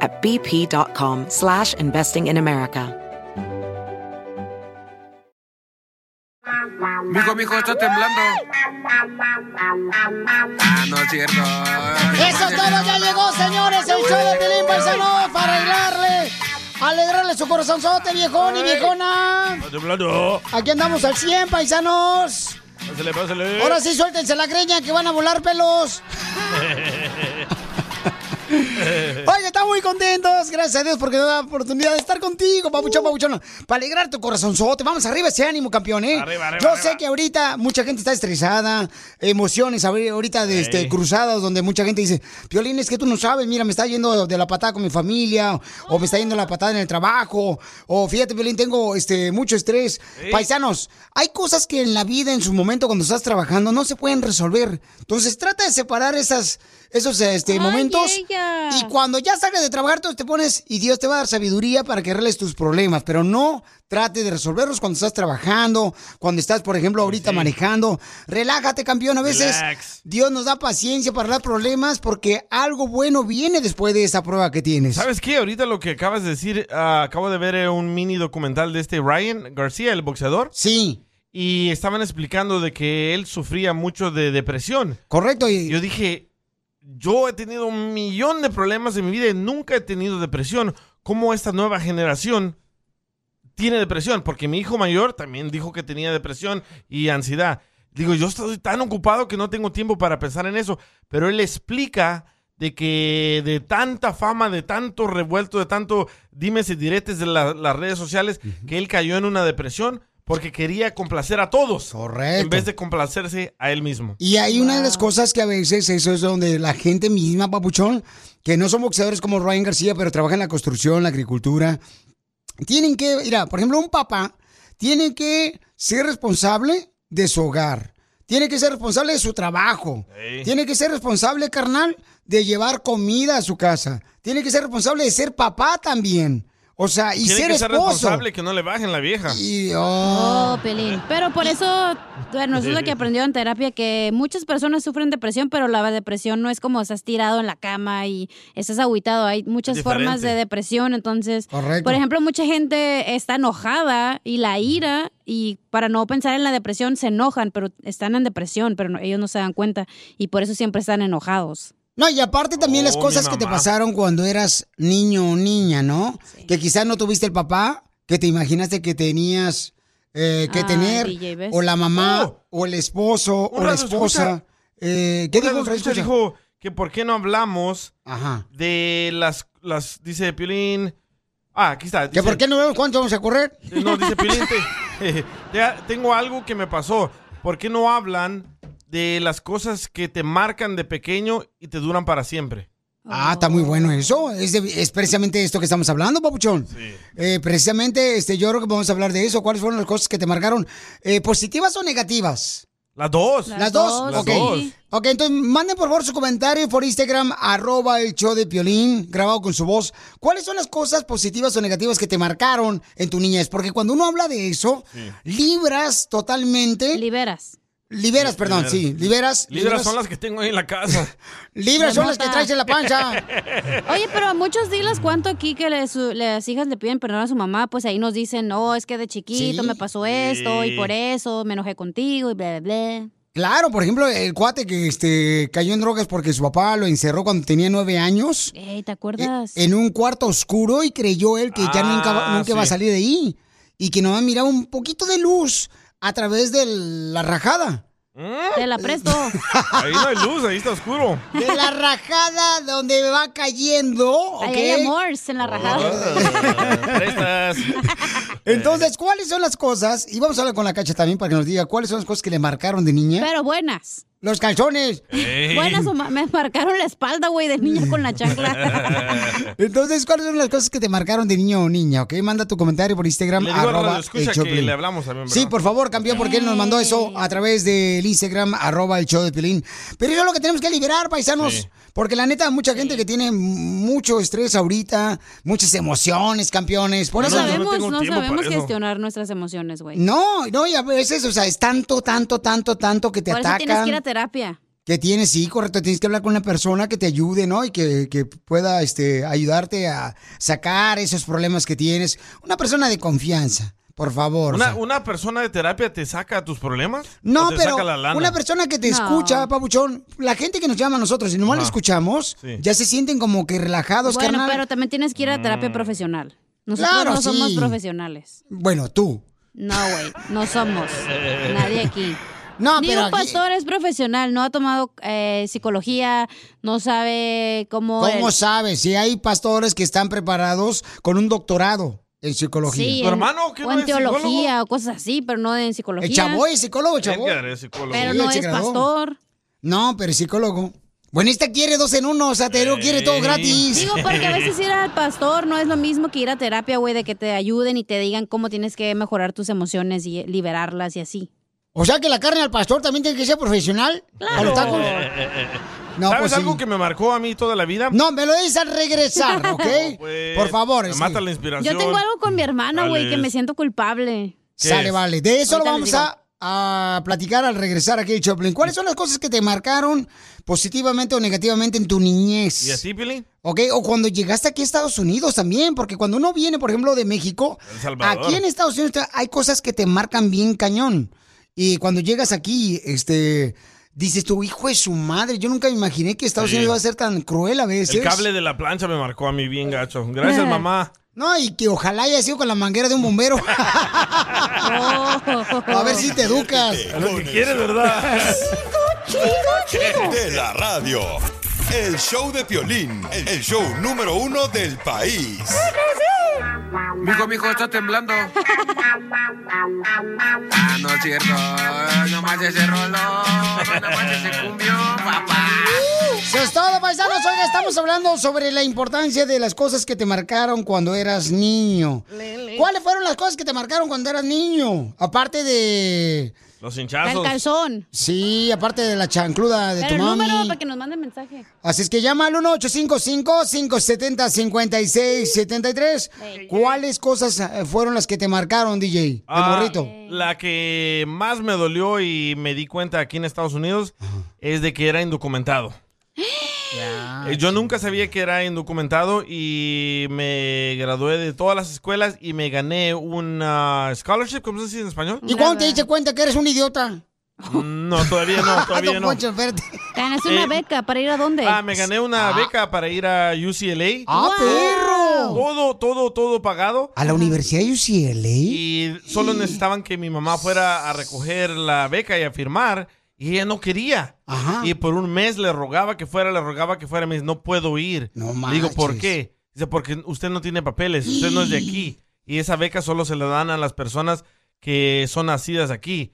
at bp.com slash investing in America. Mijo, mijo, está temblando. Ah, no es cierto. Eso es todo, ya llegó, señores, el show de Pelín Paisano para arreglarle, alegrarle su corazonzote, viejón y viejona. Está temblando. Aquí andamos al 100, paisanos. Pásale, pásale. Ahora sí, suéltense la greña que van a volar pelos. Oye, estamos muy contentos, gracias a Dios, porque nos da la oportunidad de estar contigo, Uh. papuchón, papuchón. Para alegrar tu corazonzote, vamos arriba ese ánimo, campeón, ¿eh? Arriba, arriba, Yo arriba. sé que ahorita mucha gente está estresada, emociones ahori- ahorita de este, Ey. cruzadas, donde mucha gente dice, Piolín, es que tú no sabes, mira, me está yendo de la patada con mi familia, o me está yendo la patada en el trabajo, o fíjate, Piolín, tengo este, mucho estrés. Sí. Paisanos, hay cosas que en la vida, en su momento, cuando estás trabajando, no se pueden resolver. Entonces, trata de separar esas, esos este, momentos. Y cuando ya salgas de trabajar, tú te pones y Dios te va a dar sabiduría para que arregles tus problemas, pero no trate de resolverlos cuando estás trabajando, cuando estás, por ejemplo, ahorita manejando. Relájate, campeón. A veces Relax. Dios nos da paciencia para dar problemas porque algo bueno viene después de esa prueba que tienes. ¿Sabes qué? Ahorita lo que acabas de decir, ah, acabo de ver eh, un mini documental de este Ryan García, el boxeador. Sí. Y estaban explicando de que él sufría mucho de depresión. Correcto. Y... Yo dije, yo he tenido un millón de problemas en mi vida y nunca he tenido depresión. ¿Cómo esta nueva generación tiene depresión? Porque mi hijo mayor también dijo que tenía depresión y ansiedad. Digo, yo estoy tan ocupado que no tengo tiempo para pensar en eso. Pero él explica de que de tanta fama, de tanto revuelto, de tanto dimes y diretes de la- las redes sociales, que él cayó en una depresión porque quería complacer a todos. Correcto. En vez de complacerse a él mismo. Y hay una de las cosas que a veces eso es donde la gente misma, papuchón, que no son boxeadores como Ryan García, pero trabajan en la construcción, la agricultura, tienen que, mira, por ejemplo, un papá tiene que ser responsable de su hogar, tiene que ser responsable de su trabajo, Ey. tiene que ser responsable, carnal, de llevar comida a su casa, tiene que ser responsable de ser papá también, o sea, y Tiene ser que ser esposo. responsable que no le bajen la vieja. Y, Oh, oh, Pelín. Pero por eso, bueno, eso es lo que aprendió en terapia, que muchas personas sufren depresión, pero la depresión no es como estás tirado en la cama y estás aguitado. Hay muchas Diferente. formas de depresión, entonces... correcto. Por ejemplo, mucha gente está enojada y la ira, y para no pensar en la depresión se enojan, pero están en depresión, pero no- ellos no se dan cuenta y por eso siempre están enojados. No, y aparte también Oh, las cosas mi que te mamá. pasaron cuando eras niño o niña, ¿no? Que quizás no tuviste el papá que te imaginaste que tenías eh, que Ah, tener, DJ, ¿ves? o la mamá, Oh. o el esposo, Un o la radio esposa. escucha. Eh, ¿Qué Una dijo de las escuchas dijo? dijo que por qué no hablamos Ajá. de las, las dice Piolín. Ah, aquí está. ¿Que dice- por qué no vemos cuánto vamos a correr? No, dice Piolín, te- te- tengo algo que me pasó. ¿Por qué no hablan de las cosas que te marcan de pequeño y te duran para siempre? Ah, está muy bueno eso. Es, de- es precisamente esto que estamos hablando, papuchón. Eh, precisamente, este, yo creo que vamos a hablar de eso. ¿Cuáles fueron las cosas que te marcaron? eh, ¿Positivas o negativas? Las dos. Las Las dos, dos, ok. Las dos. Ok, entonces manden por favor su comentario por Instagram, arroba el show de Piolín, grabado con su voz. ¿Cuáles son las cosas positivas o negativas que te marcaron en tu niñez? Porque cuando uno habla de eso, libras totalmente, Liberas. liberas, perdón, liberas. sí, liberas. Libras son las que tengo ahí en la casa. libras son las que Nota. traes en la pancha. Oye, pero a muchos diles cuánto aquí que le- su- las hijas le piden perdón a su mamá, pues ahí nos dicen, no, es que de chiquito Sí. me pasó esto y por eso me enojé contigo y bla, bla, bla. Claro, por ejemplo, el cuate que este, cayó en drogas porque su papá lo encerró cuando tenía nueve años. Ey, ¿te e- acuerdas? en un cuarto oscuro y creyó él que ya nunca, va- Ah, nunca iba a sí. salir de ahí. y que nomás miraba un poquito de luz a través de la rajada. ¿Mm? Te la presto. Ahí no hay luz, ahí está oscuro. De la rajada donde va cayendo. ¿ok? Ahí hay amores en la Oh. rajada. Prestas. Entonces, ¿cuáles son las cosas? Y vamos a hablar con la cacha también para que nos diga cuáles son las cosas que le marcaron de niña. Pero buenas. Los calzones. Ey. Buenas, o ma- me marcaron la espalda, güey, de niña con la chancla. Entonces, ¿cuáles son las cosas que te marcaron de niño o niña? ¿Ok? Manda tu comentario por Instagram. Le digo a arroba Radio Escucha el show que de Piolín. le hablamos también, ¿verdad? Sí, por favor, campeón, porque él nos mandó eso a través del Instagram, arroba el show de Piolín. Pero eso es lo que tenemos que liberar, paisanos. Sí. Porque la neta, mucha gente que tiene mucho estrés ahorita, muchas emociones, campeones. Por No eso... yo no sabemos, tengo no tiempo sabemos para eso. gestionar nuestras emociones, güey. No, no, y a veces, o sea, es tanto, tanto, tanto, tanto que te Por eso atacan. tienes que ir a terapia. Que tienes, sí, correcto. Tienes que hablar con una persona que te ayude, ¿no? Y que, que pueda este, ayudarte a sacar esos problemas que tienes. Una persona de confianza, por favor. o ¿Una, sea. una persona de terapia te saca tus problemas? No, ¿O te pero saca la lana? una persona que te No. escucha, papuchón, la gente que nos llama a nosotros y nomás la Ajá. escuchamos, Sí. ya se sienten como que relajados, Bueno, carnal. pero también tienes que ir a Mm. terapia profesional. Nosotros Claro, no somos sí. profesionales. Bueno, tú. No, güey, no somos. Nadie aquí. No, Ni pero un aquí- pastor es profesional, no ha tomado eh, psicología, no sabe cómo... ¿cómo el- sabes? Si hay pastores que están preparados con un doctorado en psicología. Sí, ¿Tu en- hermano que o no en es teología psicólogo? o cosas así, pero no en psicología. El chavo es psicólogo, chavo. Edgar es psicólogo. pero Sí, no él se es graduó. pastor. No, pero es psicólogo. Bueno, esta quiere dos en uno, o sea, te lo quiere todo Ey. gratis. Digo, porque a veces ir al pastor no es lo mismo que ir a terapia, güey, de que te ayuden y te digan cómo tienes que mejorar tus emociones y liberarlas y así. O sea que la carne al pastor también tiene que ser profesional. ¿A los tacos? Eh, No, ¿Sabes pues sí. algo que me marcó a mí toda la vida? No, me lo dices al regresar, ¿ok? Pues, Por favor. Me sí. mata la inspiración. Yo tengo algo con mi hermana, güey, que Alex. me siento culpable. ¿Qué Sale, es? vale. De eso lo Ahorita vamos les digo. a, a platicar al regresar aquí, Choplin. ¿Cuáles son las cosas que te marcaron positivamente o negativamente en tu niñez? ¿Y a ti, Pilín? ¿Ok? O cuando llegaste aquí a Estados Unidos también, porque cuando uno viene, por ejemplo, de México, El Salvador. aquí en Estados Unidos te- hay cosas que te marcan bien cañón. Y cuando llegas aquí, este, dices tu hijo es su madre. Yo nunca me imaginé que Estados Sí. Unidos va a ser tan cruel a veces. El cable de la plancha me marcó a mí bien gacho. Eh. Gracias, mamá. No, y que ojalá haya sido con la manguera de un bombero. a ver si te educas. A lo que quieres, ¿verdad? De la radio. El show de Piolín. El show número uno del país. Mijo, mijo, está temblando. Ah, no es cierto. No más ese rolo. No más ese cumbio, papá. Eso es todo, paisanos. Hoy estamos hablando sobre la importancia de las cosas que te marcaron cuando eras niño. ¿Cuáles fueron las cosas que te marcaron cuando eras niño? Aparte de... Los Al hinchazos. calzón. Sí, aparte de la chancluda de Pero el tu mami. número para que nos manden mensaje. Así es que llama al 1-855-570-5673. ¿Cuáles cosas eh, fueron las que te marcaron, DJ? De Ah, morrito. La que más me dolió y me di cuenta aquí en Estados Unidos es de que era indocumentado. Ah, Eh, Yo nunca sabía que era indocumentado y me gradué de todas las escuelas y me gané una scholarship, ¿cómo se dice en español? ¿Y cuándo te diste cuenta que eres un idiota? No, todavía no, Ah, todavía don no. Poncho, espérate. Ganaste una Eh, beca para ir a dónde. Ah, me gané una beca para ir a UCLA. ¡Ah, Wow. perro! Todo, todo, todo pagado. ¿A la Universidad de UCLA? Y solo necesitaban que mi mamá fuera a recoger la beca y a firmar. Y ella no quería. Ajá. Y por un mes le rogaba que fuera, le rogaba que fuera. Me dice, no puedo ir. No Le digo, ¿por manches. qué? Dice, porque usted no tiene papeles, usted no es de aquí. Y esa beca solo se la dan a las personas que son nacidas aquí.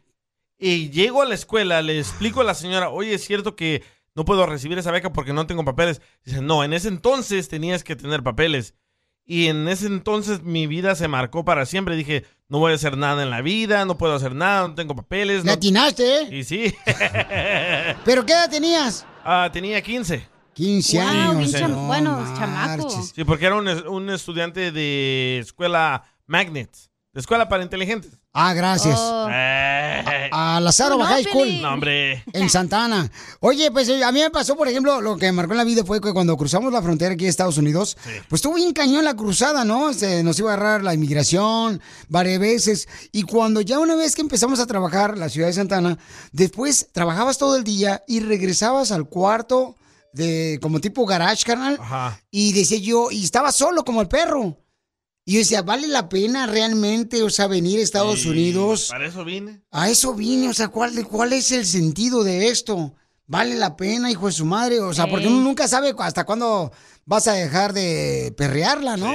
Y llego a la escuela, le explico a la señora, oye, es cierto que no puedo recibir esa beca porque no tengo papeles. Dice, no, en ese entonces tenías que tener papeles. Y en ese entonces mi vida se marcó para siempre. Dije, no voy a hacer nada en la vida, no puedo hacer nada, no tengo papeles. No... Le atinaste, ¿eh? Y sí, ¿Pero qué edad tenías? ah, tenía 15. 15 Wow, años. bien cham- no bueno, chamaco. marches. Sí, porque era un, es- un estudiante de escuela Magnet, de escuela para inteligentes. Ah, gracias. Oh. Eh, A la Saro No, High School. Piolín. no, hombre. En Santana. Oye, pues eh, a mí me pasó, por ejemplo, lo que me marcó en la vida fue que cuando cruzamos la frontera aquí de Estados Unidos, pues estuvo bien cañón la cruzada, ¿no? Se nos iba a agarrar la inmigración varias veces. Y cuando ya una vez que empezamos a trabajar la ciudad de Santana, después trabajabas todo el día y regresabas al cuarto de como tipo garage, carnal. Ajá. Y decía yo, y estaba solo como el perro. Y yo decía, ¿vale la pena realmente, o sea, venir a Estados Sí, Unidos? Para eso vine. A eso vine, o sea, ¿cuál, ¿cuál es el sentido de esto? ¿Vale la pena, hijo de su madre? O sea, porque Ey. uno nunca sabe hasta cuándo vas a dejar de perrearla, ¿no?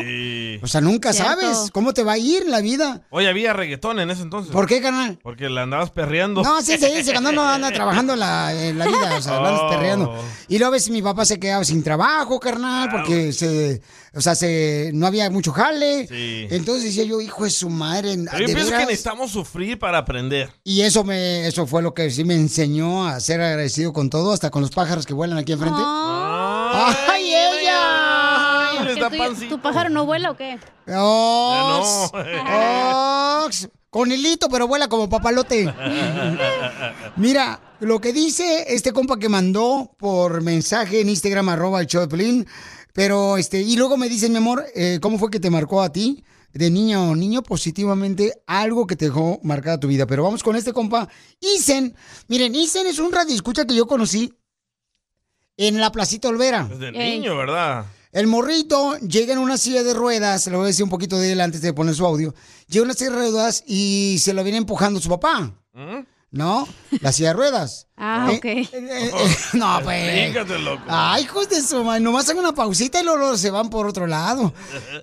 O sea, nunca Cierto. sabes cómo te va a ir la vida. Oye, había reggaetón en ese entonces. ¿Por qué, carnal? Porque la andabas perreando. No, sí se dice, cuando uno anda trabajando en la, en la vida, o sea, lo andas Oh. perreando. Y luego a veces mi papá se quedaba sin trabajo, carnal, porque se, o sea, se, no había mucho jale. Sí. Entonces decía yo, hijo de su madre, Pero yo Eh, ¿de pienso que veras? necesitamos sufrir para aprender. Y eso me, eso fue lo que sí me enseñó a ser agradecido con todo, hasta con los pájaros que vuelan aquí enfrente. Ah. ¡Ay, ella! ¿Por qué tú- ¿Tu pájaro no vuela o qué? ¡Ox! Ya ¡Ox! Con hilito, pero vuela como papalote. Mira, lo que dice este compa que mandó por mensaje en Instagram, arroba el show de Pelín, pero este, y luego me dicen, mi amor, eh, ¿cómo fue que te marcó a ti, de niña o niño, positivamente algo que te dejó marcada tu vida? Pero vamos con este compa, Isen. Miren, Isen es un radio escucha que yo conocí en la Placita Olvera. Desde niño, ¿verdad? El morrito llega en una silla de ruedas, le voy a decir un poquito de él antes de poner su audio. Llega en una silla de ruedas y se lo viene empujando su papá, ¿no? La silla de ruedas. Ah, Eh, ok. no, pues. Explícate, loco. Ay, hijos de su madre, nomás hago una pausita y luego, luego se van por otro lado.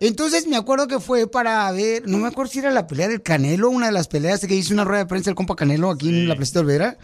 Entonces me acuerdo que fue para ver, no me acuerdo si era la pelea del Canelo, una de las peleas que hizo una rueda de prensa el compa Canelo aquí en la Placita Olvera.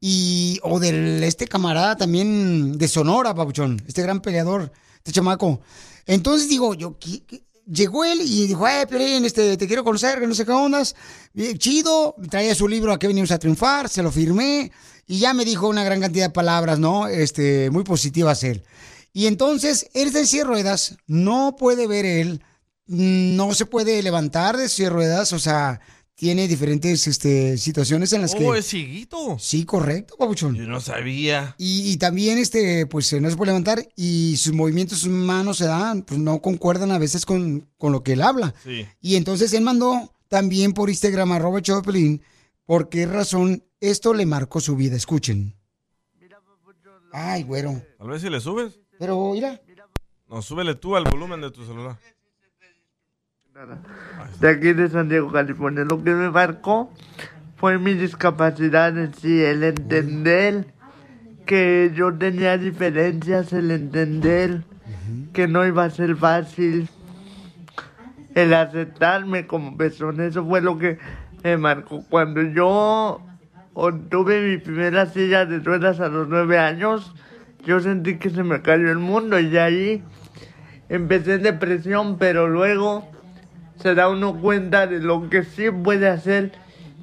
Y, o del este camarada también de Sonora, Pabuchón, este gran peleador, este chamaco. Entonces digo, yo, ¿qué- qué? llegó él y dijo, eh, Piolín, este, te quiero conocer, que no sé qué ondas. Bien, chido, traía su libro, ¿a qué venimos a triunfar? Se lo firmé y ya me dijo una gran cantidad de palabras, ¿no? Este, muy positivas él. Y entonces, él está en silla de ruedas, no puede ver él, mm, no se puede levantar de silla de ruedas, o sea, tiene diferentes este, situaciones en las que... Oh, es cieguito. Sí, correcto, papuchón. Yo no sabía. Y, y también, este, pues eh, no se puede levantar y sus movimientos humanos se dan, pues no concuerdan a veces con, con lo que él habla. Sí. Y entonces él mandó también por Instagram a Robert Choplin por qué razón esto le marcó su vida. Escuchen. Ay, güero. Tal vez si le subes. Pero, mira. No, súbele tú al volumen de tu celular. de aquí de San Diego, California. Lo que me marcó fue mi discapacidad en sí, el entender que yo tenía diferencias, el entender que no iba a ser fácil, el aceptarme como persona. Eso fue lo que me marcó. Cuando yo obtuve mi primera silla de ruedas a los nueve años, yo sentí que se me cayó el mundo y de ahí empecé en depresión, pero luego se da uno cuenta de lo que sí puede hacer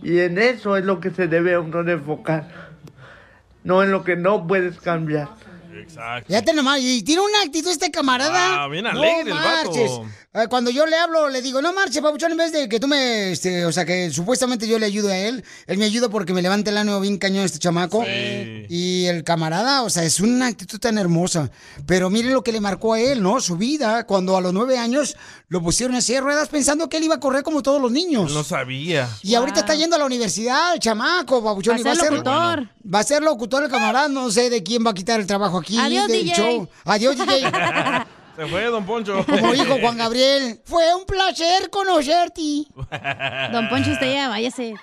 y en eso es lo que se debe uno de enfocar, no en lo que no puedes cambiar. Exacto. Fíjate nomás, y tiene una actitud este camarada. Ah, bien alegre el vato. Eh, Cuando yo le hablo, le digo, no marches, papuchón, en vez de que tú me, este, o sea, que supuestamente yo le ayudo a él, él me ayuda porque me levanta el ánimo bien cañón este chamaco. Y el camarada, o sea, es una actitud tan hermosa. Pero miren lo que le marcó a él, ¿no? Su vida, cuando a los nueve años lo pusieron en silla de ruedas pensando que él iba a correr como todos los niños. No sabía. Y ahorita está yendo a la universidad, el chamaco, babuchón. Va a y ser locutor. Va a ser locutor el camarada, no sé de quién va a quitar el trabajo aquí. Adiós, del DJ. show. Adiós, DJ. Se fue, don Poncho. Como dijo Juan Gabriel, fue un placer conocerte. Don Poncho, usted ya váyase.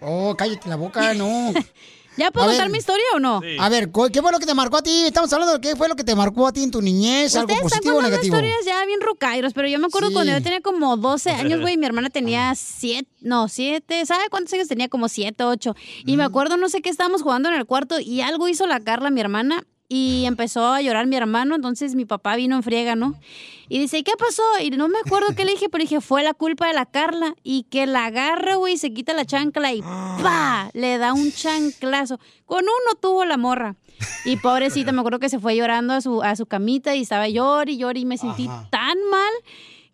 Oh, cállate la boca, no. ¿Ya puedo contar mi historia o no? A ver, cu- ¿qué fue lo que te marcó a ti? Estamos hablando de qué fue lo que te marcó a ti en tu niñez, algo Ustedes positivo o están contando negativo. historias ya bien rucairos, pero yo me acuerdo Sí. cuando yo tenía como 12 años, güey, mi hermana tenía 7, no, 7, ¿sabe cuántos años tenía? Como 7, 8. Y Mm. me acuerdo, no sé qué, estábamos jugando en el cuarto y algo hizo la Carla, mi hermana, y empezó a llorar mi hermano, entonces mi papá vino en friega, ¿no? Y dice, ¿qué pasó? Y no me acuerdo qué le dije, pero dije, fue la culpa de la Carla. Y que la agarra, güey, se quita la chancla y ¡pa! Le da un chanclazo. Con uno tuvo la morra. Y pobrecita, me acuerdo que se fue llorando a su, a su camita y estaba llorando y llorando y me sentí Ajá. tan mal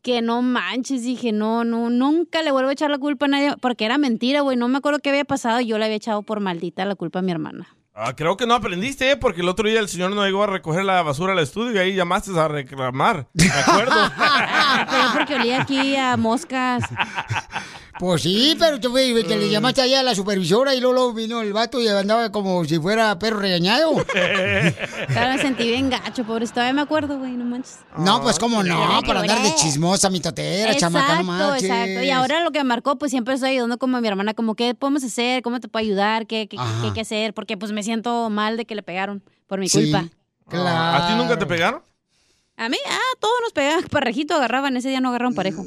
que no manches, dije, no, no, nunca le vuelvo a echar la culpa a nadie, porque era mentira, güey, no me acuerdo qué había pasado y yo le había echado por maldita la culpa a mi hermana. Ah, creo que no aprendiste, ¿eh? porque el otro día el señor no llegó a recoger la basura al estudio y ahí llamaste a Ah, reclamar. Me acuerdo. Pero porque olía aquí a moscas. Pues sí, pero tú fue- te le llamaste allá a la supervisora y luego, luego vino el vato y andaba como si fuera perro regañado. Claro, me sentí bien gacho, pobre. Todavía me acuerdo, güey, no manches. No, pues cómo no, Ay, para andar de lloré. chismosa, mitotera, chamaca, no Ah, ¿eh? Exacto, marches. exacto. Y ahora lo que me marcó, pues siempre estoy ayudando como a mi hermana, como qué podemos hacer, cómo te puedo ayudar, qué, qué, qué Ajá. hay que hacer, porque pues me siento mal de que le pegaron por mi Sí, culpa. Claro. ¿A ti nunca te pegaron? A mí, ah, todos nos pegaban parejito, agarraban, ese día no agarraron parejo.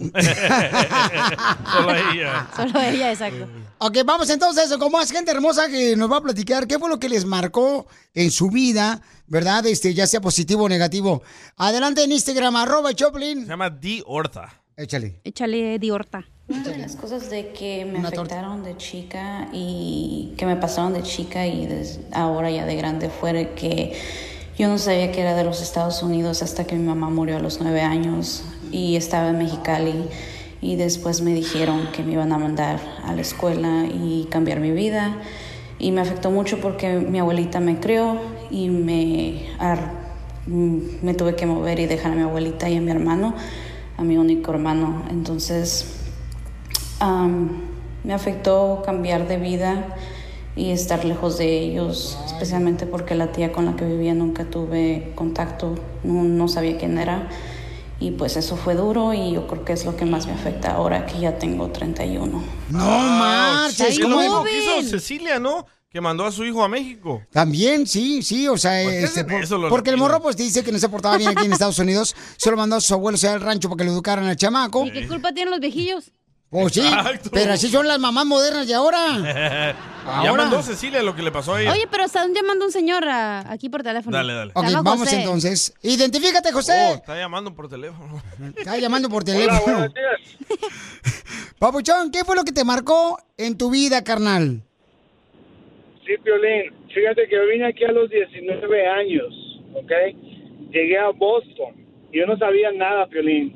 Solo ella. Solo ella, exacto. Ok, vamos entonces con más gente hermosa que nos va a platicar qué fue lo que les marcó en su vida, ¿verdad? Este, ya sea positivo o negativo. Adelante en Instagram, arroba Se Choplin. llama Di Orta. Échale. Échale di horta. Una de las cosas de que me Una torta. afectaron de chica y que me pasaron de chica y des- ahora ya de grande fue que yo no sabía que era de los Estados Unidos hasta que mi mamá murió a los nueve años y estaba en Mexicali y después me dijeron que me iban a mandar a la escuela y cambiar mi vida y me afectó mucho porque mi abuelita me crió y me ar- mm, me tuve que mover y dejar a mi abuelita y a mi hermano, a mi único hermano. Entonces Am, me afectó cambiar de vida y estar lejos de ellos, especialmente porque la tía con la que vivía nunca tuve contacto, no, no sabía quién era. Y pues eso fue duro y yo creo que es lo que más me afecta ahora que ya tengo 31. No Es Ah, marches, lo mismo ¿cómo? que hizo Cecilia, ¿no? Que mandó a su hijo a México. También, sí, sí, o sea, ¿Por Pues, qué este, hacen eso los porque el latinos? morro pues dice que no se portaba bien aquí en Estados Unidos, se lo mandó a su abuelo o sea, al rancho para que lo educaran al chamaco. ¿Y qué culpa tienen los viejillos? O sí, Exacto. pero así son las mamás modernas de ahora. Ya Ahora. mandó a Cecilia lo que le pasó a ella. Oye, pero están llamando un señor a- aquí por teléfono. Dale, dale. Ok, Se llama vamos José. entonces. Identifícate, Oh, José. está llamando por teléfono. Está llamando por teléfono. Papuchón, ¿qué fue lo que te marcó en tu vida, carnal? Sí, Piolín. Fíjate que yo vine aquí a los 19 años, ¿ok? Llegué a Boston. Yo no sabía nada, Piolín.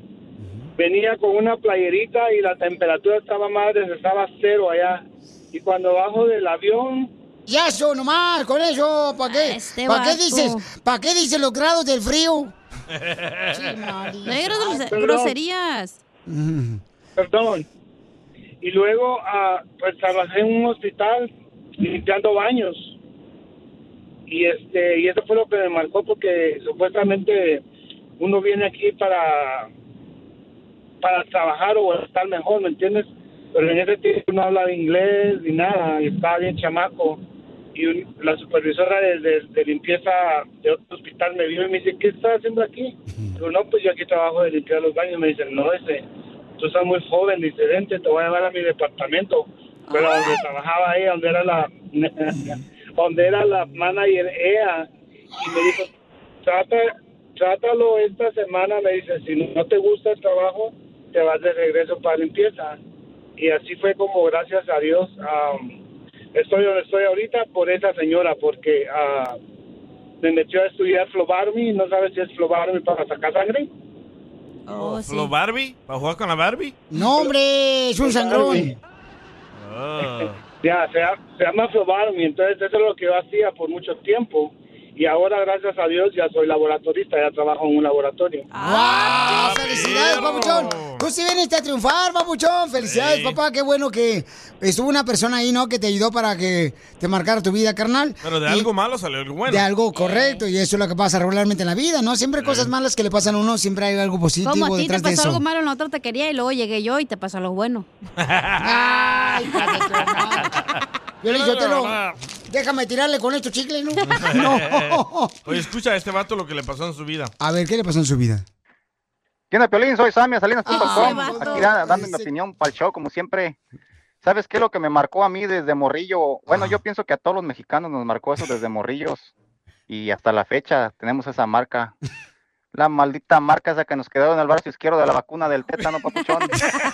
Venía con una playerita y la temperatura estaba más de estaba cero allá. Y cuando bajo del avión, Ya eso nomás, con eso, ¿para qué? Ah, este ¿Para qué vato. dices? ¿Para qué dices los grados del frío? No hay gros- Ah, perdón. groserías. perdón. Y luego, ah, pues trabajé en un hospital limpiando baños. Y este, y eso fue lo que me marcó porque supuestamente uno viene aquí para para trabajar o estar mejor, ¿me entiendes? Pero en ese tiempo no hablaba inglés ni nada, y estaba bien chamaco. Y un- la supervisora de, de- de limpieza de otro hospital me vio y me dice, ¿qué estás haciendo aquí? Digo, no, pues yo aquí trabajo de limpiar los baños. Me dice, no, dice, tú estás muy joven, dice, vente, te voy a llevar a mi departamento. Pero donde trabajaba ella, donde era la, donde era la manager ella, y me dijo, trata, trátalo esta semana, me dice, si no te gusta el trabajo, te vas de regreso para limpieza. Y así fue como, gracias a Dios, am, estoy donde estoy ahorita por esa señora, porque ah, me metió a estudiar Flobarmi, no sabes si es Flobarmi para sacar sangre. Oh, sí. ¿Lo Barbie? ¿Para jugar con la Barbie? No, hombre, es un sangrón. Ah. Ya, se, ha- se llama Flobarmi, entonces eso es lo que yo hacía por mucho tiempo. Y ahora, gracias a Dios, ya soy laboratorista, ya trabajo en un laboratorio. ¡Guau! ¡Felicidades, perro! papuchón! Tú sí viniste a triunfar, papuchón. Felicidades, Sí. papá. Qué bueno que estuvo una persona ahí, ¿no? Que te ayudó para que te marcara tu vida, carnal. Pero de Y algo malo salió algo bueno. De algo correcto, y eso es lo que pasa regularmente en la vida, ¿no? Siempre hay cosas malas que le pasan a uno, siempre hay algo positivo Como a ti te detrás de pasó eso. algo malo en la otra taquería y luego llegué yo y te pasó algo bueno. Ah, Ay, hija de tu madre. Yo le dije, No, "Otelo, no, no. déjame tirarle con estos chicles, ¿no? no. Oye, escucha a este vato lo que le pasó en su vida. A ver, ¿qué le pasó en su vida? ¿Qué onda, Piolín? Soy Samia Salinas.com. Ah, vato. Aquí da- dando mi Ese- opinión para el show, como siempre. ¿Sabes qué es lo que me marcó a mí desde morrillo? Bueno, yo pienso que a todos los mexicanos nos marcó eso desde morrillos. Y hasta la fecha tenemos esa marca. La maldita marca esa que nos quedaron en el brazo izquierdo de la vacuna del tétano, papuchón.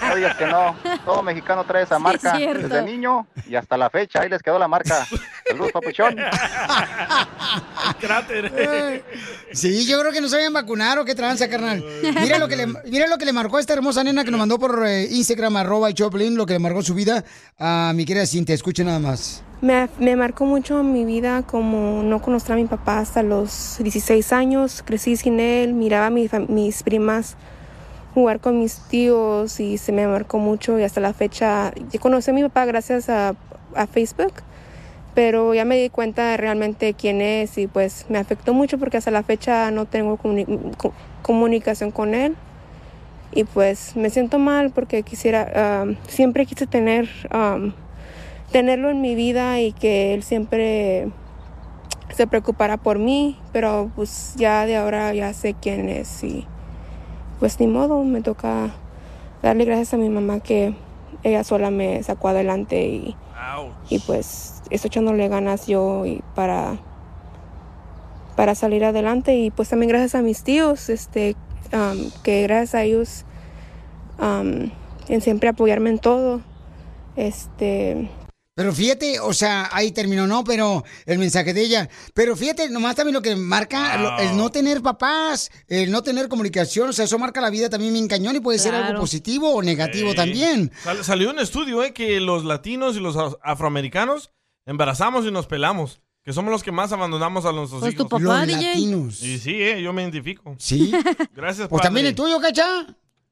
No digas que no. Todo mexicano trae esa Sí, marca cierto. desde niño y hasta la fecha. Ahí les quedó la marca. Saludos, papuchón. Cráter. Eh, Sí, yo creo que nos habían vacunado, qué tranza, carnal. Mira lo que le, mira lo que le marcó a esta hermosa nena que nos mandó por eh, Instagram, arroba y Choplin, lo que le marcó su vida a mi querida Cintia. Escuche nada más. Me, me marcó mucho mi vida como no conocer a mi papá hasta los 16 años. Crecí sin él, miraba a mi fam- mis primas jugar con mis tíos y se me marcó mucho y hasta la fecha yo conocí a mi papá gracias a, a Facebook, pero ya me di cuenta realmente quién es y pues me afectó mucho porque hasta la fecha no tengo comuni- co- comunicación con él y pues me siento mal porque quisiera, um, siempre quise tener, um, tenerlo en mi vida y que él siempre se preocupara por mí, pero pues ya de ahora ya sé quién es y pues ni modo, me toca darle gracias a mi mamá que ella sola me sacó adelante y, y pues estoy echándole ganas yo y para, para salir adelante y pues también gracias a mis tíos, este, um, que gracias a ellos um, en siempre apoyarme en todo, este, Pero fíjate, o sea, ahí terminó, ¿no? Pero el mensaje de ella. Pero fíjate, nomás también lo que marca lo- el no tener papás, el no tener comunicación, o sea, eso marca la vida también bien cañón y puede ser algo Claro. positivo o negativo Sí. también. Sal- salió un estudio, ¿eh? Que los latinos y los af- afroamericanos embarazamos y nos pelamos. Que somos los que más abandonamos a nuestros Pues tu hijos. papá, Los DJ. latinos. Y sí, ¿eh? Yo me identifico. Sí. Gracias, Pues padre. también el tuyo, cacha.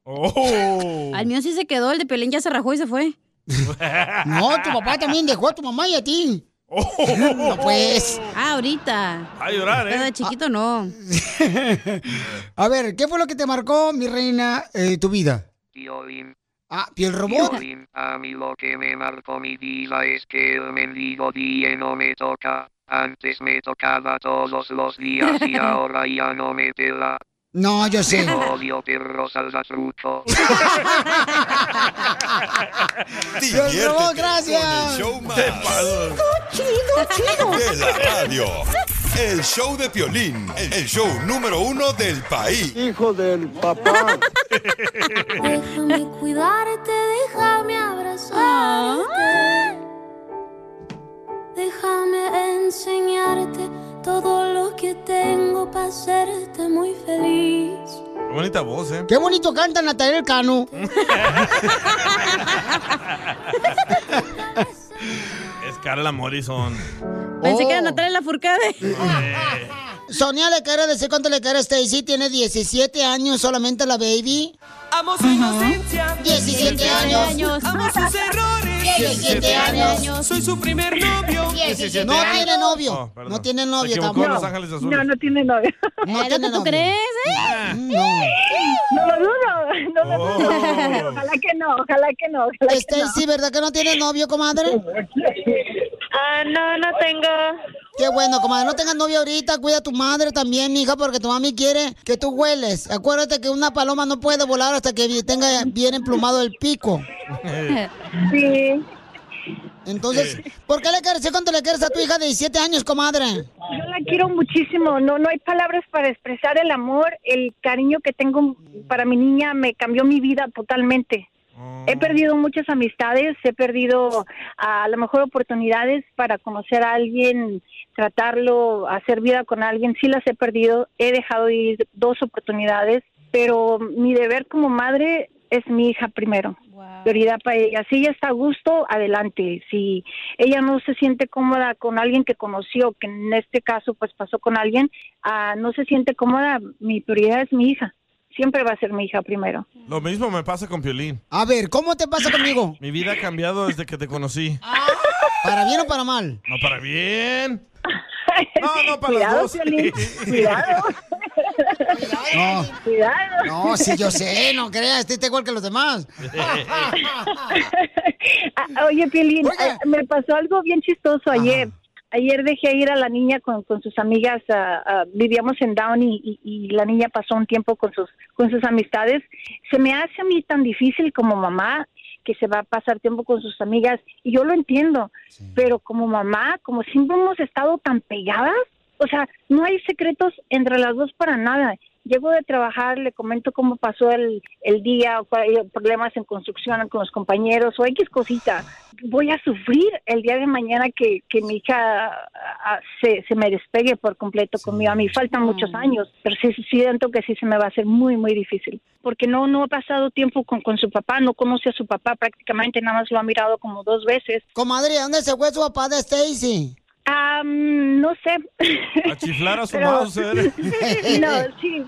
Oh. Al mío sí se quedó, el de Pelín ya se rajó y se fue. No, tu papá también dejó a tu mamá y a ti. Oh. No, pues. Ah. Ah, ahorita. A llorar, ¿eh? Pero de chiquito no. A ver, ¿qué fue lo que te marcó, mi reina, eh, tu vida? Piolín. Ah, piel robot. Piolín, a mí lo que me marcó mi vida es que el mendigo día no me toca. Antes me tocaba todos los días y ahora ya no me pela. No, yo sé. Odio perros al truco. Diviértete robot, gracias. con el show más Chido, chido. de la radio. El show de Piolín, el show número uno del país. Hijo del papá. Déjame cuidarte, déjame abrazarte. Déjame enseñarte todo lo que tengo para hacerte muy feliz. Qué bonita voz, ¿eh? Qué bonito canta Natalia Cano. Es Carla Morrison. Eh, Pensé que era Natalia Lafourcade. Oh. Sonia le quiere decir cuánto le quiere a Stacy. Tiene 17 años solamente la baby. Amo su inocencia. 17 años. Amo sus errores. 17 años. Soy su primer novio. 17 No años. tiene novio. Oh, perdón. No tiene novio Se equivocó en Los Ángeles Azules. No, tiene novio. No tiene ¿Tú crees, eh? No lo dudo, no lo dudo. pero Ojalá que no, ojalá que no. Ojalá Stacy, Este, ¿verdad que no tiene novio, comadre? Ah, no, no tengo. Qué bueno, comadre. No tengas novio ahorita. Cuida a tu madre también, hija, porque tu mami quiere que tú hueles. Acuérdate que una paloma no puede volar hasta que tenga bien emplumado el pico. Sí. Entonces, ¿por qué le quieres? ¿Sé cuánto le quieres a tu hija de 17 años, comadre? Yo la quiero muchísimo, no no hay palabras para expresar el amor, el cariño que tengo para mi niña me cambió mi vida totalmente. He perdido muchas amistades, he perdido a lo mejor oportunidades para conocer a alguien, tratarlo, hacer vida con alguien, sí las he perdido, he dejado ir dos oportunidades, pero mi deber como madre es mi hija primero. Prioridad para ella. Si ella está a gusto, adelante. Si ella no se siente cómoda con alguien que conoció, que en este caso pues pasó con alguien, ah, no se siente cómoda, mi prioridad es mi hija. Siempre va a ser mi hija primero. Lo mismo me pasa con Piolín. A ver, ¿cómo te pasa conmigo? Ah. Mi vida ha cambiado desde que te conocí. ¿Para bien o para mal? No para bien. No, no, para Cuidado, los dos. Piolín, cuidado. No. Cuidado. No, sí, yo sé, no creas, este está igual que los demás. Ah, Oye, Pielín, ah, me pasó algo bien chistoso ayer. Ayer dejé ir a la niña con, con sus amigas, ah, ah, vivíamos en Down y, y- y la niña pasó un tiempo con sus, con sus amistades. Se me hace a mí tan difícil como mamá que se va a pasar tiempo con sus amigas y yo lo entiendo, pero como mamá, como siempre hemos estado tan pegadas, o sea, no hay secretos entre las dos para nada. Llego de trabajar, le comento cómo pasó el, el día, o cuál- eh, problemas en construcción con los compañeros o X cosita. Voy a sufrir el día de mañana que, que mi hija ah, ah, se, se me despegue por completo conmigo. A mí faltan muchos años, pero sí sí siento que sí se me va a hacer muy, muy difícil. Porque no, no ha pasado tiempo con, con su papá, no conoce a su papá prácticamente, nada más lo ha mirado como dos veces. Comadre, ¿dónde se fue su papá de Stacy? Ah, mm, no sé. A chiflar a su Pero- ¿eh? mouse. ¿eh? no, sí.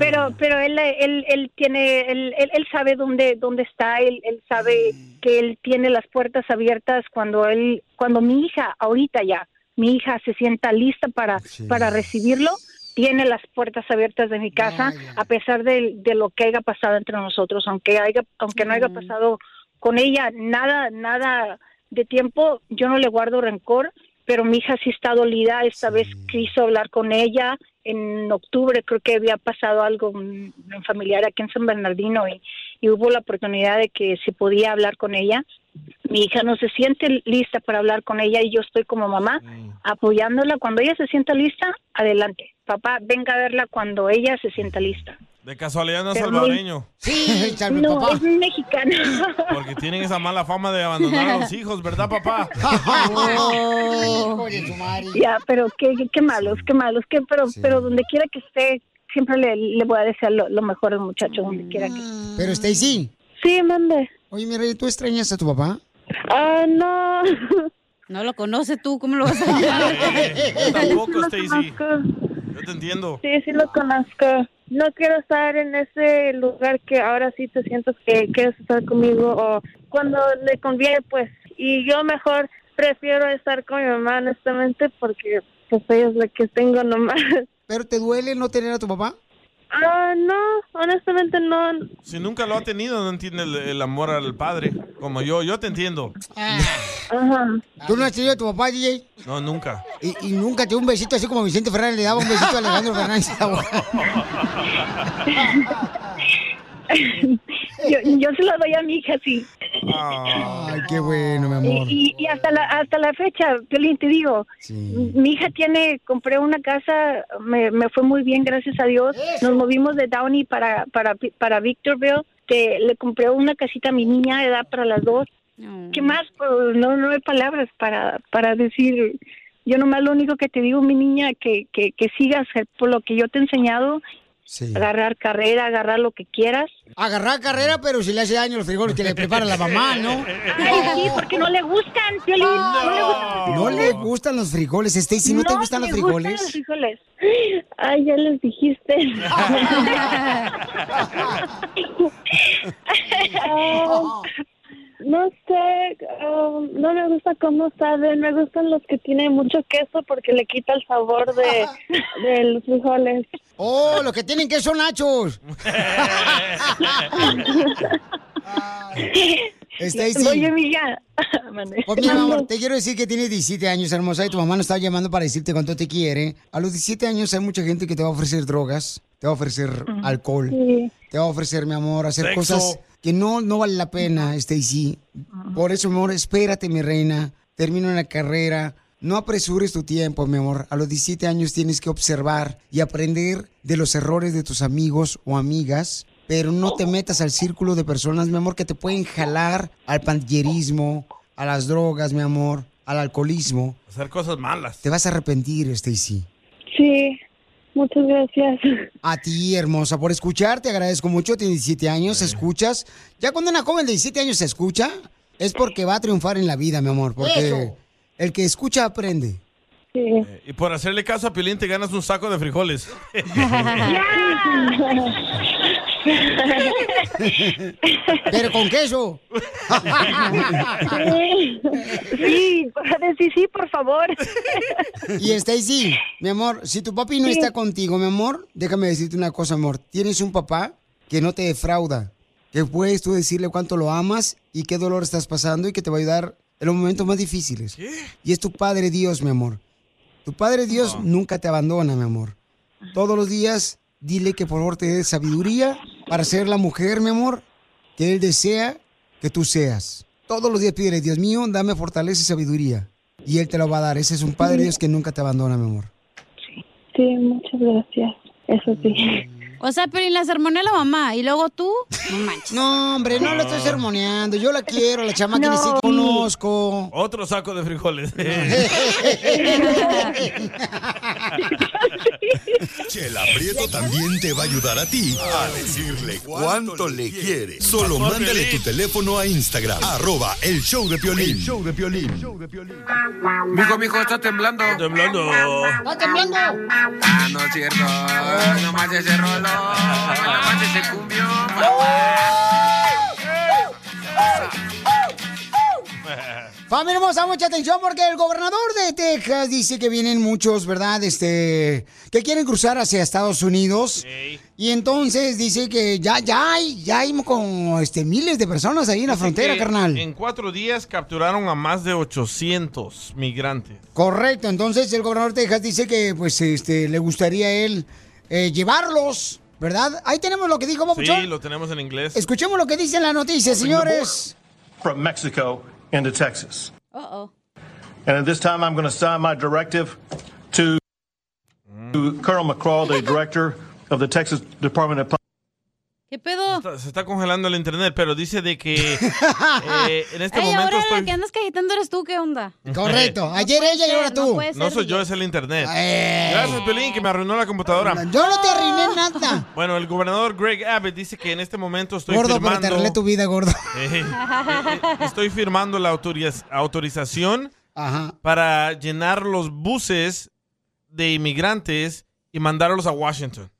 Pero, pero él, él, él tiene, él, él, él sabe dónde, dónde está, él, él sabe que él tiene las puertas abiertas cuando él, cuando mi hija, ahorita ya, mi hija se sienta lista para, para recibirlo, tiene las puertas abiertas de mi casa, a pesar de, de lo que haya pasado entre nosotros, aunque haya, aunque no haya pasado con ella nada, nada de tiempo, yo no le guardo rencor, pero mi hija sí está dolida, esta vez quiso hablar con ella en octubre, creo que había pasado algo un- un familiar aquí en San Bernardino y, y hubo la oportunidad de que se podía hablar con ella. Mi hija no se siente lista para hablar con ella y yo estoy como mamá apoyándola. Cuando ella se sienta lista, adelante. Papá, venga a verla cuando ella se sienta lista. De casualidad no es Pero muy- salvadoreño. Sí, no, es mexicana. Porque tienen esa mala fama de abandonar a los hijos, ¿verdad, papá? Oh. Ya, pero qué, qué- qué malos, qué malos, qué, pero, pero donde quiera que esté, siempre le, le voy a desear lo, lo mejor al muchacho, donde quiera que esté. Pero este, Stacy. Sí, Eh, mande. Oye, mi rey, ¿tú extrañas a tu papá? Ah, no. No lo conoce tú, ¿cómo lo vas a llamar? Tampoco, Stacy. Yo te entiendo. Sí, sí lo conozco. No quiero estar en ese lugar que ahora sí te sientes que quieres estar conmigo o cuando le conviene, pues. Y yo mejor prefiero estar con mi mamá, honestamente, porque pues ella es la que tengo nomás. ¿Pero te duele no tener a tu papá? Ah, no, honestamente no. Si nunca lo ha tenido, no entiende el, el amor al padre. Como yo, yo te entiendo. ¿Tú no has tenido a tu papá, DJ? No, nunca. Y, y nunca te dio un besito así como Vicente Fernández le daba un besito a Alejandro Fernández. yo, yo se lo doy a mi hija, sí. Ay, qué bueno, mi amor. Y, y- y hasta la hasta la fecha, Piolín, te digo, mi hija tiene, compré una casa, me, me fue muy bien, gracias a Dios. Nos movimos de Downey para para para Victorville, que le compré una casita a mi niña, edad para las dos. ¿Qué más? Pues, no no hay palabras para para decir. Yo nomás lo único que te digo, mi niña, que que, que sigas por lo que yo te he enseñado, agarrar carrera, agarrar lo que quieras. Agarrar carrera, pero si le hace daño los frijoles que le prepara la mamá, ¿no? Ay, sí, porque no le gustan, Piolín. No, le gustan. No le pues, gustan los frijoles, Stacy, ¿no, te gustan los me gustan frijoles? los frijoles. Ay, ya les dijiste. Ah, no sé, um, no me gusta cómo saben, me gustan los que tienen mucho queso porque le quita el sabor de, de los frijoles. Oh, los que tienen queso nachos. Stacy. Oye, mija. Pues mi amor, te quiero decir que tienes 17 años, hermosa, y tu mamá nos está llamando para decirte cuánto te quiere. A los 17 años hay mucha gente que te va a ofrecer drogas, te va a ofrecer alcohol, Sí. te va a ofrecer, mi amor, hacer Sexo. cosas que no, no vale la pena, Stacy. Por eso, mi amor, espérate, mi reina. Termina una carrera. No apresures tu tiempo, mi amor. A los 17 años tienes que observar y aprender de los errores de tus amigos o amigas. Pero no te metas al círculo de personas, mi amor, que te pueden jalar al pandillerismo, a las drogas, mi amor, al alcoholismo. Hacer cosas malas. Te vas a arrepentir, Stacy. Sí, muchas gracias. A ti, hermosa, por escuchar. Te agradezco mucho. Tienes 17 años, escuchas. Ya cuando una joven de 17 años se escucha, es porque va a triunfar en la vida, mi amor. Porque Eso. Eh, el que escucha aprende. Y por hacerle caso a Pilín te ganas un saco de frijoles. Pero con queso. Sí, decir sí, por favor. Y Stacy, mi amor, si tu papi no Sí. está contigo, mi amor, déjame decirte una cosa, amor. Tienes un papá que no te defrauda. Que puedes tú decirle cuánto lo amas y qué dolor estás pasando y que te va a ayudar en los momentos más difíciles. Y es tu Padre Dios, mi amor. Tu Padre Dios nunca te abandona, mi amor. Todos los días dile que por favor te dé sabiduría para ser la mujer, mi amor, que Él desea que tú seas. Todos los días pídele, Dios mío, dame fortaleza y sabiduría. Y Él te lo va a dar. Ese es un Padre Dios que nunca te abandona, mi amor. Sí, muchas gracias. Eso sí. O sea, pero y la sermoné a la mamá y luego tú. No manches. No, hombre, no la estoy sermoneando. Yo la quiero, la chamaca ni siquiera conozco. Otro saco de frijoles. Chela Prieto también te va a ayudar a ti a decirle cuánto le quiere. Solo Pastor mándale tu Piolín. teléfono a Instagram, arroba el show de Piolín. show de Mijo, mijo, está temblando. Temblando. ¡Está temblando! Ah, no es cierto. Ay, Nomás ese rollo. Nomás ese cumbio. Familia hermosa, mucha atención porque el gobernador de Texas dice que vienen muchos, ¿verdad? Este, que quieren cruzar hacia Estados Unidos. Y entonces dice que ya, ya hay, ya hay como este, miles de personas ahí en la Dice frontera, que carnal. En cuatro días capturaron a más de 800 migrantes. Correcto, entonces el gobernador de Texas dice que pues este le gustaría a él eh, llevarlos, ¿verdad? Ahí tenemos lo que dijo Papuchón. Sí, lo tenemos en inglés. Escuchemos lo que dice en la noticia, señores. from Mexico into Texas. Uh-oh. And at this time, I'm going to sign my directive to to Colonel McCraw, the director of the Texas Department of Public ¿Qué pedo? Está- se está congelando el internet, pero dice de que eh, en este Ah, Ey, momento ahora estoy... la que andas cagitando eres tú, ¿qué onda? Correcto. Ayer ella y ahora tú. No, puede No ser, soy yo, es el internet. Gracias, Pelín, que me arruinó la computadora. Yo no te arruiné nada. Bueno, el gobernador Greg Abbott dice que en este momento estoy gordo, pero te firmando... arreglé tu vida, gordo. Eh, eh, eh, estoy firmando la autoriz- autorización para llenar los buses de inmigrantes y mandarlos a Washington.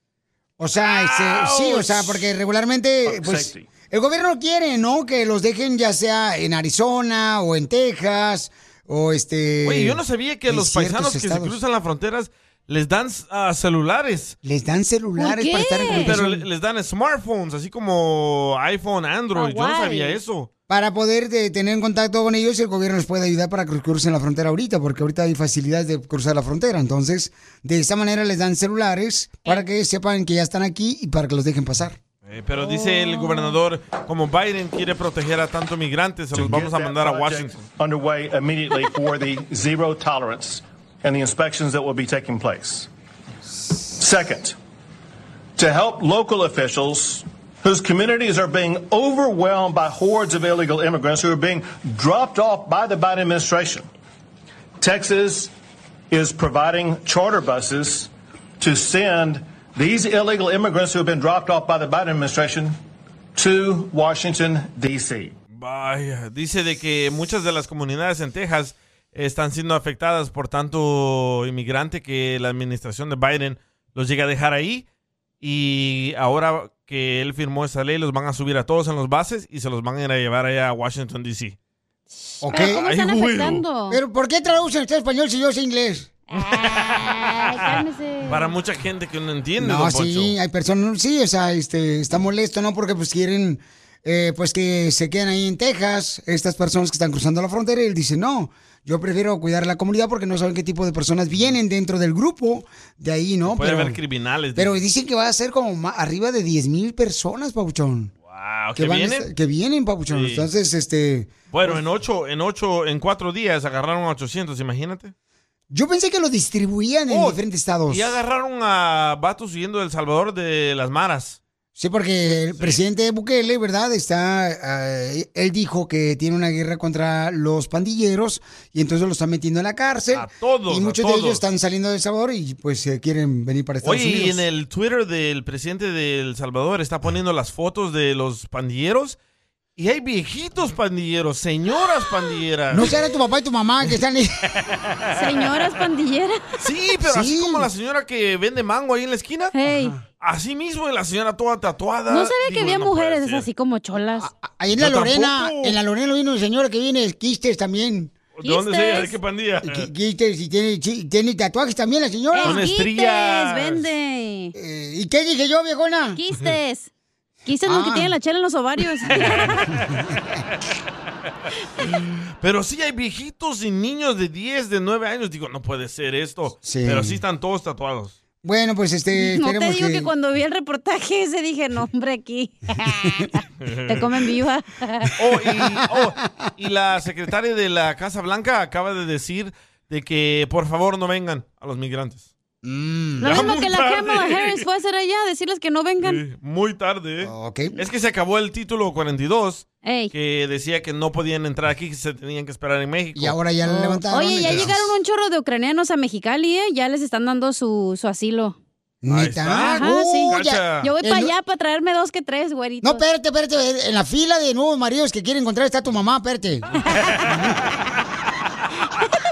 O sea, este, sí, o sea, porque regularmente, Ah, pues, safety. el gobierno quiere, ¿no? Que los dejen ya sea en Arizona o en Texas o este... Oye, yo no sabía que en los ciertos paisanos que estados. se cruzan las fronteras les dan ah, celulares. Les dan celulares ¿Por para estar en qué? Pero comunicación. le- les dan smartphones, así como iPhone, Android. yo no sabía eso. Para poder de, tener contacto con ellos y el gobierno les puede ayudar para que crucen la frontera ahorita, porque ahorita hay facilidades de cruzar la frontera. Entonces, de esta manera les dan celulares para que sepan que ya están aquí y para que los dejen pasar. Eh, pero dice Oh. el gobernador, como Biden quiere proteger a tantos migrantes, se los vamos a that mandar a project Washington. underway immediately for the zero tolerance and the inspections that will be taking place. Second, to help local officials whose communities are being overwhelmed by hordes of illegal immigrants who are being dropped off by the Biden administration. Texas is providing charter buses to send these illegal immigrants who have been dropped off by the Biden administration to Washington, D.C. Vaya, dice de que muchas de las comunidades en Texas están siendo afectadas por tanto inmigrante que la administración de Biden los llega a dejar ahí y ahora que él firmó esa ley los van a subir a todos en los bases y se los van a ir a llevar allá a Washington D.C. Ok. ¿Cómo Ay, están güey. afectando? Pero ¿por qué traducen usted español si yo sé inglés? Ay, Ah, cálmese. Para mucha gente que no entiende, No, don sí, hay personas, sí, o sea, este, está molesto, ¿no? Porque pues quieren, eh, pues que se queden ahí en Texas, estas personas que están cruzando la frontera, y él dice, no, yo prefiero cuidar la comunidad porque no saben qué tipo de personas vienen dentro del grupo de ahí, ¿no? Pocho. Puede Pero- haber criminales. Pero dice. dicen que va a ser como ma- arriba de 10 mil personas, Papuchón. Wow, que, ¿que van a vienen? estar- que vienen, Papuchón. Sí. Entonces, este, Bueno, en ocho, en ocho, en cuatro días agarraron a 800, imagínate. yo pensé que lo distribuían en diferentes estados. Oh, Y agarraron a vatos huyendo del Salvador de las maras. Sí, porque el presidente Bukele, ¿verdad? Está, eh, él dijo que tiene una guerra contra los pandilleros y entonces los están metiendo en la cárcel. A todos, Y a muchos de ellos todos. están saliendo de El Salvador y pues eh, quieren venir para Estados Oye, y Unidos. en el Twitter del presidente de El Salvador está poniendo las fotos de los pandilleros. Y hay viejitos pandilleros, señoras pandilleras. No será tu papá y tu mamá que están ahí. Señoras pandilleras. Sí, pero así Sí. como la señora que vende mango ahí en la esquina. Ajá. Así mismo y la señora toda tatuada. No sabía que Digo, había no puede mujeres ser. así como cholas. Ah, Ahí en la Lorena, en la Lorena vino un señor que viene, Quistes también. ¿De dónde este se ¿De qué pandilla? Qui- Quistes y tiene, chi- tiene tatuajes también la señora. Son Esquites, estrías. vende. Eh, ¿Y qué dije yo, viejona? Quistes. Quistes los que Ah. tienen la chela en los ovarios. Pero sí hay viejitos y niños de 10, de 9 años. Digo, no puede ser esto. Pero sí están todos tatuados. Bueno, pues este, no te tenemos digo que... que cuando vi el reportaje ese dije, no, hombre, aquí. Ah, te comen viva. Oh, Y la secretaria de la Casa Blanca acaba de decir de que por favor no vengan a los migrantes. Mm. Lo mismo que la Kamala Harris fue a hacer allá, decirles que no vengan. Muy tarde. ¿eh? Es que se acabó el título 42 Ey. que decía que no podían entrar aquí, que se tenían que esperar en México. Y ahora ya le Oh. levantaron. Oye, ya Entonces- llegaron un chorro de ucranianos a Mexicali, ¿eh? Ya les están dando su, su asilo. ¿Neta? Ah, Ajá, sí. Uh, Uy, ya. Yo voy El- para allá para traerme dos que tres, güeritos. No, espérate, espérate. En la fila de nuevos maridos que quiere encontrar está tu mamá, espérate.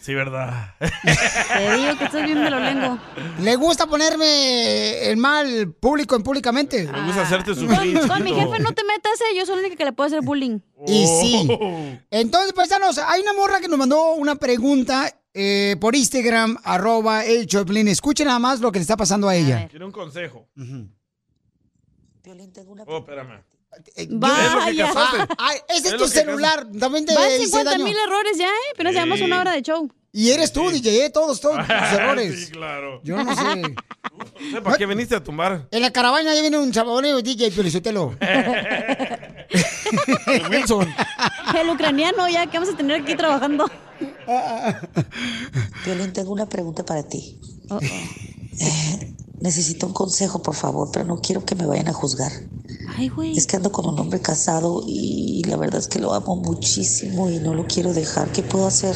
Sí, verdad. te digo que estás bien melolengo. ¿Le gusta ponerme el mal público en públicamente? Me gusta hacerte sufrir. Ah. Con, con mi chiquito. jefe no te metas, eh. Yo soy la única que le puedo hacer bullying. Y Oh. sí. Entonces, paisanos, hay una morra que nos mandó una pregunta eh, por Instagram, arroba el Choplin. Escuchen nada más lo que le está pasando a ella. Quiero un consejo. Oh, espérame. Vaya. Es lo que casaste. Ah, Ay, ese es, Es tu lo que celular. También te Van hice 50 daño. mil errores ya, ¿eh? Pero llevamos Sí. una hora de show. Y eres tú, DJ, ¿eh? todos, todos tus errores. Sí, claro. Yo no sé. No sé, ¿Para qué viniste a tumbar? En la caravana ya viene un eh, saborio DJ Piolizotelo. Wilson. El ucraniano ya que vamos a tener aquí trabajando. Violín, tengo una pregunta para ti. Eh, necesito un consejo, por favor, pero no quiero que me vayan a juzgar. Ay, güey. Es que ando con un hombre casado y la verdad es que lo amo muchísimo y no lo quiero dejar. ¿Qué puedo hacer?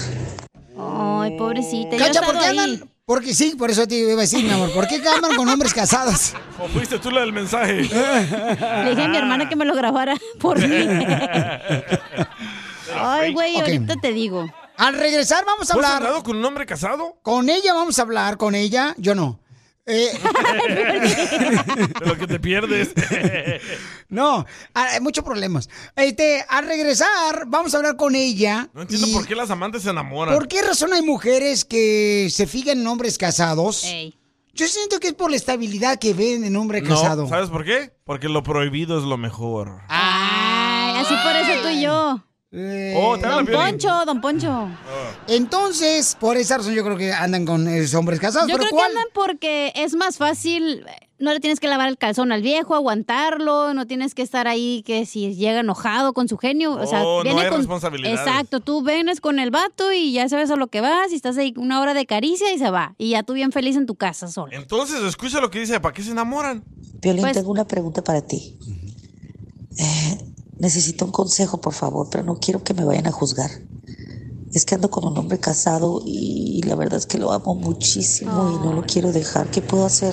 Ay, pobrecita. yo he Cacha, ¿por estado qué ahí. andan? Porque sí, por eso te iba a decir, mi amor. ¿Por qué andan con hombres casados? ¿O fuiste tú la del mensaje? Le dije a mi hermana que me lo grabara por mí. Ah, Ay, güey, Ok. ahorita te digo. Al regresar vamos a ¿Tú has hablar. andado con un hombre casado? Con ella vamos a hablar, con ella, yo no. Eh, De lo que te pierdes. no, ah, hay muchos problemas. Este, al regresar vamos a hablar con ella. No entiendo por qué las amantes se enamoran. ¿Por qué razón hay mujeres que se fijan en hombres casados? Yo siento que es por la estabilidad que ven en hombre casado. Ah. No, ¿sabes por qué? Porque lo prohibido es lo mejor. Ay, así por eso tú y yo. Oh, está Eh, la Don Piolín. Poncho, Don Poncho. Entonces, por esa razón yo creo que andan con esos hombres casados. Yo pero creo ¿cuál? que andan porque es más fácil, eh, no le tienes que lavar el calzón al viejo, aguantarlo, no tienes que estar ahí que si llega enojado con su genio, o sea, Oh, no hay con responsabilidades. Exacto, tú vienes con el vato y ya sabes a lo que vas, y estás ahí una hora de caricia y se va, y ya tú bien feliz en tu casa solo. Entonces, escucha lo que dice, ¿para qué se enamoran? Violín, Pues tengo una pregunta para ti. Eh, necesito un consejo, por favor, pero no quiero que me vayan a juzgar. Es que ando con un hombre casado y la verdad es que lo amo muchísimo y no lo quiero dejar. ¿Qué puedo hacer?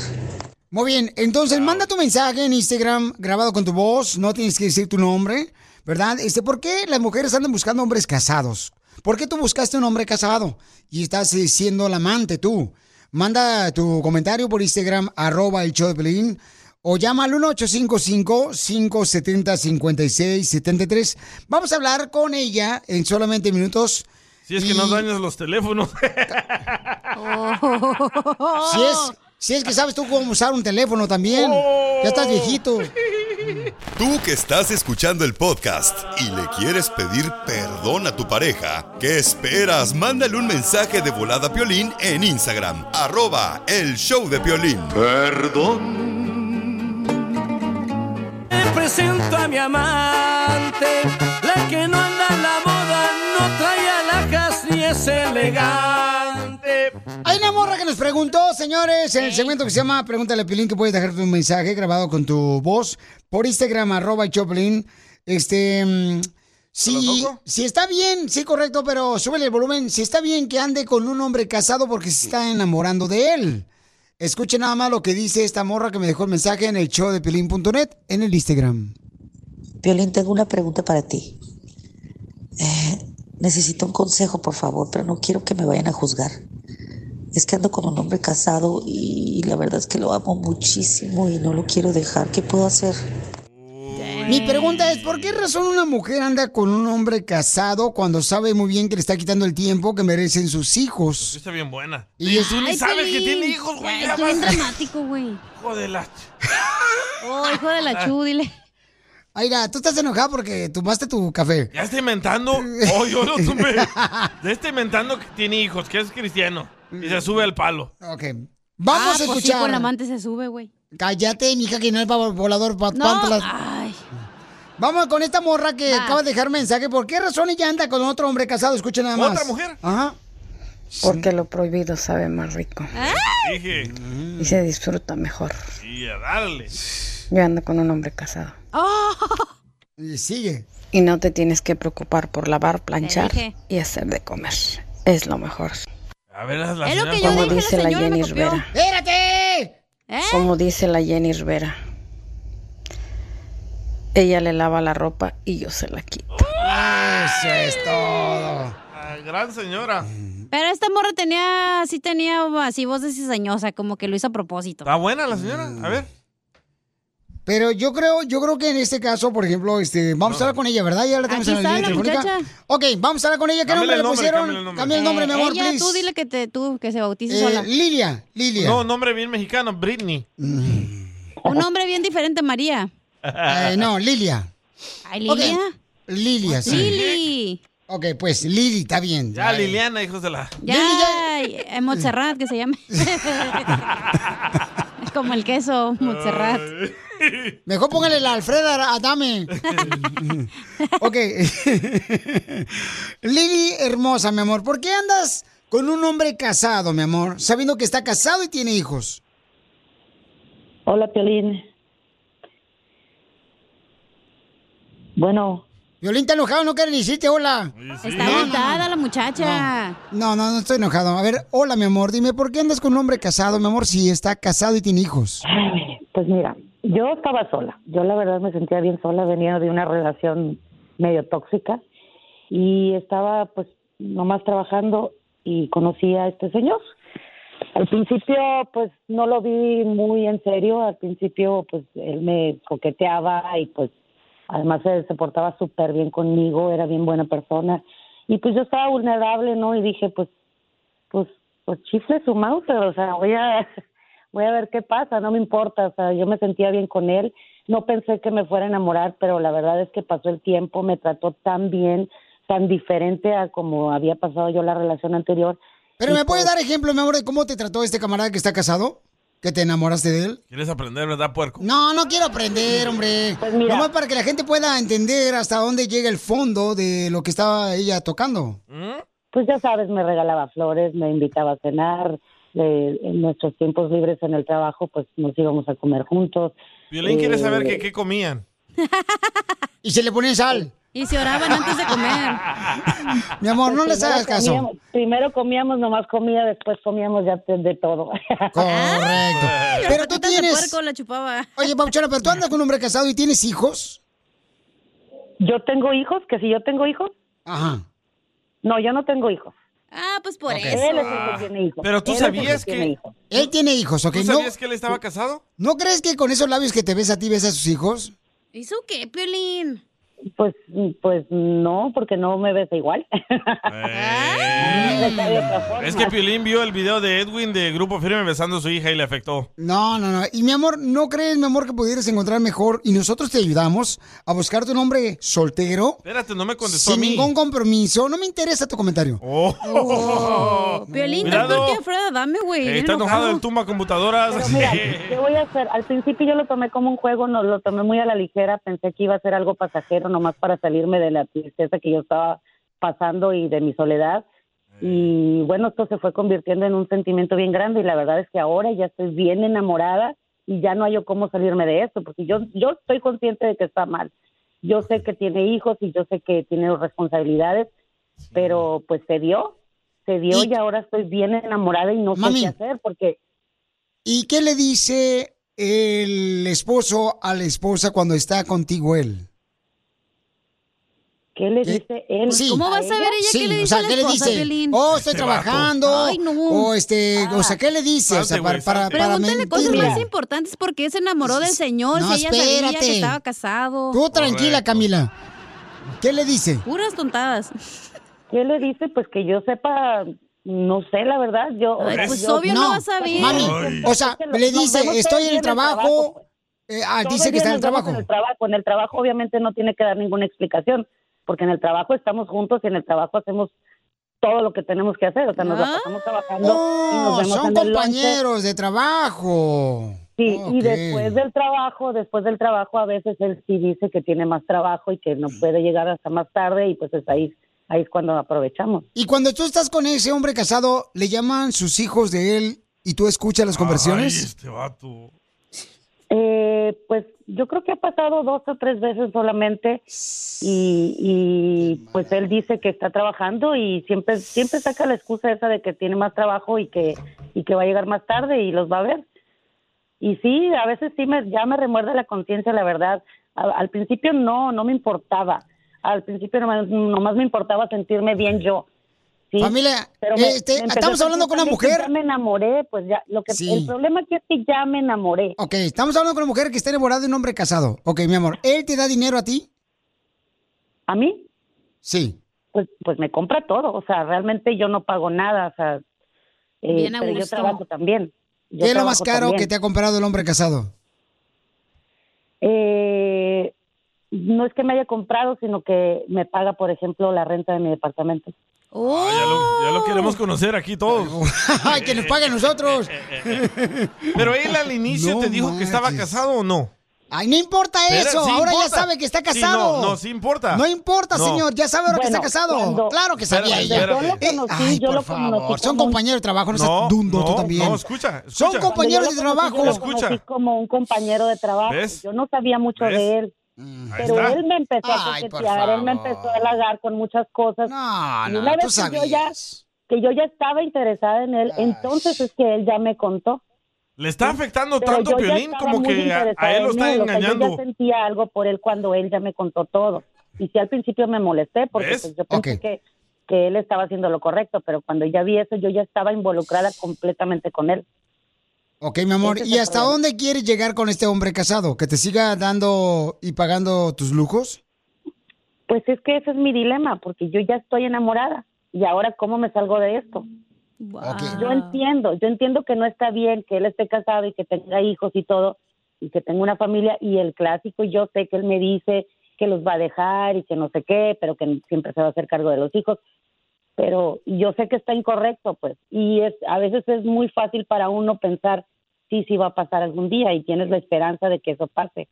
Muy bien, entonces manda tu mensaje en Instagram grabado con tu voz, no tienes que decir tu nombre, ¿verdad? Este, ¿Por qué las mujeres andan buscando hombres casados? ¿Por qué tú buscaste un hombre casado y estás eh, siendo la amante tú? Manda tu comentario por Instagram, arroba el show de Pelín, o llama al 1-855-570-5673. Vamos a hablar con ella en solamente minutos. Si es que no Y- dañas los teléfonos. Si es, si es que sabes tú cómo usar un teléfono también. Ya estás viejito. Tú que estás escuchando el podcast y le quieres pedir perdón a tu pareja, ¿qué esperas? Mándale un mensaje de volada Piolín en Instagram, arroba el show de Piolín. Perdón. Te presento a mi amante, la que no anda en la moda, no trae alhajas ni es elegante. Hay una morra que nos preguntó, señores, en el segmento que se llama Pregúntale a Piolín, que puedes dejar tu mensaje grabado con tu voz por Instagram, arroba y Choplin. Este, mm, si, si está bien, sí, correcto, pero súbele el volumen. Si está bien que ande con un hombre casado porque se está enamorando de él. Escuche nada más lo que dice esta morra que me dejó el mensaje en el show de Piolín.net en el Instagram. Violín, tengo una pregunta para ti. Eh, necesito un consejo, por favor, pero no quiero que me vayan a juzgar. Es que ando con un hombre casado y la verdad es que lo amo muchísimo y no lo quiero dejar. ¿Qué puedo hacer? Mi pregunta es, ¿por qué razón una mujer anda con un hombre casado cuando sabe muy bien que le está quitando el tiempo que merecen sus hijos? Está bien buena. Y Y es- tú ni Ay, sabes que Piolín. tiene hijos, güey. Ay, ya tú bien vas. dramático, güey. Hijo de la... Oh, hijo de Ah. la chu, dile. Aira, tú estás enojada porque tomaste tu café. Ya está inventando. Oh, yo lo tumbé. Ya está inventando que tiene hijos, que es cristiano. Y se sube al palo. Ok. Vamos Ah, a pues sí, escuchar. con la amante se sube, güey. Cállate, mija, que no es pavo- volador pa- No, pántalas. Vamos con esta morra que acaba de dejar mensaje. ¿Por qué razón ella anda con otro hombre casado? Escuchen nada más. ¿Otra mujer? Ajá. Porque lo prohibido sabe más rico ¿Eh? Dije. Mm. y se disfruta mejor. Y a darle. Yo ando con un hombre casado. Oh. Y sigue. Y no te tienes que preocupar por lavar, planchar dije. y hacer de comer. Es lo mejor. A ver, la Es lo señora que yo Paola. dije, la Dice la señora me Jenny copió. Rivera. ¡Espérate! Como dice la Jenny Rivera. Ella le lava la ropa y yo se la quito. Eso es todo. Mm. La gran señora. Pero esta morra tenía, sí tenía así voz de cizañosa, como que lo hizo a propósito. Está buena la señora. Mm. A ver. Pero yo creo, yo creo que en este caso, por ejemplo, este, vamos a hablar con ella, ¿verdad? Ya la tenemos Aquí en la está línea la telefónica. muchacha. Ok, vamos a hablar con ella. ¿Qué Cámbiale el nombre le nombre, cámbiale el pusieron? nombre. Cambia el nombre, mi Eh, amor, ella, please. tú dile que te, tú, que se bautice Eh, sola. Lilia, Lilia. Mm. No, nombre bien mexicano, Britney. Un hombre bien diferente, María. Eh, no, Lilia. Ay, Lilia. Ok, Lilia, sí. Lili. Ok, pues Lili, está bien. Ya, Liliana, hijos de la. Ya, eh, Montserrat, que se llama. es como el queso, Montserrat. Mejor póngale la Alfreda Adame. ok. Lili, hermosa, mi amor. ¿Por qué andas con un hombre casado, mi amor? Sabiendo que está casado y tiene hijos. Hola, Piolín. Bueno, Violín está enojado, no quiere ni decirte hola. Está agotada la muchacha. No, no, no estoy enojado. A ver, hola, mi amor. Dime, ¿por qué andas con un hombre casado, mi amor, si está casado y tiene hijos? pues mira, yo estaba sola. Yo la verdad me sentía bien sola, venía de una relación medio tóxica y estaba pues nomás trabajando y conocí a este señor. Al principio pues no lo vi muy en serio, al principio pues él me coqueteaba y pues además él se portaba súper bien conmigo, era bien buena persona y pues yo estaba vulnerable, ¿no? Y dije pues pues pues chifle su mouse, o sea, voy a voy a ver qué pasa, no me importa, o sea, yo me sentía bien con él, no pensé que me fuera a enamorar, pero la verdad es que pasó el tiempo, me trató tan bien, tan diferente a como había pasado yo la relación anterior. Pero Y me pues, puedes dar ejemplo, mi amor, de cómo te trató este camarada que está casado, que te enamoraste de él. ¿Quieres aprender, verdad, puerco? No, no quiero aprender, hombre. Pues mira. Nomás para que la gente pueda entender hasta dónde llega el fondo de lo que estaba ella tocando. Pues ya sabes, me regalaba flores, me invitaba a cenar, eh, en nuestros tiempos libres en el trabajo, pues nos íbamos a comer juntos. Violín quiere Eh, saber que qué comían. Y se le ponía sal. Y se oraban antes de comer. Mi amor, no Pues les primero hagas caso. comíamos- primero comíamos nomás comida, después comíamos ya de, de todo. Correcto. Pero tú patitas de tienes. puerco la chupaba. Oye, Pauchona, pero tú andas con un hombre casado y tienes hijos. Yo tengo hijos, que si yo tengo hijos. Ajá. No, yo no tengo hijos. Ah, pues por Ok. eso. Él es el que tiene hijos. Pero tú Él es el sabías que que... tiene Él tiene hijos, ¿ok? ¿Tú No- sabías que él estaba casado? ¿No crees que con esos labios que te ves a ti ves a sus hijos? ¿Hizo qué, Piolín? Pues, pues no, porque no me besa igual. Mm. Mm. Es que Piolín vio el video de Edwin de Grupo Firme besando a su hija y le afectó. No, no, no. Y mi amor, ¿no crees, mi amor, que pudieras encontrar mejor? Y nosotros te ayudamos a buscarte un hombre soltero, Espérate, no me contestó a sin mí. ningún compromiso. No me interesa tu comentario. Oh. Piolín, Cuidado. tanto que Alfredo dame, güey. Eh, bien está enojado el tumba computadoras. Pero mira, ¿qué voy a hacer? Al principio yo lo tomé como un juego, no lo tomé muy a la ligera, pensé que iba a ser algo pasajero nomás para salirme de la tristeza que yo estaba pasando y de mi soledad. Y bueno, esto se fue convirtiendo en un sentimiento bien grande y la verdad es que ahora ya estoy bien enamorada y ya no hay cómo salirme de esto, porque yo, yo estoy consciente de que está mal. Yo sé que tiene hijos y yo sé que tiene responsabilidades, pero pues se dio, se dio y, ahora estoy bien enamorada y no Mami. sé qué hacer porque ¿Y qué le dice el esposo a la esposa cuando está contigo él? ¿Qué le dice él? ¿Cómo va a saber ella qué le dice o sea, a la ¿qué le esposa, dice? Piolín? Oh, estoy Este trabajando. vato. Ay, no. O este, o sea, ¿qué le Ah, dice? O sea, Salte, para, güey, para, salte. para Pregúntale cosas mentirle. más importantes porque se enamoró del señor, No, si ella sabía espérate. que estaba casado. Tú tranquila, Camila. ¿Qué le dice? Puras tontadas. ¿Qué le dice? Pues que yo sepa, no sé, la verdad. Yo, Ay, yo- pues obvio no vas a ver. Mami, Ay. o sea, Es que le nos dice, vemos todo estoy en el día trabajo. eh, ah, pues. Todo dice que el día está en nos el vemos trabajo. En el trabajo, en el trabajo obviamente no tiene que dar ninguna explicación, porque en el trabajo estamos juntos y en el trabajo hacemos todo lo que tenemos que hacer, o sea, nos Ah. la pasamos trabajando y nos No, vemos son en el lunch. compañeros de trabajo. Sí, y Ok. después del trabajo, después del trabajo a veces él sí dice que tiene más trabajo y que no Mm. puede llegar hasta más tarde y pues es ahí, ahí es cuando aprovechamos. Y cuando tú estás con ese hombre casado, ¿le llaman sus hijos de él y tú escuchas las conversiones? Ay, este vato. Eh, pues yo creo que ha pasado dos o tres veces solamente y, y, pues él dice que está trabajando y siempre siempre saca la excusa esa de que tiene más trabajo y que y que va a llegar más tarde y los va a ver. Y sí, a veces sí me, ya me remuerde la conciencia, la verdad. A- al principio no, no me importaba. Al principio nomás, nomás me importaba sentirme bien yo. ¿sí? Familia, este, empezó a estamos hablando con una sentir también que mujer. Ya me enamoré, pues ya, lo que, Sí. el problema aquí es que ya me enamoré. Ok, estamos hablando con una mujer que está enamorada de un hombre casado. Ok, mi amor, ¿él te da dinero a ti? ¿A mí? Sí. Pues, pues me compra todo, o sea, realmente yo no pago nada, o sea, eh, Bien a pero yo gusto. trabajo también. Yo ¿Qué es lo más trabajo caro también. que te ha comprado el hombre casado? Eh, no es que me haya comprado, sino que me paga, por ejemplo, la renta de mi departamento. Ah, ya, lo, ya lo queremos conocer aquí todos. Ay, que nos paguen nosotros. Pero él al inicio No te dijo que estaba marches. casado o no. Ay, no importa Espera, eso. sí Ahora ya importa. sabe que está Sí, casado. no, no, sí importa. No importa, No. señor. Ya sabe ahora Bueno, que está casado. cuando- Claro que Espérate, sabía ella. espérate. Yo lo Eh, conocí, ay, yo por lo favor. conocí Son como un- compañeros de trabajo. No, No, seas dundo tú no, también. no, escucha, Son escucha. compañeros de Cuando yo lo conocí, trabajo. yo lo conocí como un compañero de trabajo. ¿Ves? Yo no sabía mucho ¿Ves? Mm, de él. Pero está. él me empezó Ay, a por coquetear, él me empezó a halagar con muchas cosas. No, y no, una tú vez que yo, ya, que yo ya estaba interesada en él, entonces es que él ya me contó. Le está afectando Pero tanto yo ya Piolín estaba como muy que a, interesada a él lo en está o sea, engañando. yo ya sentía algo por él cuando él ya me contó todo. Y sí, al principio me molesté porque ¿Ves? pues, yo pensé que, que él estaba haciendo lo correcto, pero cuando ya vi eso, yo ya estaba involucrada completamente con él. Ok, mi amor. Ese es ¿Y el hasta dónde quieres llegar con este hombre casado? ¿Que te siga dando y pagando tus lujos? Pues es que ese es mi dilema, porque yo ya estoy enamorada. ¿Y ahora cómo me salgo de esto? Yo entiendo, yo entiendo que no está bien que él esté casado y que tenga hijos y todo, y que tenga una familia, y el clásico, yo sé que él me dice, que los va a dejar y que no sé qué, pero que siempre se va a hacer cargo de los hijos. Pero yo sé que está incorrecto, pues, y es, a veces es muy fácil para uno pensar, sí, sí va a pasar algún día y tienes la esperanza de que eso pase,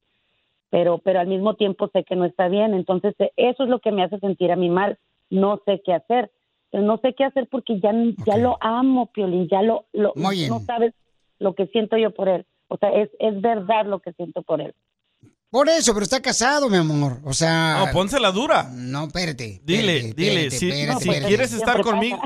pero, pero al mismo tiempo sé que no está bien, entonces eh, eso es lo que me hace sentir a mí mal, no sé qué hacer, Eh, no sé qué hacer porque ya, ya lo amo, Piolín, ya lo, lo Muy bien. no sabes lo que siento yo por él, o sea, es, es verdad lo que siento por él. Por eso, pero está casado, mi amor. O sea. No, pónsela dura. No, espérate. Dile, dile, si, si quieres estar conmigo,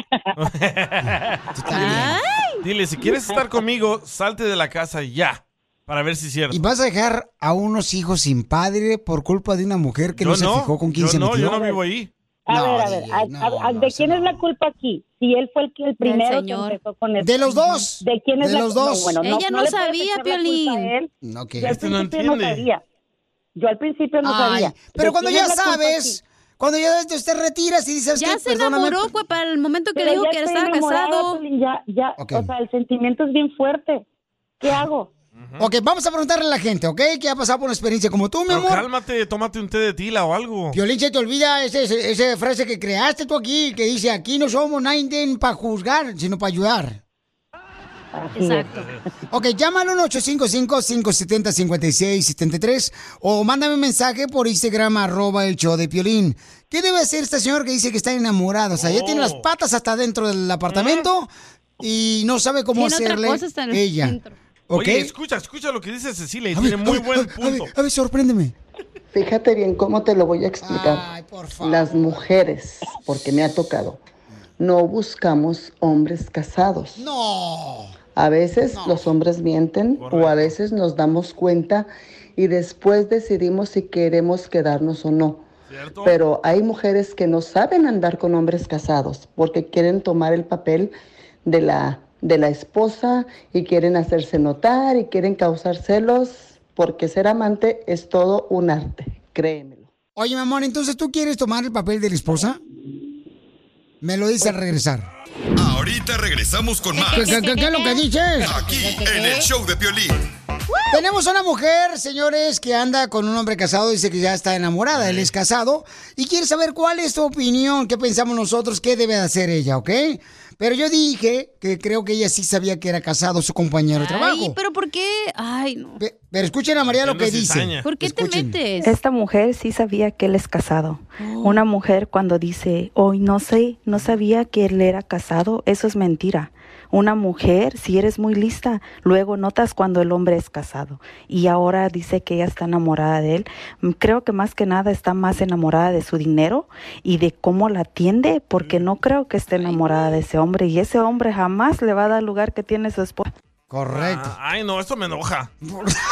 dile, si quieres estar conmigo, salte de la casa ya, para ver si es cierto. ¿Y vas a dejar a unos hijos sin padre por culpa de una mujer que Yo no, se no, fijó con quién yo se no, yo metió? no vivo ahí. A No, ver, a ver, a- a- a- ¿de quién es la culpa aquí? Si él fue el que el primero que señor. empezó con esto. De los dos. ¿De quién es De la los culpa? dos. Ella no le puedes sabía, echar la culpa a él. No, que- Yo al Este no principio no entiende. sabía. Yo al principio no Ay, sabía. pero ¿De cuando quién ya es la culpa sabes, cuando ya te- usted retiras y dices Ya que se enamoró, güey, para el momento Pero ya estoy enamorada, Piolín, Ya, ya, Ok. o sea, el sentimiento es bien fuerte. ¿Qué hago? Ok, vamos a preguntarle a la gente, ¿ok? Que ha pasado por una experiencia como tú, mi Pero amor. cálmate, tómate un té de tila o algo. Violín, se te olvida ese- ese- esa frase que creaste tú aquí, que dice, aquí no somos nadie para juzgar, sino para ayudar. Exacto. Ok, llámalo al 855-570-5673 o mándame un mensaje por Instagram, arroba el show de Piolín. ¿Qué debe hacer esta señora que dice que está enamorada? O sea, ya tiene las patas hasta dentro del apartamento y no sabe cómo Tiene otra hacerle cosa hasta ella. dentro. ¿Ok? Oye, escucha, escucha lo que dice Cecilia y tiene muy buen punto. A ver, sorpréndeme. Fíjate bien cómo te lo voy a explicar. Las mujeres, porque me ha tocado, no buscamos hombres casados. No. A veces los hombres mienten o a veces nos damos cuenta y después decidimos si queremos quedarnos o no. Pero hay mujeres que no saben andar con hombres casados porque quieren tomar el papel de la, de la esposa y quieren hacerse notar y quieren causar celos porque ser amante es todo un arte, créeme. Oye, mi amor, entonces tú quieres tomar el papel de la esposa? Me lo dice al regresar. Ahorita regresamos con más. ¿Qué- qué- qué- qué es lo que dices? Aquí, en el show de Piolín. Tenemos a una mujer, señores, que anda con un hombre casado, dice que ya está enamorada, él es casado, y quiere saber cuál es tu opinión, qué pensamos nosotros, qué debe de hacer ella, ¿ok? Pero yo dije que creo que ella sí sabía que era casado su compañero de Ay, trabajo. pero ¿por qué? Ay, no. Pero escuchen a María lo que Metiendo dice. cizaña. ¿Por qué te metes? Esta mujer sí sabía que él es casado. Una mujer cuando dice, hoy no sé, no sabía que él era casado, eso es mentira. Una mujer, si eres muy lista, luego notas cuando el hombre es casado. Y ahora dice que ella está enamorada de él. Mm, Creo que más que nada está más enamorada de su dinero y de cómo la atiende, porque no creo que esté enamorada de ese hombre. Y ese hombre jamás le va a dar lugar que tiene su esposa. Correcto. Ah, ay, no, esto me enoja.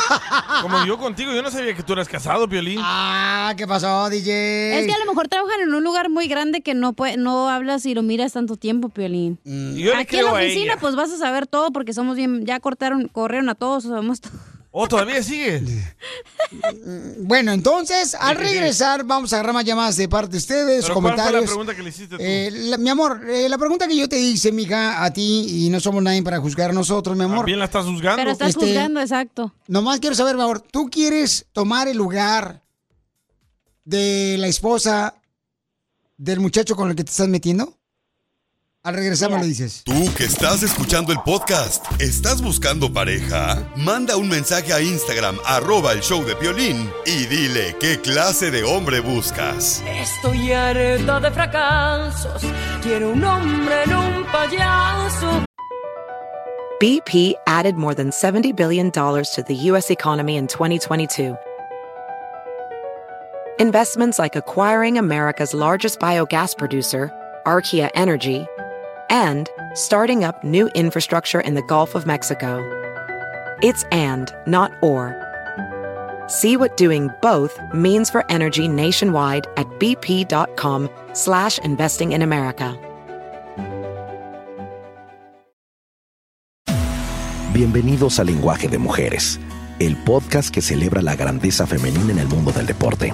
Como yo contigo, yo no sabía que tú eras casado, Piolín. Ah, ¿qué pasó, DJ? Es que a lo mejor trabajan en un lugar muy grande que no puede, no hablas y lo miras tanto tiempo, Piolín. Yo le Aquí en creo la a oficina, ella. pues vas a saber todo porque somos bien, ya cortaron, corrieron a todos, sabemos todo. ¿O Oh, todavía sigue? Bueno, entonces, al regresar, vamos a agarrar más llamadas de parte de ustedes, Pero ¿cuál comentarios. fue la pregunta que le hiciste tú? Eh, la- mi amor, eh, la pregunta que yo te hice, mija, a ti, y no somos nadie para juzgar nosotros, mi amor. Ah, Bien la estás juzgando. Pero estás juzgando, exacto. Este, Nomás quiero saber, mi amor, ¿tú quieres tomar el lugar de la esposa del muchacho con el que te estás metiendo? Al regresar me lo dices. Tú que estás escuchando el podcast, ¿estás buscando pareja? Manda un mensaje a Instagram, arroba el show de Piolín, y dile qué clase de hombre buscas. Estoy harta de fracasos. Quiero un hombre, no un payaso. BP added more than $70 billion to the U.S. economy in 2022. Investments like acquiring America's largest biogas producer, Archaea Energy, and starting up new infrastructure in the Gulf of Mexico. It's and, not or. See what doing both means for energy nationwide at bp.com slash investing in America. Bienvenidos a Lenguaje de Mujeres, el podcast que celebra la grandeza femenina en el mundo del deporte.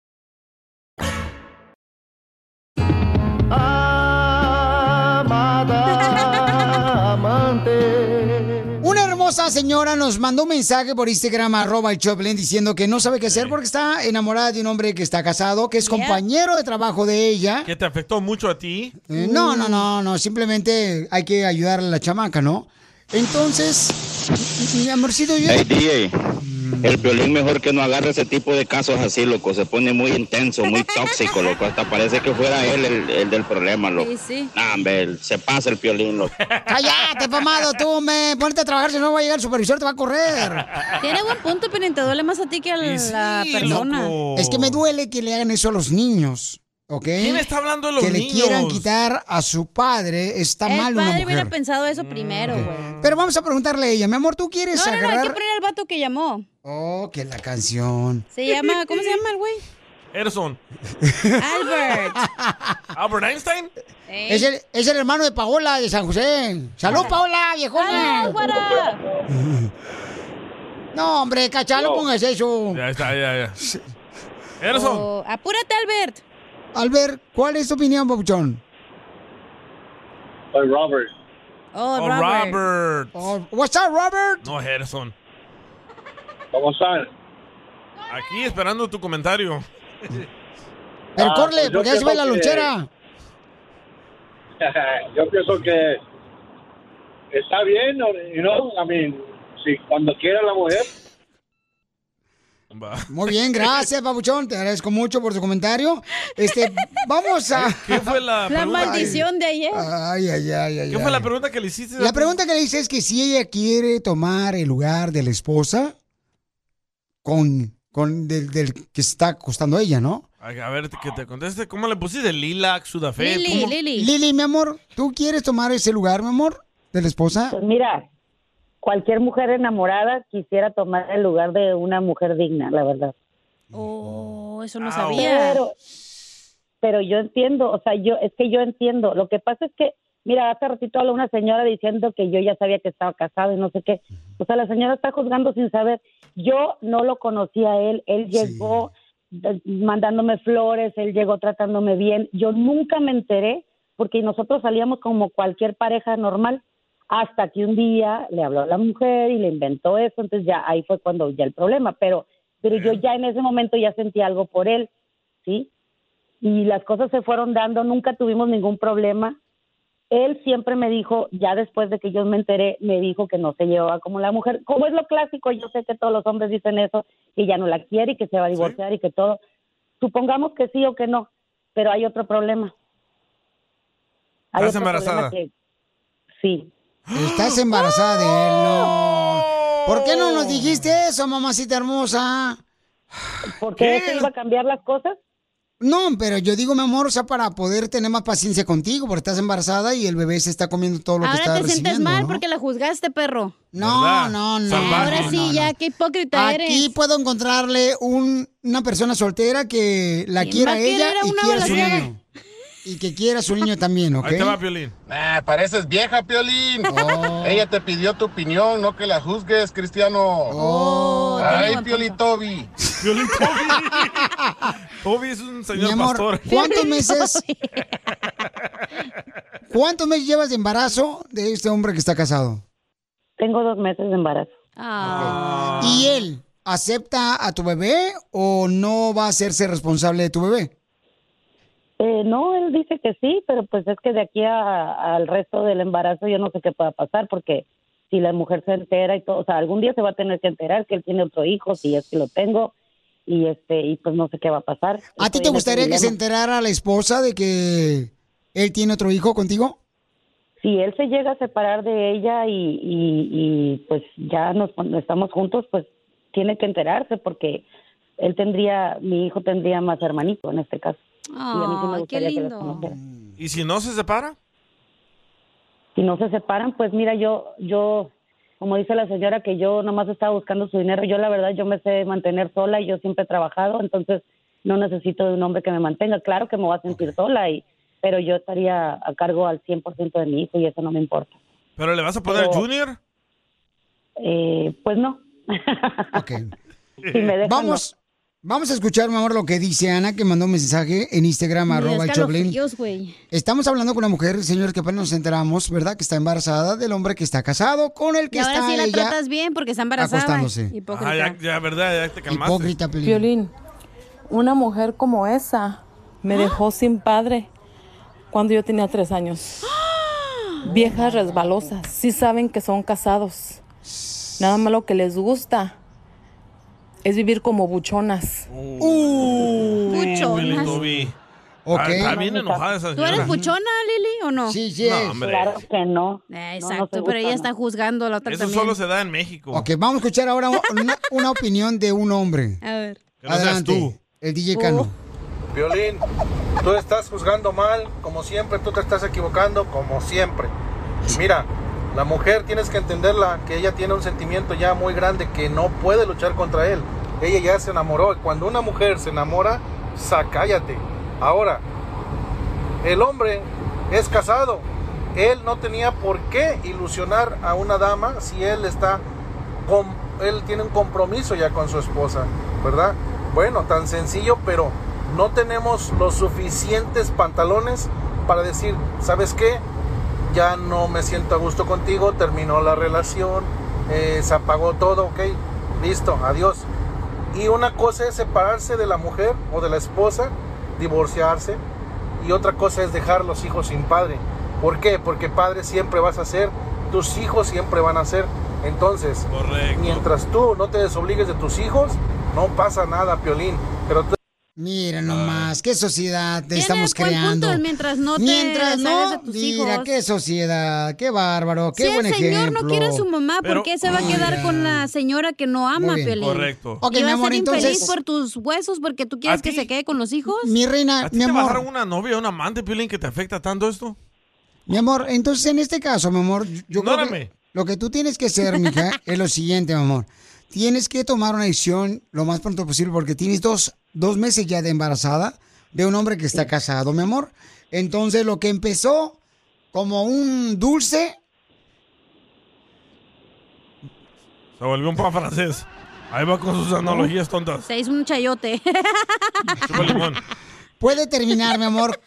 Una hermosa señora nos mandó un mensaje por Instagram, arroba el Choplin, diciendo que no sabe qué hacer porque está enamorada de un hombre que está casado, que es compañero de trabajo de ella. Que te afectó mucho a ti. Eh, Mm. No, no, no, no, simplemente hay que ayudar a la chamaca, ¿no? Entonces, mi amorcito, yo... Hey, DJ, el violín mejor que no agarre ese tipo de casos así, loco. Se pone muy intenso, muy tóxico, loco. Hasta parece que fuera él el, el del problema, loco. Sí, sí. Nah, hombre, él- se pasa el violín, loco. Cállate, pamado, tú, me ponte a trabajar, si no va a llegar el supervisor, te va a correr. Tiene buen punto, pero te duele más a ti que a la persona. Es que me duele que le hagan eso a los niños, ¿ok? ¿Quién está hablando de los que niños? le quieran quitar a su padre, está El mal una padre hubiera mujer. pensado eso primero, güey. Pero vamos a preguntarle a ella, mi amor, ¿tú quieres No, no, no, hay que agarrar...? poner al vato que llamó. Oh, que la canción. Se llama, ¿cómo se llama el güey? Erson. Albert. ¿Albert Einstein? Es el, es el hermano de Paola de San José. Ah. ¡Salud, Paola, viejona! Mm. No, hombre, cachalo con eso. Ya está, ya, ya. Oh. Erson. O- apúrate, Albert. Albert, ¿cuál es tu opinión, Bobchón? eh, Soy Robert. Oh, Oh, Robert. Oh, what's up, Robert? No, Erson. ¿Cómo están? Aquí esperando tu comentario. Ah, Pero pues corle, porque ya se ve la lonchera. Yo pienso que está bien, you know, I mean, si cuando quiera la mujer. Muy bien, gracias, Papuchón. Te agradezco mucho por tu comentario. Este, vamos a. ¿Qué fue la, pregunta? de ayer. Ay, ay, ay, ay. ¿Qué fue la pregunta que le hiciste? La pregunta que le hice es que si ella quiere tomar el lugar de la esposa con, con del, del que está acostando a ella, ¿no? A a ver, que te conteste. ¿Cómo le pusiste? Lilac, Sudafed. ¿Cómo? Lili, mi amor, ¿tú quieres tomar ese lugar, mi amor, de la esposa? Pues mira, cualquier mujer enamorada quisiera tomar el lugar de una mujer digna, la verdad. Oh, eso no Ah, Ah, Au. sabía. Pero, pero yo entiendo, o sea, yo es que yo entiendo. Lo que pasa es que, mira, hace ratito habló una señora diciendo que yo ya sabía que estaba casado y no sé qué. O sea, la señora está juzgando sin saber. Yo no lo conocía a él. Él llegó eh, mandándome flores, él llegó tratándome bien. Yo nunca me enteré porque nosotros salíamos como cualquier pareja normal hasta que un día le habló a la mujer y le inventó eso, entonces ya ahí fue cuando ya el problema, pero pero yo ya en ese momento ya sentí algo por él, ¿sí? Y las cosas se fueron dando, nunca tuvimos ningún problema. Él siempre me dijo, ya después de que yo me enteré, me dijo que no se llevaba como la mujer, como es lo clásico, yo sé que todos los hombres dicen eso, que ya no la quiere y que se va a divorciar y que todo. Supongamos que sí o que no, pero hay otro problema. Hay Estás otro problema embarazada. que- sí, Estás embarazada de él, no. ¿Por qué no nos dijiste eso, mamacita hermosa? ¿Por qué eso iba a cambiar las cosas? No, pero yo digo, mi amor, o sea, para poder tener más paciencia contigo, porque estás embarazada y el bebé se está comiendo todo lo que está Ahora te recibiendo. sientes mal ¿no? porque la juzgaste, perro. No, ¿Verdad? no, no. Salvaje. Ahora sí, No, no, ya, qué hipócrita Aquí eres. puedo encontrarle un- una persona soltera que la ¿Quién quiera va a querer ella a y una quiera a su balacera? niño. Y que quiera a su niño también, ¿ok? Ahí te va, Piolín. Nah, pareces vieja, Piolín. Oh. Oh. Ella te pidió tu opinión, no que la juzgues, Cristiano. Oh. Oh, Ay, Piolín Toby. Piolín Toby. Toby es un señor Mi amor, pastor. ¿cuántos meses? ¿Cuántos meses llevas de embarazo de este hombre que está casado? Tengo dos meses de embarazo. Ah, ¿Y él acepta a tu bebé o no va a hacerse responsable de tu bebé? Eh, no, él dice que sí, pero pues es que de aquí a- al resto del embarazo yo no sé qué pueda pasar porque si la mujer se entera y todo, o sea, algún día se va a tener que enterar que él tiene otro hijo, si es que lo tengo y este y pues no sé qué va a pasar. ¿A ti te gustaría que se enterara la esposa de que él tiene otro hijo contigo? Si él se llega a separar de ella y, y- y, pues ya nos cuando estamos juntos, pues tiene que enterarse porque él tendría, mi hijo tendría más hermanito en este caso. y a mí sí me Ay, qué gustaría que los lindo. conociera. ¿Y si no se separa? si no se separan, pues mira, yo, yo, como dice la señora, que yo nomás estaba buscando su dinero, yo la verdad, yo me sé mantener sola y yo siempre he trabajado, entonces no necesito de un hombre que me mantenga. Claro que me voy a sentir sola, y, pero yo estaría a cargo al 100% de mi hijo y eso no me importa. ¿Pero le vas a Oh. poner Pero- Junior? Eh, pues no. Si me dejan, Vamos, Vamos a escuchar, mi amor, lo que dice Ana, que mandó un mensaje en Instagram, Me da arroba el Choplin. escalofríos, güey. Estamos hablando con una mujer, señor, que apenas nos enteramos, ¿verdad? Que está embarazada del hombre que está casado con el que Y ahora está sí la ella. tratas bien porque está embarazada. acostándose. Ah, ya, ya, verdad, ya te calmaste. Hipócrita, Piolín. Violín, una mujer como esa Ah. me dejó sin padre cuando yo tenía tres años. Viejas resbalosas, sí saben que son casados. Nada más lo que les gusta es vivir como buchonas. Uh, Uy, Piolín, lo vi. Ok. Ah, Está bien enojada esa ¿Tú señora. eres buchona, Lili, o no? Sí, sí No, es. hombre. Claro que no. No, Eh, no soy exacto, pero ella buchona. está juzgando a la otra Eso también. solo se da en México. Ok, vamos a escuchar ahora una, una opinión de un hombre. A ver. Que no seas Adelante, tú. El DJ Cano. Oh. Violín, tú estás juzgando mal, como siempre, tú te estás equivocando, como siempre. Mira, la mujer tienes que entenderla, que ella tiene un sentimiento ya muy grande que no puede luchar contra él. Ella ya se enamoró. y Cuando una mujer se enamora, sacállate. Ahora, el hombre es casado. Él no tenía por qué ilusionar a una dama si él está com- él tiene un compromiso ya con su esposa, ¿verdad? Bueno, tan sencillo, pero no tenemos los suficientes pantalones para decir, ¿sabes qué? Ya no me siento a gusto contigo, terminó la relación, eh, se apagó todo, ok, listo, adiós. Y una cosa es separarse de la mujer o de la esposa, divorciarse, y otra cosa es dejar los hijos sin padre. ¿Por qué? Porque padre siempre vas a ser, tus hijos siempre van a ser. Entonces, mientras tú no te desobligues de tus hijos, no pasa nada, Piolín. Pero tú- Mira nomás, qué sociedad Tiene estamos buen punto creando. el Mientras no te Mientras deshagas no, de tus mira, hijos. qué sociedad, qué bárbaro, qué si buen el ejemplo. señor no quiere a su mamá, ¿por qué se va a quedar con la señora que no ama, Muy bien. Piolín? Correcto. Ok, ¿Y mi va a amor, ser infeliz entonces- por tus huesos porque tú quieres que se quede con los hijos? Mi reina, ¿A ti te bajaron una novia, un amante, Piolín, que te afecta tanto esto? Mi amor, entonces en este caso, mi amor, yo- yo creo que Ignórame. lo que tú tienes que hacer, mija, es lo siguiente, mi amor. Tienes que tomar una decisión lo más pronto posible porque tienes dos, dos meses ya de embarazada de un hombre que está casado, mi amor. Entonces lo que empezó como un dulce, Se volvió un pan francés. Ahí va con sus analogías tontas. Se hizo un chayote. Chupa limón. puede terminar, mi amor,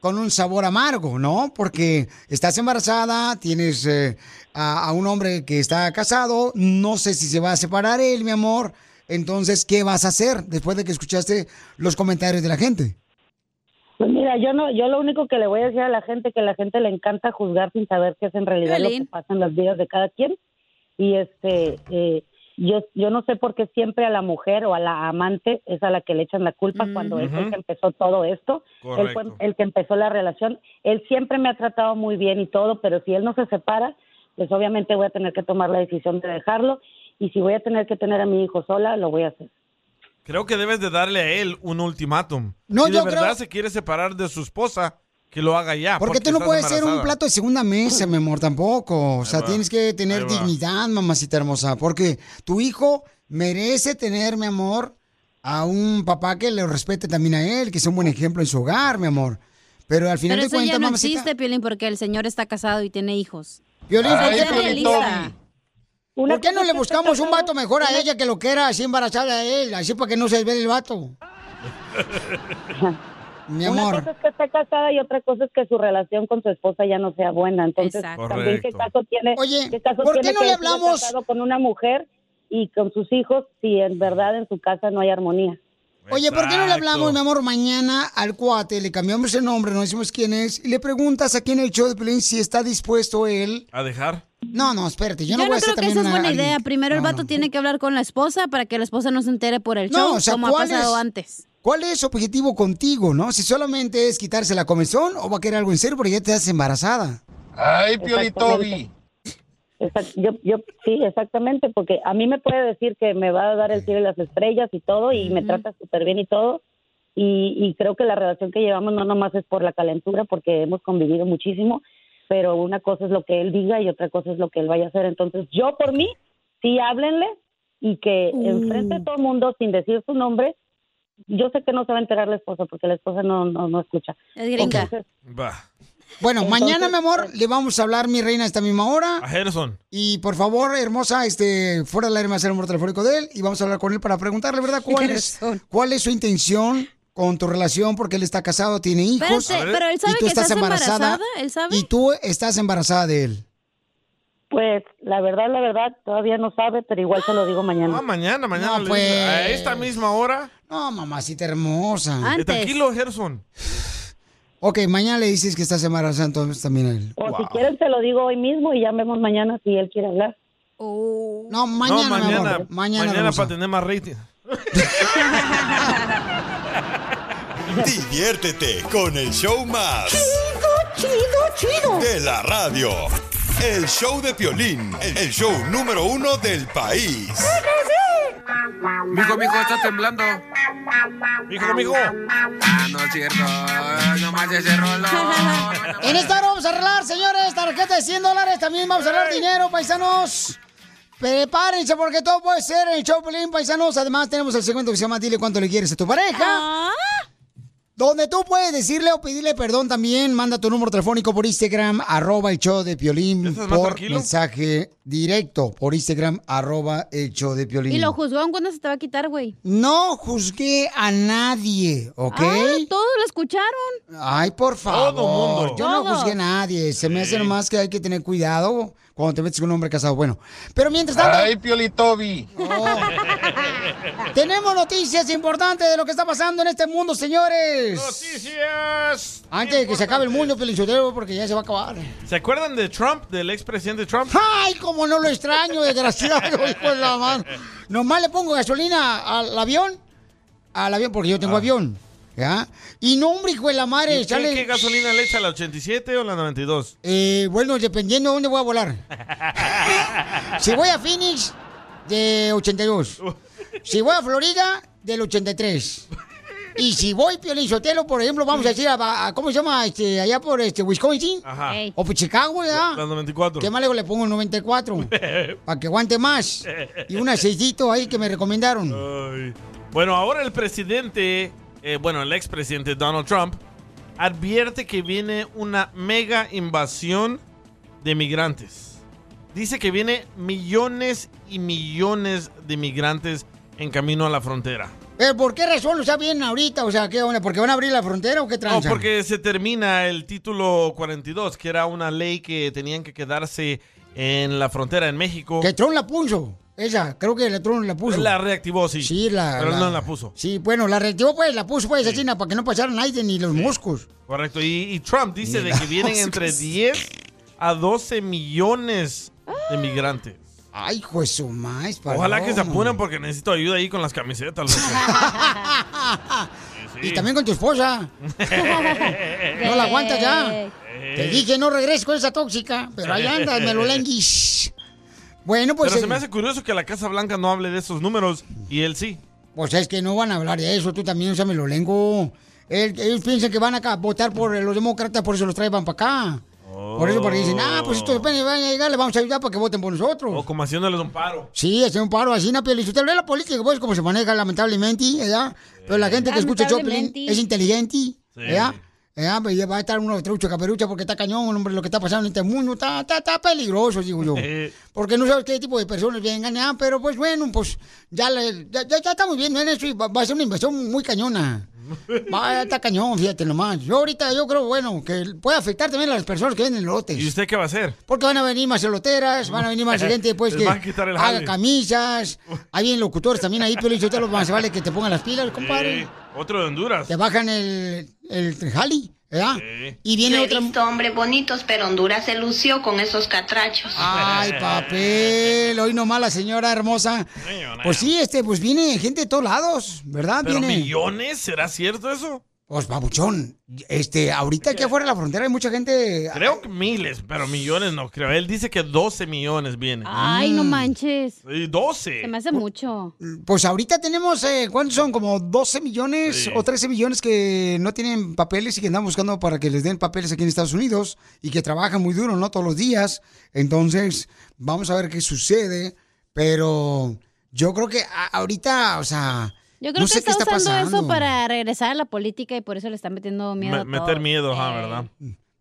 con un sabor amargo, ¿no? Porque estás embarazada, tienes eh, a, a un hombre que está casado, no sé si se va a separar él, mi amor. Entonces, ¿qué vas a hacer después de que escuchaste los comentarios de la gente? Pues mira, yo no, yo lo único que le voy a decir a la gente que a la gente le encanta juzgar sin saber qué es en realidad lo que Violín. pasa en las vidas de cada quien. Y este, eh, yo, yo no sé por qué siempre a la mujer o a la amante es a la que le echan la culpa cuando él fue el Ujú. que empezó todo esto. Él fue Correcto. el que empezó la relación. Él siempre me ha tratado muy bien y todo, pero si él no se separa, pues obviamente voy a tener que tomar la decisión de dejarlo. Y si voy a tener que tener a mi hijo sola, lo voy a hacer. Creo que debes de darle a él un ultimátum. No, si de yo verdad creo- se quiere separar de su esposa, que lo haga ya. Porque tú no estás puedes ser un embarazada. plato de segunda mesa, mi amor, tampoco. O sea, va, tienes que tener ahí va. dignidad, mamacita hermosa, porque tu hijo merece tener, mi amor, a un papá que le respete también a él, que sea un buen ejemplo en su hogar, mi amor. Pero al final Pero de eso cuentas, ya no mamacita, existe, Piolín, porque el señor está casado y tiene hijos. Piolín, O sea, ¿por qué, sea Piolín, realista. ¿por qué no le buscamos un vato mejor a ella que lo que era así embarazada a él, así para que no se vea el vato? Mi Una amor. cosa es que esté casada y otra cosa es que su relación con su esposa ya no sea buena. Entonces, Exacto. también qué Correcto. caso tiene, qué caso ¿por qué tiene no que le él siga hablamos? casado con una mujer y con sus hijos si en verdad en su casa no hay armonía. Oye, ¿por qué no le hablamos, Exacto. mi amor, mañana al cuate? Le cambiamos el nombre, no decimos quién es, y le preguntas aquí en el show de Pelín si está dispuesto él. ¿A dejar? No, no, espérate, yo Yo no no, voy a hacer creo que también esa es una- buena alguien- idea. Primero el vato tiene que hablar con la esposa para que la esposa no se entere por el No, show, o sea, como ha ¿cuál pasado es? antes. ¿Cuál es su objetivo contigo, no? Si solamente es quitarse la comezón o va a querer algo en serio porque ya te haces embarazada. Ay, yo, yo, sí, exactamente, porque a mí me puede decir que me va a dar el cielo y las estrellas y todo, y me trata súper bien y todo, y, y creo que la relación que llevamos no nomás es por la calentura, porque hemos convivido muchísimo, pero una cosa es lo que él diga y otra cosa es lo que él vaya a hacer. Entonces, yo por mí, sí háblenle y que Mm. enfrente de todo el mundo, sin decir su nombre, yo sé que no se va a enterar la esposa, porque la esposa no, no, no escucha. Es gringa. Entonces, Va. Bueno, Entonces, mañana, mi amor, le vamos a hablar, mi reina, a esta misma hora. A Gerson. Y por favor, hermosa, este, fuera del aire me va a hacer el número telefónico de él y vamos a hablar con él para preguntarle, ¿verdad? ¿Cuál es, cuál es su intención con tu relación? Porque él está casado, tiene hijos. Espérate, pero él sabe y tú que estás estás embarazada, embarazada, él sabe. Y tú estás embarazada de él. Pues la verdad, la verdad, todavía no sabe, pero igual se lo digo mañana. Ah, mañana, mañana. No, le- pues. A esta misma hora. No, mamacita hermosa. Eh, Tranquilo, Gerson. Ok, mañana le dices que estás embarazada, entonces también a él. O si quieren, se lo digo hoy mismo y ya vemos mañana si él quiere hablar. No, mañana, no, mi mañana. amor, mañana, hermosa. para tener más rating. Diviértete con el show más. Chido, chido, chido. De la radio. El show de Piolín, el show número uno del país. Mijo, mijo, está temblando. Mijo, mijo. Ah, no es cierto. Ay, Nomás ese rolo. En esta hora vamos a arreglar, señores, tarjeta de 100 dólares. También vamos a arreglar dinero, paisanos. Prepárense porque todo puede ser en el show, Pelín, paisanos. Además, tenemos el segmento que se llama Dile cuánto le quieres a tu Ah. pareja. Donde tú puedes decirle o pedirle perdón también. Manda tu número telefónico por Instagram, arroba el show de Piolín. más por tranquilo? mensaje directo por Instagram, arroba el show de Piolín. Y lo juzgaron cuando se te va a quitar, güey. No juzgué a nadie, ¿ok? Ah, todos lo escucharon. Ay, por favor. mundo. Yo no Todos. juzgué a nadie. Se me hace nomás que hay que tener cuidado cuando te metes con un hombre casado. Bueno, pero mientras tanto. Ay, Pioli Toby. Tenemos noticias importantes de lo que está pasando en este mundo, señores. Noticias. Antes de que se acabe el mundo, Pelichotero, porque ya se va a acabar. ¿Se acuerdan de Trump, del expresidente Trump? ¡Ay, cómo no lo extraño, desgraciado, hijo de la mano! Nomás le pongo gasolina al avión. Al avión, porque yo tengo avión. ¿Ya? Y no, hombre, hijo de la Ah. ¿Y madre, usted sale. ¿Qué gasolina le echa, la 87 o la 92? Eh, bueno, dependiendo de dónde voy a volar. Si voy a Phoenix, de 82. Si voy a Florida, del 83. Y si voy Piolín Sotelo, por ejemplo, vamos a decir a, a- ¿cómo se llama? Este, allá por este Wisconsin. Ajá. Ey. O por Chicago, ¿verdad? La 94. ¿Qué más luego le pongo el 94? Para que aguante más. Y un aceitito ahí que me recomendaron. Ay. Bueno, ahora el presidente, eh, bueno, el expresidente Donald Trump, advierte que viene una mega invasión de migrantes. Dice que viene millones y millones de migrantes en camino a la frontera. Pero ¿por qué razón lo está bien ahorita? O sea, ¿qué onda? ¿Porque van a abrir la frontera o qué No, tranza? porque se termina el título 42, que era una ley que tenían que quedarse en la frontera en México. Que Trump la puso. Esa, creo que la Trump la puso. La reactivó, sí. Sí, la- Pero la- no la puso. Sí, bueno, la reactivó pues, la puso pues, así, na, para que no pasaran aire ni los moscos. Correcto. Y, y Trump dice de que vienen entre 10 a 12 millones de migrantes. Ay, hijo de su más, Ojalá que se paloma. apuren porque necesito ayuda ahí con las camisetas. loco. Y también con tu esposa. no la aguantas ya. Te dije, no regreses con esa tóxica, pero ahí andas, me lo lenguis. Bueno, pues... Pero se eh, me hace curioso que la Casa Blanca no hable de esos números y él sí. Pues es que no van a hablar de eso, tú también, o sea, me lo lengo. El- ellos piensan que van acá a votar por eh, los demócratas, por eso los traen para acá. Por eso, porque dicen, ah, pues estos apenas van a llegar, les vamos a ayudar para que voten por nosotros. O como haciéndoles un paro. Sí, hace un paro así, una Si Usted ve la política, pues, como se maneja, lamentablemente, ¿verdad? Pero la gente que escucha Choplin Lamentablemente. es inteligente, ¿verdad? ¿verdad? Pues, ya va a estar uno trucho caperucha porque está cañón, hombre, lo que está pasando en este mundo está, está, está peligroso, digo yo. Porque no sabes qué tipo de personas vengan, ah, pero pues bueno, pues ya, le- ya, ya- ya estamos viendo en eso y va, va a ser una inversión muy cañona. Va, está cañón, fíjate nomás. Yo ahorita, yo creo, bueno, que puede afectar también a las personas que venden lotes. ¿Y usted qué va a hacer? Porque van a venir más celoteras, van a venir más gente después Les que van a quitar el haga jale. camisas. Hay bien locutores también ahí, pero yo te lo más vale que te pongan las pilas, compadre. Eh, otro de Honduras. Te bajan el, el jali, ¿verdad? Y viene otra. hombres bonitos, pero Honduras se lució con esos catrachos. Ay, papel, hoy nomás la señora hermosa. Pues sí, este, pues viene gente de todos lados, ¿verdad? ¿Pero viene. millones? ¿Será cierto eso? Pues babuchón, este, ahorita aquí afuera de la frontera hay mucha gente. Creo que miles, pero millones no creo. Él dice que 12 millones Mm. vienen. Ay, no manches. Sí, 12. Se me hace mucho. Pues ahorita tenemos, eh, ¿cuántos son? Como 12 millones o 13 millones que no tienen papeles y que andan buscando para que les den papeles aquí en Estados Unidos y que trabajan muy duro, ¿no? Todos los días. Entonces, vamos a ver qué sucede, pero yo creo que a- ahorita, o sea, Yo creo no que sé está, qué está usando pasando. eso para regresar a la política y por eso le están metiendo miedo. Me- a meter todo. miedo, ajá, ah, ¿verdad?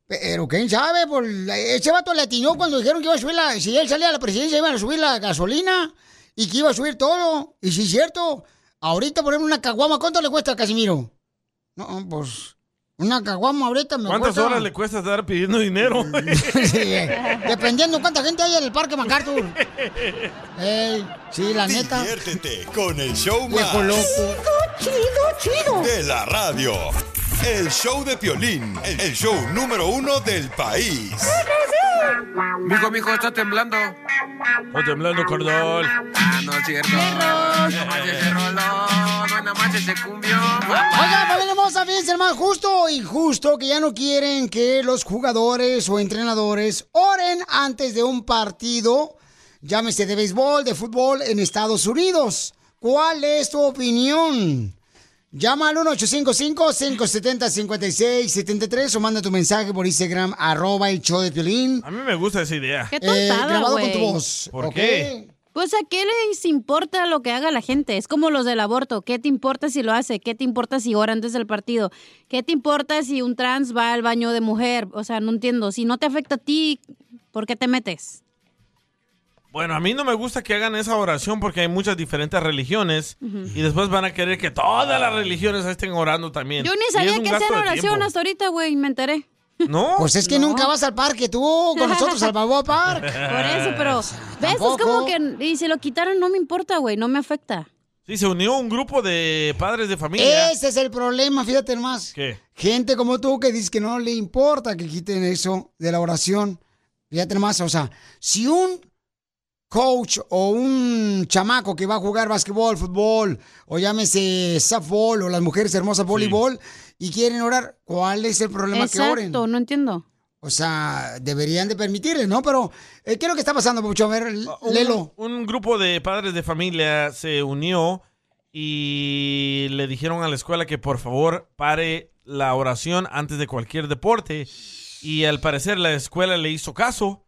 Pero quién sabe, por la- ese vato le atinó cuando dijeron que iba a subir la. Si él salía a la presidencia, iban a subir la gasolina y que iba a subir todo. Y si es cierto, ahorita ponerme una caguama, ¿cuánto le cuesta a Casimiro? No, pues. Una caguama ahorita me ¿Cuántas cuesta- Eh, horas le cuesta estar pidiendo dinero? Dependiendo cuánta gente hay en el parque MacArthur. Ey, sí, la neta. Diviértete con el show más. Viejo loco. Chido, chido. De la radio. El show de Piolín. El show número uno del país. Mijo, mijo, está temblando. Está temblando, cordón. Ah, no es cierto. No manches ese rolón, no, no manches ese cumbio. Oiga, Ah, familia hermosa, fíjense, hermano, justo y justo que ya no quieren que los jugadores o entrenadores oren antes de un partido, llámese de béisbol, de fútbol, en Estados Unidos. ¿Cuál es tu opinión? Llama al 1-855-570-5673 o manda tu mensaje por Instagram, arroba el show de Piolín. A mí me gusta esa idea. Qué tontada, Eh, grabado con tu güey. voz. ¿Por ¿ok? qué? Pues a qué les importa lo que haga la gente. Es como los del aborto. ¿Qué te importa si lo hace? ¿Qué te importa si ora antes del partido? ¿Qué te importa si un trans va al baño de mujer? O sea, no entiendo. Si no te afecta a ti, ¿por qué te metes? Bueno, a mí no me gusta que hagan esa oración porque hay muchas diferentes religiones Ujú. y después van a querer que todas las religiones estén orando también. Yo Y ni es sabía un que gasto hacían de oración tiempo. hasta ahorita, güey. Me enteré. ¿No? Pues es que nunca vas al parque tú, con nosotros al Balboa Park. Por eso, pero... ¿Ves? Tampoco. Es como que... Y si lo quitaron, no me importa, güey. No me afecta. Sí, se unió un grupo de padres de familia. Ese es el problema, fíjate más. ¿Qué? Gente como tú que dice que no le importa que quiten eso de la oración. Fíjate más, o sea, si un coach o un chamaco que va a jugar básquetbol, fútbol, o llámese softball, o las mujeres hermosas voleibol, y quieren orar, ¿cuál es el problema que oren? Exacto, no entiendo. O sea, deberían de permitirles, ¿no? Pero, eh, ¿qué es lo que está pasando, Papucho? A ver, Un- léelo. Un grupo de padres de familia se unió y le dijeron a la escuela que por favor pare la oración antes de cualquier deporte. Y al parecer la escuela le hizo caso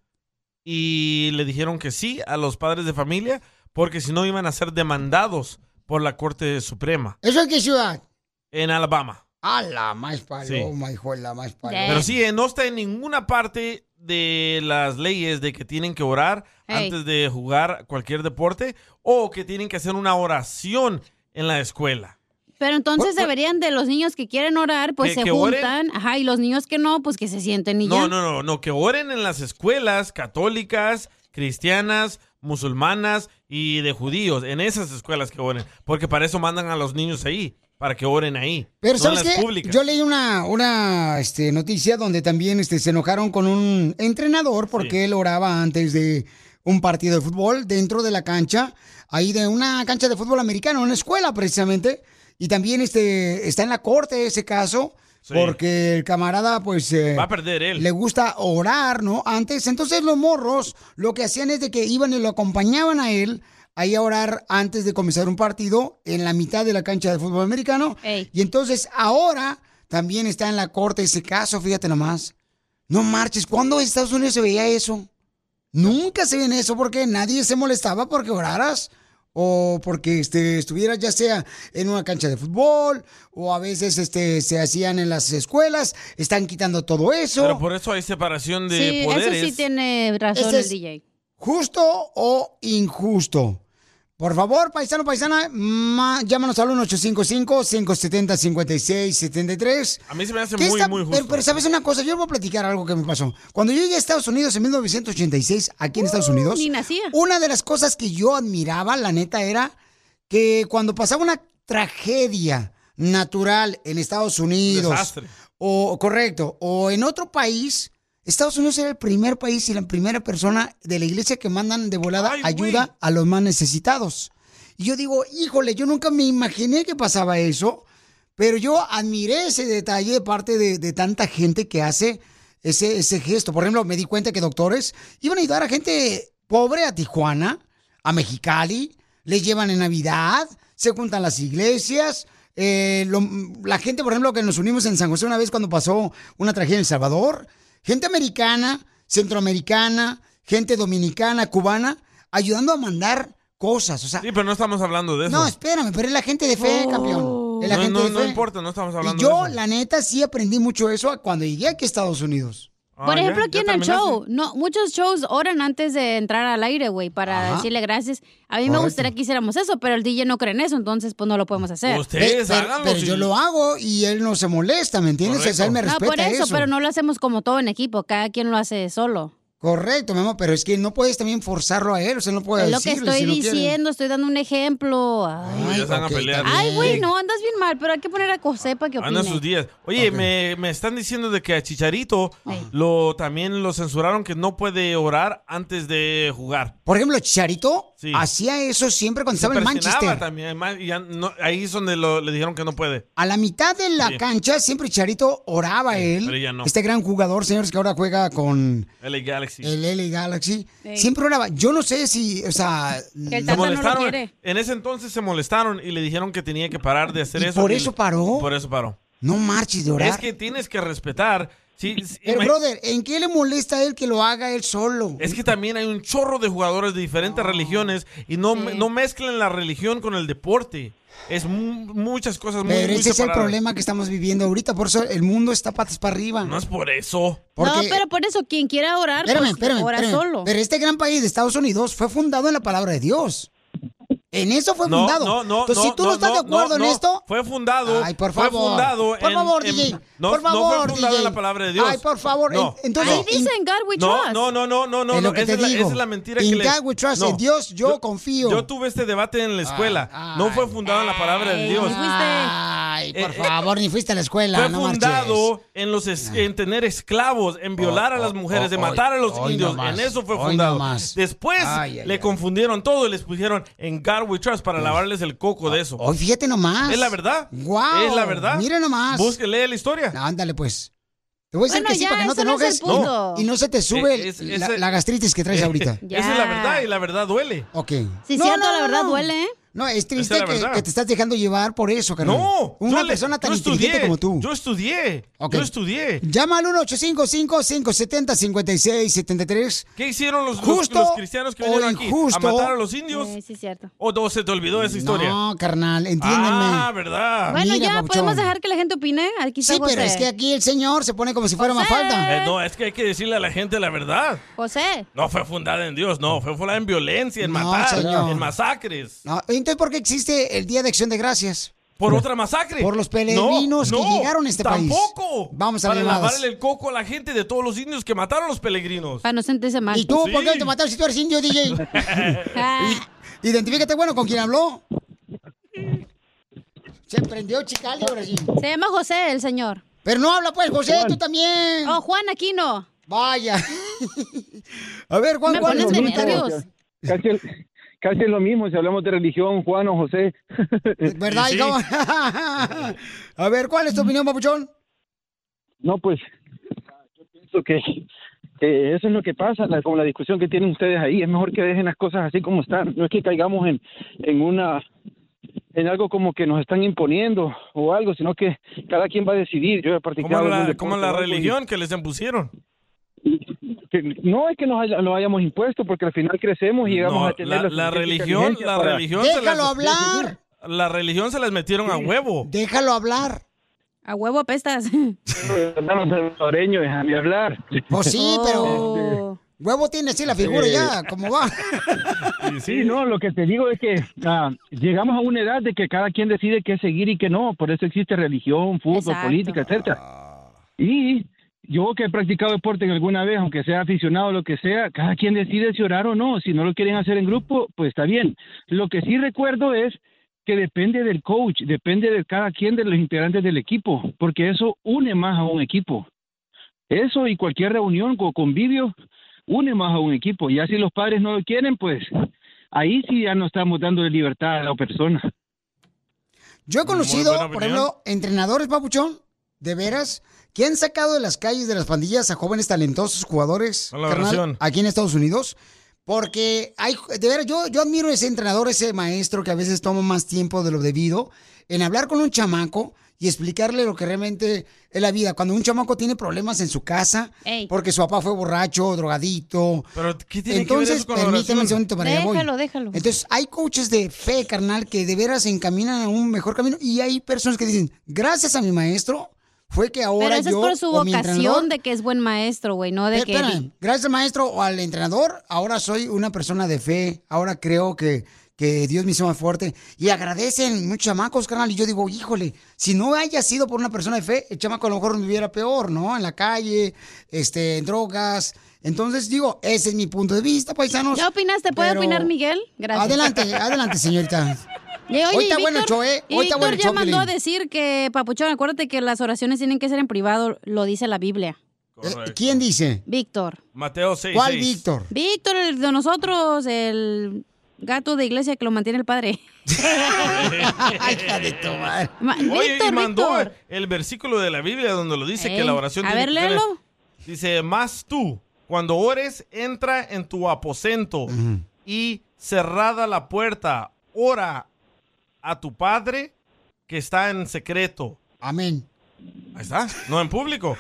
y le dijeron que sí a los padres de familia porque si no iban a ser demandados por la Corte Suprema ¿Eso en qué ciudad? en Alabama. A la más paloma, hijo de la más paloma. Pero sí, eh, no está en ninguna parte de las leyes de que tienen que orar Hey. antes de jugar cualquier deporte o que tienen que hacer una oración en la escuela. Pero entonces deberían de los niños que quieren orar, pues Que- se que oren. juntan. Ajá, y los niños que no, pues que se sienten y No, ya. no, no, no, que oren en las escuelas católicas, cristianas, musulmanas y de judíos, en esas escuelas que oren, porque para eso mandan a los niños ahí, para que oren ahí. Pero no ¿sabes en las qué? públicas. Yo leí una, una este, noticia donde también este, se enojaron con un entrenador porque él oraba antes de un partido de fútbol dentro de la cancha, ahí de una cancha de fútbol americano, una escuela precisamente. Y también este, está en la corte ese caso Sí. porque el camarada pues... eh, Va a perder él. le gusta orar, ¿no? Antes, entonces los morros lo que hacían es de que iban y lo acompañaban a él ahí a orar antes de comenzar un partido en la mitad de la cancha de fútbol americano. Y entonces ahora también está en la corte ese caso, fíjate nomás. No marches, ¿cuándo en Estados Unidos se veía eso? Nunca se veía eso porque nadie se molestaba porque oraras o porque este, estuvieras ya sea en una cancha de fútbol o a veces este, se hacían en las escuelas, están quitando todo eso. Pero por eso hay separación de Sí, eso poderes. sí tiene razón Ese el es- DJ. ¿Justo o injusto? Por favor, paisano, paisana, ma- llámanos al 1-855-570-5673. A mí se me hace ¿Qué muy, está- muy justo. Pero, pero ¿sabes una cosa? Yo voy a platicar algo que me pasó. Cuando yo llegué a Estados Unidos en 1986, aquí en Estados Unidos, Uh, ni nacía. una de las cosas que yo admiraba, la neta, era que cuando pasaba una tragedia natural en Estados Unidos, Desastre. o correcto, o en otro país, Estados Unidos era el primer país y la primera persona de la iglesia que mandan de volada ayuda a los más necesitados. Y yo digo, híjole, yo nunca me imaginé que pasaba eso, pero yo admiré ese detalle de parte de, de tanta gente que hace ese, ese gesto. Por ejemplo, me di cuenta que doctores iban a ayudar a gente pobre a Tijuana, a Mexicali, les llevan en Navidad, se juntan las iglesias. eh, lo- la gente, por ejemplo, que nos unimos en San José una vez cuando pasó una tragedia en El Salvador, gente americana, centroamericana, gente dominicana, cubana, ayudando a mandar cosas. O sea, Sí, pero no estamos hablando de eso. Oh. no, espérame, pero es la gente de fe, campeón. de la no, gente no, de no fe. importa, no estamos Y hablando de yo, eso. la neta, sí aprendí mucho eso cuando llegué aquí a Estados Unidos. Ah, Por ejemplo, aquí en el show, no, muchos shows oran antes de entrar al aire, güey, para Ajá. decirle gracias. A mí Correcto. me gustaría que hiciéramos eso, pero el DJ no cree en eso, entonces pues no lo podemos hacer. Pe- pero, pero yo lo hago y él no se molesta, ¿me entiendes? O sea, él me no, respeta por eso, eso. pero no lo hacemos como todo en equipo, cada quien lo hace solo. Correcto, mi amor, pero es que no puedes también forzarlo a él, o sea, no puedes es lo que decirle estoy Pues si no quiere. diciendo, estoy dando un ejemplo. Ay, Uy, ya se van a pelear. Ay, güey, no, andas bien mal, pero hay que poner a Josepa que opine. Anda sus días. Oye, me, me están diciendo de que a Chicharito lo también lo censuraron que no puede orar antes de jugar. Por ejemplo, Charito hacía eso siempre cuando Se estaba en presionaba Manchester. también, ma- y ya no- ahí es donde lo- le dijeron que no puede. A la mitad de la Sí. cancha siempre Charito oraba él. pero ya no. Este gran jugador, señores, que ahora juega con LA Galaxy. el LA Galaxy. Sí. Siempre oraba. Yo no sé si, o sea... Se molestaron. En ese entonces se molestaron y le dijeron que tenía que parar de hacer ¿Y eso. por y- eso paró? Por eso paró. No marches de orar. Es que tienes que respetar. Sí, sí, Pero, imag- brother, ¿en qué le molesta a él que lo haga él solo? Es que también hay un chorro de jugadores de diferentes religiones y no, me- no mezclan la religión con el deporte. Es mu- muchas cosas muy, Pero muy ese es el separadas. problema que estamos viviendo ahorita. Por eso el mundo está patas para arriba. No es por eso. No, pero por eso, quien quiera orar, Espérame, pues, espérame, ora espérame. solo. Pero este gran país de Estados Unidos fue fundado en la palabra de Dios. En eso fue No, fundado. no, no, Entonces, no, si tú no, no, estás de no, acuerdo no, en no. esto, Fue fundado. Ay, por fue favor. fundado Por en- favor, en- DJ. No, Por no favor, fue fundado DJ. en la palabra de Dios. Ay, por favor. No, En- entonces- no. Ahí dice, "In God we no, trust". No, no, no, no, no. Es lo no, que esa, te es la, digo. esa es la mentira In que le- God we trust. No. En Dios yo confío. Ah, Yo tuve este debate en la escuela. no fue fundado en la palabra de Dios. Ay, por Eh, eh, favor, ni fuiste a la escuela. Fue no marches. fundado en, los es- en tener esclavos, en violar a las mujeres, de oh, matar a los hoy indios. nomás, en eso fue hoy fundado. nomás. Después Ay, ay, le confundieron todo y les pusieron en God We Trust para lavarles el coco de eso. Hoy fíjate nomás. Es la verdad. Guau, Es la verdad. mira nomás. Búsquele la historia. Ándale, pues. Te voy a decir Bueno, que sí ya, para que no eso te no es el enojes y- punto. y no se te sube el- Eh, es- la, ese- la gastritis que traes ahorita. Esa es la verdad y la verdad duele. Ok. Sí, cierto, la verdad duele, ¿eh? No, es Esa es triste la que, verdad. que te estás dejando llevar por eso, carnal. No, Una yo le- persona tan yo inteligente estudié, como tú. Yo estudié. Ok. Yo estudié. Llama al 1-855-570-5673. ¿Qué hicieron los, los- Justo los cristianos que o vinieron aquí? injusto. ¿A matar a los indios? Eh, Sí, sí, cierto. ¿O no se te olvidó esa historia? No, carnal, entiéndeme. Ah, ¿verdad? Bueno, ya, podemos papuchón. dejar que la gente opine. Aquí está Sí, pero José. es que aquí el señor se pone como si fuera más Eh, falta. no, es que hay que decirle a la gente la verdad. José. No fue fundada en Dios, no, fue fundada en violencia, en matar, señor. en masacres. Entonces, ¿por qué existe el Día de Acción de Gracias? Por otra masacre. Por los peregrinos No, que no, llegaron a este país. Tampoco. Vamos a Para llamadas. lavarle el coco a la gente de todos los indios que mataron a los peregrinos. Para Ah, no sentirse mal. ¿Y tú por qué Sí. te mataron si tú eres indio, DJ? Y- Identifícate, bueno, con quién habló. Se prendió Chicali ahora sí. Se llama José, el señor. Pero no habla pues, José, Juan. tú también. Oh, Juan Aquino. Vaya. A ver, Juan, Me Juan, pones los bien comentarios. nerviosa. Casi, casi es lo mismo si hablamos de religión, Juan o José. ¿Verdad, hijo? A ver, ¿cuál es tu opinión, papuchón? Mm. No, pues pienso que, que eso es lo que pasa, la- con la discusión que tienen ustedes ahí. Es mejor que dejen las cosas así como están. No es que caigamos en, en una en algo como que nos están imponiendo o algo, sino que cada quien va a decidir. Yo Como he practicado algún la, deporte como o la algo y- religión que les impusieron. que no es que nos haya- lo hayamos impuesto, porque al final crecemos y llegamos No, a tener la, la la suficiente religión, inteligencia la para- religión. Déjalo hablar. La religión se las metieron a huevo. Déjalo hablar. A huevo apestas. Hermano salvadoreño, déjame hablar. Pues Oh. sí, pero. Huevo tiene así la figura Eh. ya, como va. Sí, no, lo que te digo es que ah, llegamos a una edad de que cada quien decide qué seguir y qué no, por eso existe religión, fútbol, Exacto. política, etcétera. Y yo que he practicado deporte en alguna vez, aunque sea aficionado o lo que sea, cada quien decide si orar o no, si no lo quieren hacer en grupo, pues está bien. Lo que sí recuerdo es que depende del coach, depende de cada quien de los integrantes del equipo, porque eso une más a un equipo. Eso y cualquier reunión o convivio une más a un equipo. Ya si los padres no lo quieren, pues ahí sí ya no estamos dando libertad a la persona. Yo he buena conocido, por opinión. ejemplo, entrenadores, papuchón, de veras, que han sacado de las calles de las pandillas a jóvenes talentosos jugadores A la carnal, oración. aquí en Estados Unidos. Porque hay, de veras, yo, yo admiro ese entrenador, ese maestro que a veces toma más tiempo de lo debido en hablar con un chamaco y explicarle lo que realmente es la vida. Cuando un chamaco tiene problemas en su casa, Ey. porque su papá fue borracho, drogadito. Pero, ¿qué tiene que Entonces, ver eso con la permíteme oración? un segundito para allá voy. Déjalo, déjalo. Entonces, hay coaches de fe, carnal, que de veras encaminan a un mejor camino. Y hay personas que dicen, gracias a mi maestro, fue que ahora Pero eso es yo, por su o mi entrenador, Eh, vocación de que es buen maestro, güey, no de que... Espérame, gracias al maestro o al entrenador, ahora soy una persona de fe, ahora creo que, que Dios me hizo más fuerte. Y agradecen muchos chamacos, carnal. Y yo digo, híjole, si no haya sido por una persona de fe, el chamaco a lo mejor me hubiera peor, ¿no? En la calle, este, en drogas. Entonces digo, ese es mi punto de vista, paisanos. ¿Ya opinaste? ¿Puede Pero- opinar Miguel? Gracias. Adelante, adelante, señorita. Y, oye, Hoy y está Víctor- bueno el show, ¿eh? y Hoy está Víctor bueno el ya show, mandó a Piolín. decir que, Papuchón, acuérdate que las oraciones tienen que ser en privado, lo dice la Biblia. Correcto. ¿Quién dice? Víctor. Mateo 6. Víctor, el de nosotros, el gato de iglesia que lo mantiene el padre. Hija de tu madre. Ma- Oye, Víctor, y mandó Víctor. el versículo de la Biblia donde lo dice que Ey, la oración a tiene ver, que tener- léelo. Dice, más tú, cuando ores, entra en tu aposento y cerrada la puerta, ora a tu Padre que está en secreto. Amén. Ahí está, no en público.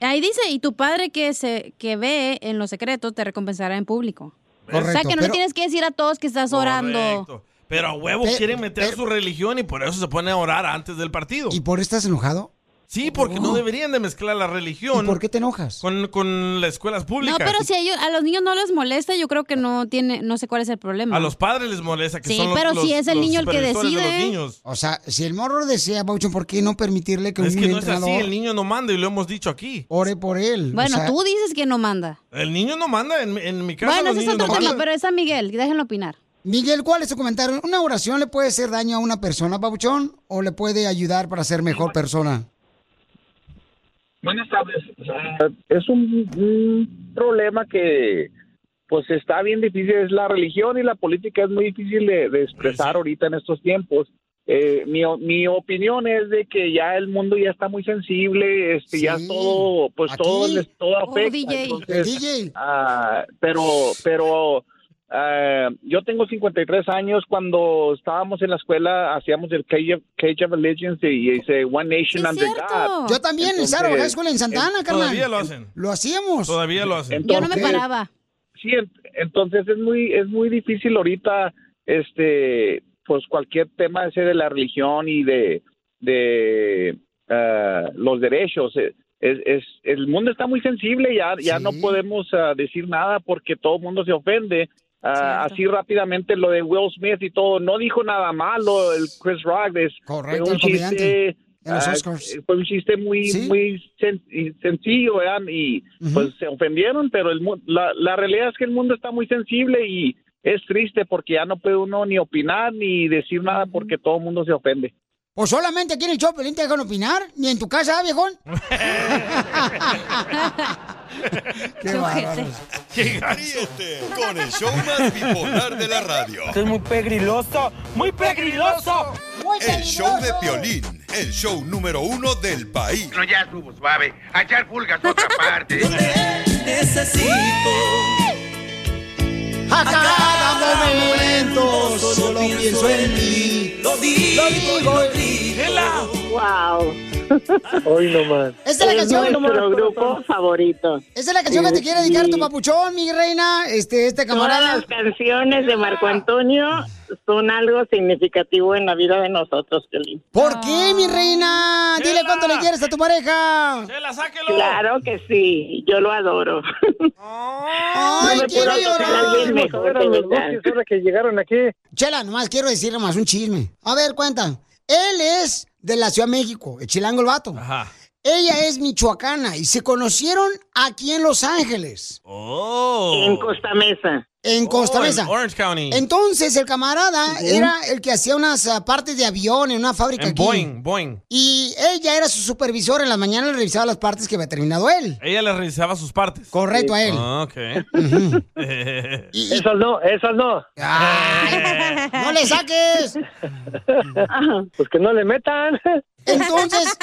Ahí dice, y tu padre que se que ve en lo secreto te recompensará en público. o sea Correcto, que no le pero- tienes que decir a todos que estás orando. Correcto. Pero a huevo Pe- quieren meter su religión y por eso se pone a orar antes del partido. ¿Y por eso estás enojado? Oh. Sí, porque no deberían de mezclar la religión. ¿Por qué te enojas? Con, con las escuelas No, públicas. pero si a, ellos- a los niños no les molesta, yo creo que no tiene, no sé cuál es el problema. A los padres les molesta que Sí, son los- pero los- si es el los niño el que supervisores de los decide. niños. O sea, si el morro desea, Bauchon, ¿por qué no permitirle que Es un que no es entrenador así, el niño no manda y lo hemos dicho aquí. ore por él? Bueno, O sea, tú dices que no manda. El niño no manda, en, en mi casa Bueno, los ese es niños otro no tema, mandan. pero es a Miguel, déjenlo opinar. Miguel, ¿cuál es tu comentario? ¿Una oración le puede hacer daño a una persona, Bauchón? ¿O le puede ayudar para ser mejor persona? Buenas tardes. Ah, Es un, un problema que pues está bien difícil, es la religión y la política es muy difícil de, de expresar ahorita en estos tiempos. Eh, mi, o- mi opinión es de que ya el mundo ya está muy sensible, este, ya todo, pues todo, les- todo Oh, afecta. DJ. Entonces, DJ. ah, pero, pero ah, yo tengo 53 años, cuando estábamos en la escuela hacíamos el Cage, Cage of Allegiance y dice One Nation Under God. Yo también, en Sara High School en Santana, eh, carnal. todavía lo hacen. Lo hacíamos. Todavía lo hacen. Yo no me Entonces- paraba. sí en- entonces es muy es muy difícil ahorita este pues cualquier tema ese de la religión y de de ah, los derechos Eh, es, es el mundo está muy sensible ya ya no podemos ah, decir nada porque todo el mundo se ofende Ah, así rápidamente lo de Will Smith y todo no dijo nada malo el Chris Rock es Correcto, fue un el comediante, chiste en los ah, Oscars. fue un chiste muy muy sen- y sencillo ¿verdad? y pues se ofendieron pero el mu- la, la realidad es que el mundo está muy sensible y es triste porque ya no puede uno ni opinar ni decir nada porque todo el mundo se ofende ¿O solamente aquí en el show, Pelín, te dejan opinar? ¿Ni en tu casa, ¿ah, viejón? Qué bárbaros. Ríete con el show más bipolar de la radio. Esto es muy pegriloso, muy pegriloso. El show de Piolín, el show número uno del país. No, ya estuvo suave. A echar pulgas a otra parte. Necesito. A cada momento solo pienso en ti. Lo digo, lo digo. ¡Wow! Hoy nomás. Esa es la canción. nuestro grupo favorito. Esa es la canción que te quiere dedicar tu Y- papuchón, mi reina, este, este camarada. Todas las canciones de Marco Antonio son algo significativo en la vida de nosotros, Piolín. ¿Por qué, mi reina? Dile cuánto le quieres a tu pareja. Claro que sí, yo lo adoro. Ay, No me quiero puedo tocar a alguien llorar. mejor que mi Marco. que llegaron aquí. Chela, nomás quiero decir nomás un chisme. A ver, cuenta. Él es de la Ciudad de México, el chilango el vato. Ella es michoacana y se conocieron aquí en Los Ángeles. Oh. En Costa Mesa. En Costa Oh, en Mesa. Orange County. Entonces el camarada Ujú. era el que hacía unas ah, partes de avión en una fábrica En aquí. Boeing, Boeing. Y ella era su supervisor en las mañanas le revisaba las partes que había terminado él. Ella le revisaba sus partes. Correcto, a él. Ah, ok. Esas no, esas no. Ah. Eh. ¡No le saques! pues que no le metan. Entonces,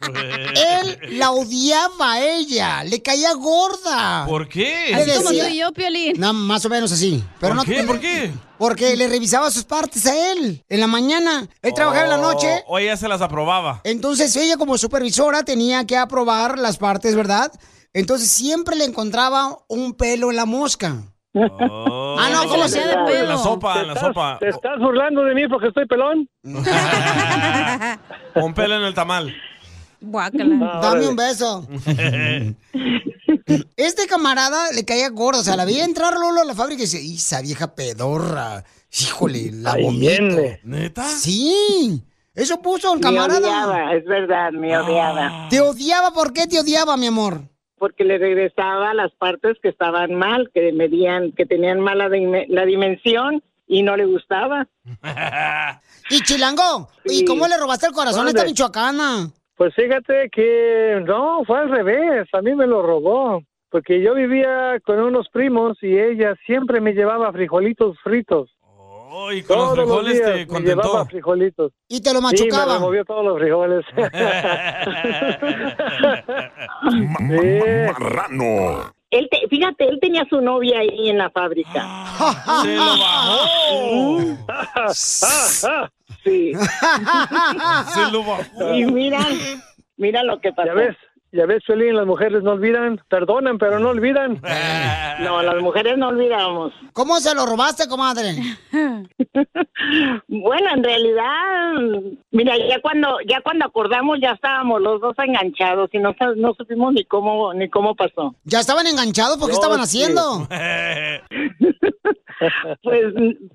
él la odiaba a ella, le caía gorda. ¿Por qué? Ah, Le Así como decía- tú y No, más o menos así. Pero ¿Por no, qué? ¿Por qué? Porque le revisaba sus partes a él en la mañana. Él trabajaba en la noche. O ella Oh, se las aprobaba. Entonces ella como supervisora tenía que aprobar las partes, ¿verdad? Entonces siempre le encontraba un pelo en la mosca. Ah, no, ¿cómo se En la sopa, en la sopa. ¿Te estás burlando de mí porque estoy pelón? Un pelo en el tamal. "Mm, Ah, Dame un beso. Este camarada le caía gordo, o sea, la veía entrar Lolo a la fábrica y dice, "Y esa vieja pedorra! Híjole, la Ahí vomito. viene. ¿Neta? Sí, eso puso el Me camarada. Ah. odiaba, es verdad, me odiaba. ¿Te odiaba? ¿Por qué te odiaba, mi amor? Porque le regresaba las partes que estaban mal, que medían, que tenían mala dime- la dimensión y no le gustaba. Y Chilango, ¿y Sí. cómo le robaste el corazón a esta ¿Dónde? michoacana? Pues fíjate que no, fue al revés, a mí me lo robó, porque yo vivía con unos primos y ella siempre me llevaba frijolitos fritos. Uy, con los Todos los frijoles días te me llevaba contentó. frijolitos. Y te lo Sí, machucaba. me removió todos los frijoles. Marrano. Él te- fíjate, él tenía su novia ahí en la fábrica. Ah. Uh. Se lo bajó. sí. Se lo bajó. Y mira, mira lo que pasó. Ya ves, ya ves, Piolín, las mujeres no olvidan, perdonan, pero no olvidan. No, las mujeres no olvidamos. ¿Cómo se lo robaste, comadre? Bueno, en realidad, mira, ya cuando ya cuando acordamos ya estábamos los dos enganchados y no sa- no supimos ni cómo ni cómo pasó. ¿Ya estaban enganchados? ¿Por qué No, estaban sí. haciendo? Pues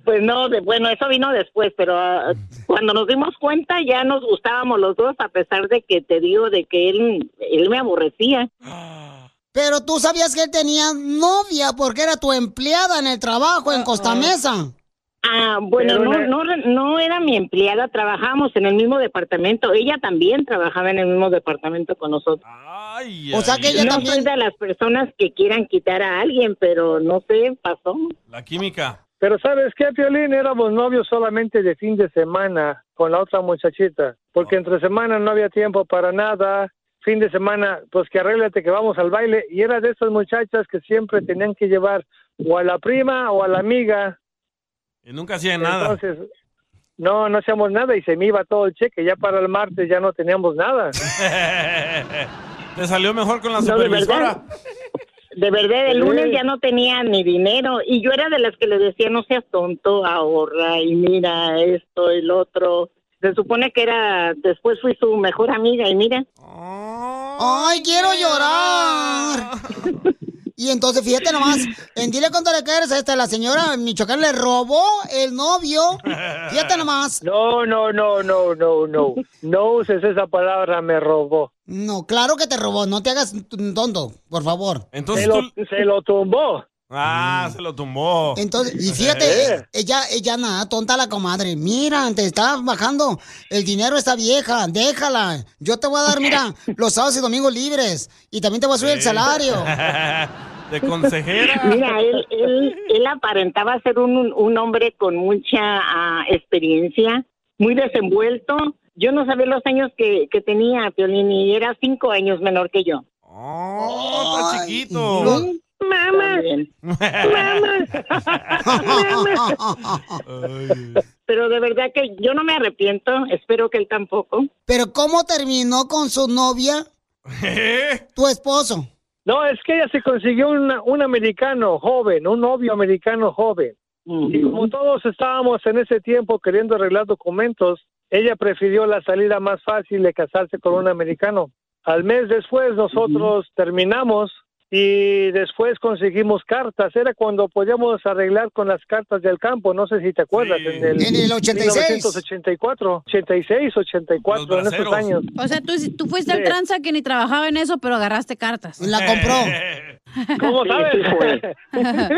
pues no, de- bueno, eso vino después, pero ah, cuando nos dimos cuenta ya nos gustábamos los dos a pesar de que te digo de que él él me aborrecía. Pero tú sabías que él tenía novia porque era tu empleada en el trabajo en Costa Mesa. Ah, bueno, Pero no, la- no, re- no era mi empleada, trabajamos en el mismo departamento. Ella también trabajaba en el mismo departamento con nosotros. O sea que ella no también- soy de las personas que quieran quitar a alguien, pero no sé, pasó. La química. Pero ¿sabes qué, Piolín? Éramos novios solamente de fin de semana con la otra muchachita, porque entre semana no había tiempo para nada. Fin de semana, pues que arréglate que vamos al baile. Y era de esas muchachas que siempre tenían que llevar o a la prima o a la amiga. Y nunca hacían nada. Entonces, no, no hacíamos nada y se me iba todo el cheque. Ya para el martes ya no teníamos nada. Te salió mejor con la No, de supervisora. verdad. De verdad, Sí. el lunes ya no tenía ni dinero y yo era de las que le decía, no seas tonto, ahorra y mira esto y lo otro. Se supone que era, después fui su mejor amiga y mira. ¡Ay, quiero llorar! Y entonces, fíjate nomás, en dile cuánto le quieres a esta, la señora en Michoacán le robó el novio. Fíjate nomás. No, no, no, no, no, no. No uses esa palabra, me robó. No, claro que te robó, no te hagas t- tonto, por favor. Entonces se, lo, tú- se lo tumbó. Ah, se lo tumbó. Entonces, y fíjate, Eh. ella, ella nada, tonta la comadre. Mira, te está bajando el dinero esta vieja, déjala. Yo te voy a dar, mira, los sábados y domingos libres. Y también te voy a subir el salario. De consejera. Mira, él, él, él aparentaba ser un, un- un hombre con mucha ah, experiencia, muy desenvuelto. Yo no sabía los años que, que tenía Piolín y era cinco años menor que yo. Oh, está chiquito. Mamá, pero de verdad que yo no me arrepiento, espero que él tampoco. Pero ¿cómo terminó con su novia? Tu esposo. No, es que ella se consiguió una- un americano joven, un novio americano joven. Y como todos estábamos en ese tiempo queriendo arreglar documentos, ella prefirió la salida más fácil de casarse con un americano. Al mes después nosotros terminamos y después conseguimos cartas. Era cuando podíamos arreglar con las cartas del campo, no sé si te acuerdas. En, el, En el 86. 1984, 86, 84, en esos años. O sea, tú, tú fuiste al Sí. tranza que ni trabajaba en eso, pero agarraste cartas. La compró. ¿Cómo sabes?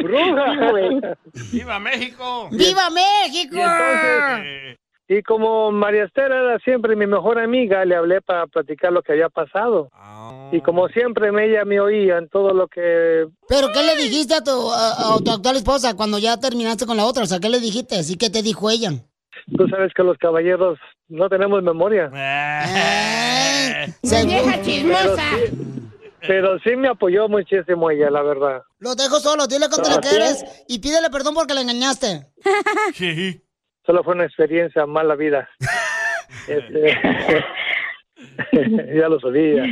Bruja. Sí, güey. ¡Viva México! Eh, ¡Viva México! Y entonces, y como María Esther era siempre mi mejor amiga, le hablé para platicar lo que había pasado. Y como siempre me- ella me oía en todo lo que... ¿Pero qué le dijiste a tu, a- a tu actual esposa cuando ya terminaste con la otra? O sea, ¿qué le dijiste? ¿Y qué te dijo ella? Tú sabes que los caballeros no tenemos memoria. Según- Vieja chismosa. Pero sí me apoyó muchísimo ella, la verdad. Lo dejo solo, dile cuánto le Así quieres y pídele perdón porque le engañaste. Solo fue una experiencia mala vida. Este, ya lo sabía.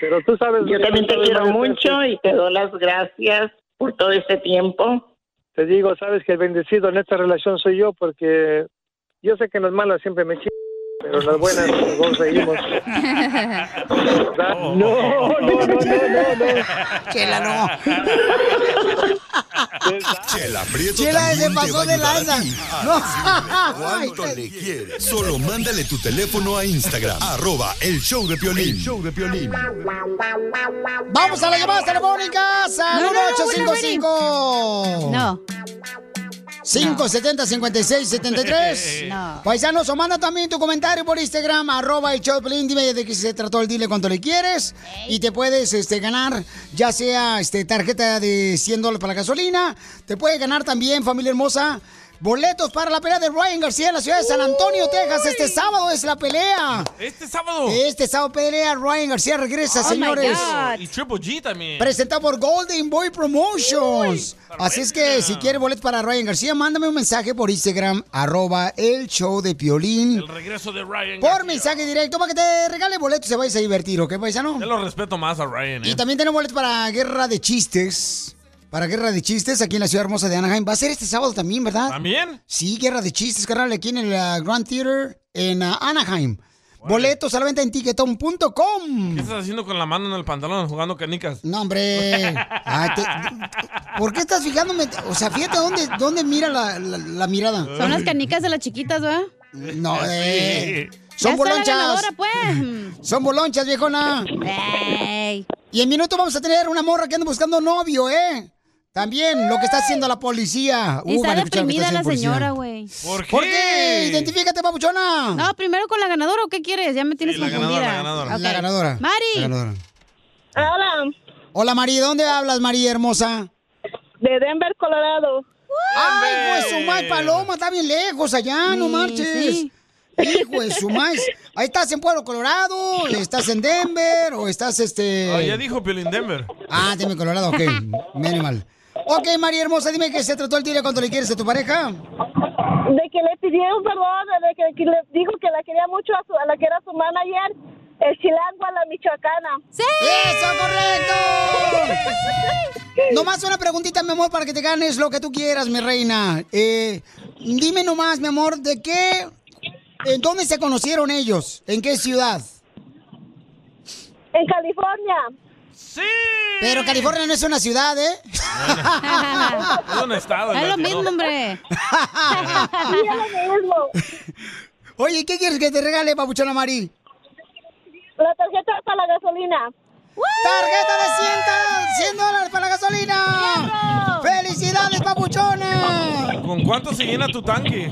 Pero tú sabes. Yo también te tú sabes quiero varias mucho veces. y te doy las gracias por todo este tiempo. Te digo, sabes que el bendecido en esta relación soy yo porque yo sé que en las malas siempre me chingo, pero en las buenas los dos seguimos. ¿Verdad? No, no, no, no, no, no. Chela, no. Chela Prieto Chela, también se te pasó va a de ayudar lanza. a ti a No. decirle cuánto le quieres. Solo mándale tu teléfono a Instagram, arroba el show de Piolín. show de Piolín. Vamos a las llamadas telefónicas al No, no, no, 1855. No. 570-5673. No. Paisanos, o manda también tu comentario por Instagram, arroba el Choplin. Dime de qué se trató el dile cuánto le quieres. Y te puedes este, ganar, ya sea este, tarjeta de 100 dólares para la gasolina. Te puedes ganar también, familia hermosa, boletos para la pelea de Ryan García en la ciudad de San Antonio, Texas. Este sábado es la pelea. Este sábado. Oh Este sábado pelea Ryan García. Regresa, señores. Y Triple G también. Presentado por Golden Boy Promotions. Así es que si quieres boletos para Ryan García, mándame un mensaje por Instagram, arroba el show de Piolín. El regreso de Ryan. Por mensaje directo para que te regale boletos y se vayas a divertir, ¿ok, paisano? Yo lo respeto más a Ryan. ¿eh? Y también tenemos boletos para Guerra de Chistes. Para Guerra de Chistes aquí en la ciudad hermosa de Anaheim. Va a ser este sábado también, ¿verdad? ¿También? Sí, Guerra de Chistes, carnal, aquí en el ah, Grand Theater en ah, Anaheim. Boletos a la venta en tiquetón.com. ¿Qué estás haciendo con la mano en el pantalón jugando canicas? No, hombre. Ah, Ay, te- ¿Por qué estás fijándome? O sea, fíjate dónde, dónde mira la, la- la mirada. Son las canicas de las chiquitas, ¿verdad? No, eh. Ya Son está la bolonchas. ganadora, pues. Son bolonchas, viejona. Y en minuto vamos a tener una morra que anda buscando novio, ¿eh? También lo que está haciendo la policía. Y está van a escuchar Uh, lo que deprimida está la haciendo policía. señora, güey. ¿Por ¿Por qué? Identifícate, papuchona. No, primero con la ganadora o qué quieres? Ya me tienes la confundida. ganadora, la ganadora. La ganadora. Ok. La Mari. ganadora. Hola. Hola, María. ¿Dónde hablas, María hermosa? De Denver, Colorado. ¡Ay, pues su mal paloma! Está bien lejos allá, no marches. Hijo de su maíz. Ahí estás en Pueblo Colorado, estás en Denver o estás este. Ah, ya dijo Piolín Denver. Ah, Denver, Colorado, ok. Menos mal. Ok, María hermosa, dime que se trató el día cuando le quieres a tu pareja. de que le pidieron perdón, de que, que le dijo que la quería mucho a, su- a la que era su manager, el chilango a la michoacana. ¡Sí! ¡Eso, correcto! Nomás una preguntita, mi amor, para que te ganes lo que tú quieras, mi reina. Eh, dime nomás, mi amor, ¿de qué? ¿En dónde se conocieron ellos? ¿En qué ciudad? En California. ¡Sí! Pero California no es una ciudad, ¿eh? Es un estado. Es lo Ah, ¿no? mismo, hombre. Oye, ¿qué quieres que te regale, papuchona Mari? La tarjeta para la gasolina. ¡Tarjeta de 100, 100 dólares para la gasolina! ¡Felicidades, papuchona! ¿Con cuánto se llena tu tanque?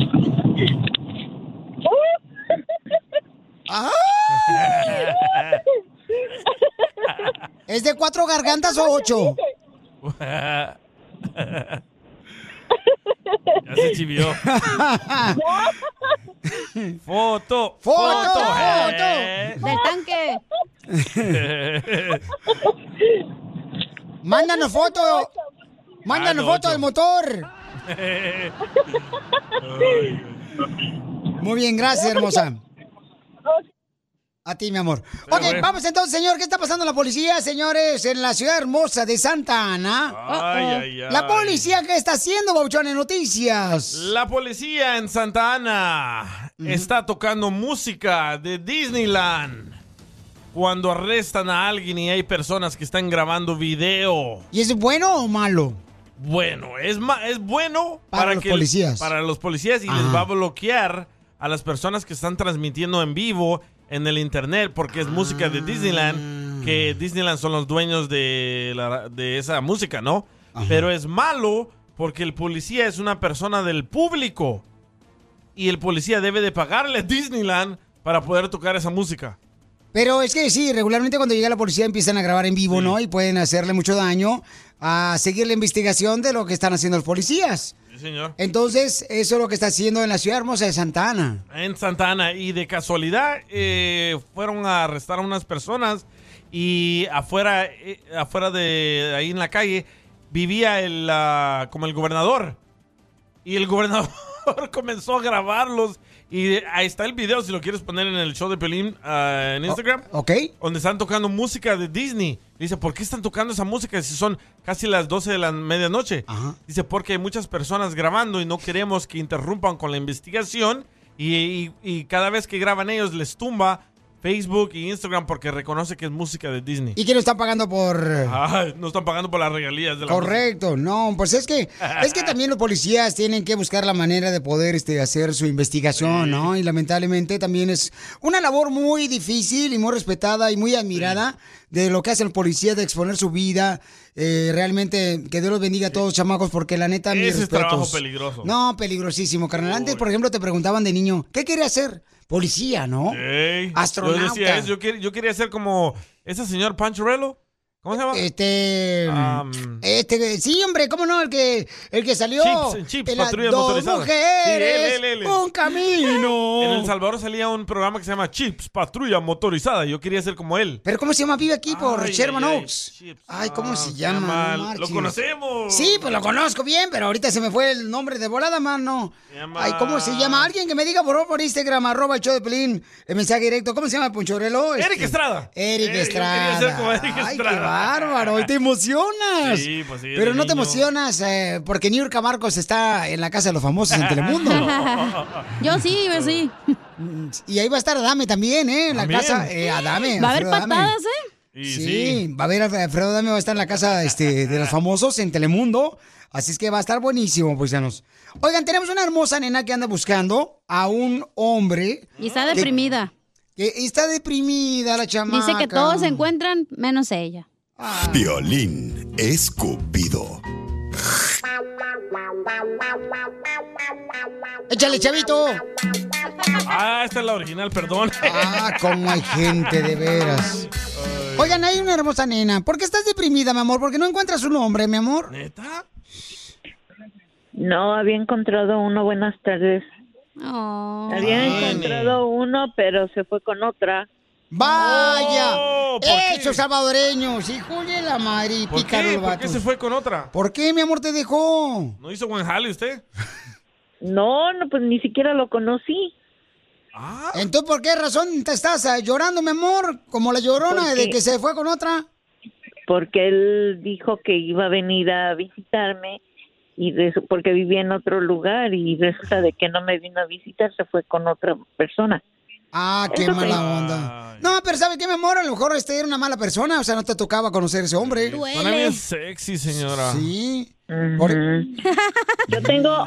¡Ah! ¿Es de cuatro gargantas o ocho? ya se chivió. Foto. ¡Foto! ¡Foto! Eh. Del tanque. ¡Mándanos foto! ¡Mándanos Ah, no, foto ocho. del motor! Muy bien, gracias, hermosa. A ti, mi amor. Pero Ok, bueno. vamos entonces, señor. ¿Qué está pasando en la policía, señores? En la ciudad hermosa de Santa Ana. Ay, ay, ay. La policía, ¿qué está haciendo, Bauchón, en noticias? La policía en Santa Ana está tocando música de Disneyland. Cuando arrestan a alguien y hay personas que están grabando video. ¿Y es bueno o malo? Bueno, es, ma- es bueno Para los que- policías. Para los policías y les va a bloquear a las personas que están transmitiendo en vivo en el internet porque es música de Disneyland, que Disneyland son los dueños de, la- de esa música, ¿no? Pero es malo porque el policía es una persona del público y el policía debe de pagarle a Disneyland para poder tocar esa música. Pero es que sí, regularmente cuando llega la policía empiezan a grabar en vivo, ¿no? Y pueden hacerle mucho daño a seguir la investigación de lo que están haciendo los policías. Sí, señor. Entonces, eso es lo que está haciendo en la ciudad hermosa de Santa Ana. En Santa Ana. Y de casualidad eh, fueron a arrestar a unas personas y afuera, eh, afuera de ahí en la calle vivía el, ah, como el gobernador. Y el gobernador comenzó a grabarlos. Y ahí está el video, si lo quieres poner en el show de Pelín ah, en Instagram. Oh, ok. Donde están tocando música de Disney. Dice, ¿por qué están tocando esa música si son casi las 12 de la medianoche? Dice, porque hay muchas personas grabando y no queremos que interrumpan con la investigación. Y, y- y cada vez que graban ellos les tumba Facebook y Instagram porque reconoce que es música de Disney. ¿Y que lo están pagando por...? Ay, no están pagando por las regalías de la Correcto, no, pues es que es que también los policías tienen que buscar la manera de poder este, hacer su investigación, ¿no? Y lamentablemente también es una labor muy difícil y muy respetada y muy admirada de lo que hace el policía de exponer su vida. Eh, realmente, que Dios los bendiga a todos, chamacos, porque la neta, mis Ese es respetos. trabajo peligroso. No, peligrosísimo, carnal. Antes, por ejemplo, te preguntaban de niño, ¿qué quería ser? Policía, ¿no? Ey, Astronauta. Yo decía eso, yo, quer- yo quería ser como ese señor Panchurello. ¿Cómo se llama? Este. Am, Este, sí, hombre, ¿cómo no? El que, el que salió. Chips, chips, de las patrulla dos motorizada. mujeres, Sí, él, él, él. un camino. En El Salvador salía un programa que se llama Chips, Patrulla Motorizada. Yo quería ser como él. Pero ¿cómo se llama? Vive aquí por Ay, Sherman ay, ay, Oaks. Ay, ¿cómo se llama? llama- No marches. lo conocemos. Sí, pues lo conozco bien, pero ahorita se me fue el nombre de volada, mano. llama- Ay, ¿cómo se llama? Alguien que me diga por favor por Instagram, arroba el show de Pelín, el mensaje directo. ¿Cómo se llama el Ponchorelo? Eric Este, Estrada. Eric Eh, yo Estrada. quería ser como Eric Ay, qué Estrada. bárbaro. Y te emocionas. Sí, pues sí, Pero de no te niño. emocionas eh, porque Niurka Marcos está en la casa de los famosos en Telemundo. Yo sí, yo sí. y ahí va a estar Adame también, ¿eh? En la También. casa. eh, Adame. Va a haber Alfredo Adame. patadas, ¿eh? Sí, va a haber Alfredo Dame, va a estar en la casa este, de los famosos en Telemundo. Así es que va a estar buenísimo, paisanos. Oigan, tenemos una hermosa nena que anda buscando a un hombre. Y está que- deprimida. que está deprimida la chamaca. Dice que todos se encuentran menos ella. Violín escupido. ¡Échale, chavito! Ah, esta es la original, perdón. Ah, cómo hay gente, de veras. Oigan, hay una hermosa nena. ¿Por qué estás deprimida, mi amor? ¿Por qué no encuentras un hombre, mi amor? No, había encontrado uno, buenas tardes. Había encontrado uno, pero se fue con otra. ¡Vaya! No, ¿por qué? ¡Hechos salvadoreños! ¡Hijo de la madre! y ¿Por pícaro qué? el ¿Por qué vato. se fue con otra? ¿Por qué, mi amor, te dejó? ¿No hizo buen jale usted? No, no, pues ni siquiera lo conocí. Ah. Entonces, ¿por qué razón te estás ah, llorando, mi amor? Como la llorona ¿Por de qué? que se fue con otra. Porque él dijo que iba a venir a visitarme y resu- porque vivía en otro lugar y resulta de que no me vino a visitar, se fue con otra persona. Ah, qué Eso sí. mala onda. No, pero ¿sabes qué, mi amor? A lo mejor este era una mala persona, o sea, no te tocaba conocer ese hombre. Suena bien sexy, señora. Sí. Yo tengo,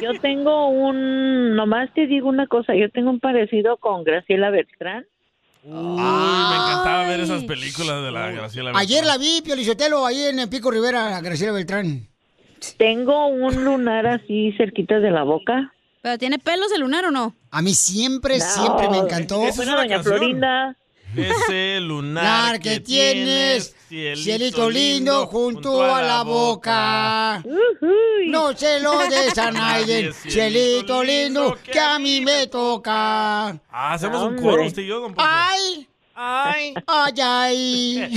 yo tengo un, nomás te digo una cosa, yo tengo un parecido con Graciela Bertrán. Uy, me encantaba ver esas películas de la Graciela Beltrán. Ayer la vi, Piolichotelo, ahí en el Pico Rivera, a Graciela Beltrán. Tengo un lunar así cerquita de la boca. ¿Pero tiene pelos el lunar o no? A mí siempre, No. siempre me encantó. Esa es una Doña canción. Florinda. Ese lunar Nar que que tienes, cielito cielito lindo junto a la boca. No se lo des a nadie, cielito lindo que a mí me toca. Ah, hacemos un Hombre. coro usted y yo, don Poncho. ¡Ay! ¡Ay! ¡Ay, ay!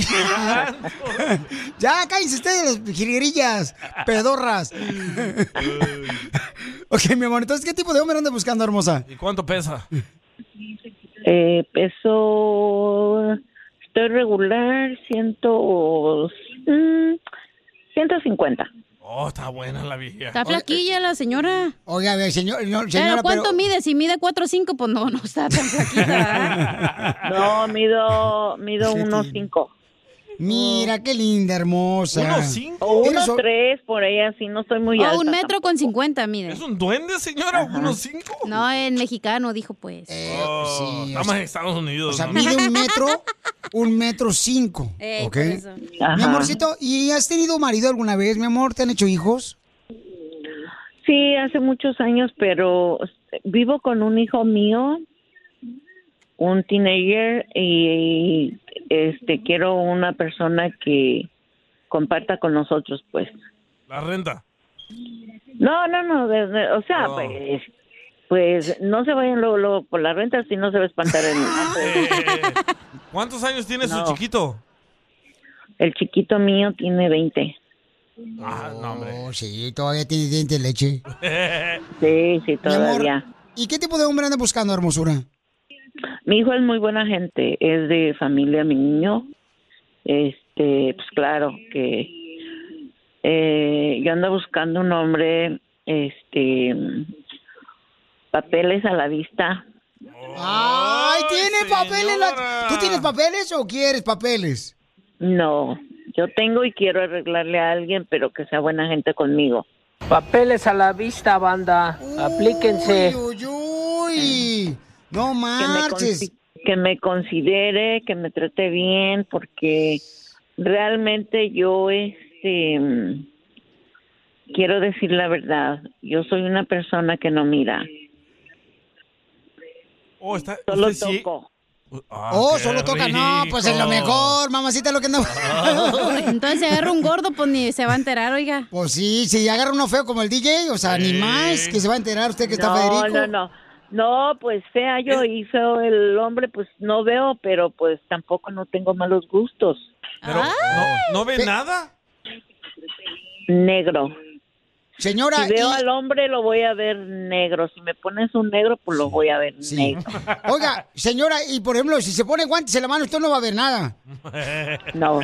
ya, cállense ustedes, las jilguerillas, pedorras. ok, mi amor, entonces, ¿qué tipo de hombre andas buscando, hermosa? ¿Y cuánto pesa? Eh, peso, estoy regular, ciento, mm, 150. Oh, está buena la vieja. Está flaquilla la señora. Oiga, señor, pero ¿cuánto mide? Si mide 4 o 5, pues no, no está tan No, mido, mido unos cinco. Mira, qué linda, hermosa. O Eres unos o- tres, por ahí así, no estoy muy O alta. un metro con 50, mide. ¿Es un duende, señora? ¿Unos 5? No, en mexicano, dijo pues. Eh, Oh, estamos en Estados Unidos. O sea, ¿no? mide un metro, un metro cinco. Ey, ¿Ok? Eh, por eso. Mi Ajá. amorcito, ¿y has tenido marido alguna vez, mi amor? ¿Te han hecho hijos? Sí, hace muchos años, pero vivo con un hijo mío, un teenager, y este quiero una persona que comparta con nosotros, pues. La renta. No, no, no, de- de- o Oh. sea, pues, pues no se vayan luego, luego por las rentas si no se va a espantar el, Eh, ¿Cuántos años tiene su chiquito? el chiquito mío tiene 20. Ah, no, hombre. Oh, sí, todavía tiene diente de leche. Sí, sí, Mi amor, todavía. ¿Y qué tipo de hombre anda buscando, hermosura? Mi hijo es muy buena gente, es de familia, mi niño. Este, pues claro que eh, yo ando buscando un hombre, este, papeles a la vista. ¡Ay, tiene papeles! la- ¿Tú tienes papeles o quieres papeles? No, yo tengo y quiero arreglarle a alguien, pero que sea buena gente conmigo. Papeles a la vista, banda. Aplíquense. Uy, uy, no marches. Que me, considere, que me trate bien, porque realmente yo, este, mm, quiero decir la verdad, yo soy una persona que no mira. Oh, está, Solo usted sí- Ah, Oh, qué solo toca. No, pues es lo rico. mejor, mamacita, lo que anda. Entonces, si agarra un gordo, pues ni se va a enterar, oiga. Pues sí, si agarra uno feo como el DJ, o sea, ni más, que se va a enterar usted que está no, Federico. No, no, no. pues fea yo y feo el hombre, pues no veo, pero pues tampoco no tengo malos gustos. Pero, ¿no, ¿No ve nada? Negro. Señora, si veo y- al hombre lo voy a ver negro. Si me pones un negro, pues lo voy a ver negro. Oiga, señora, y por ejemplo, si se pone guantes en la mano, usted no va a ver nada. No,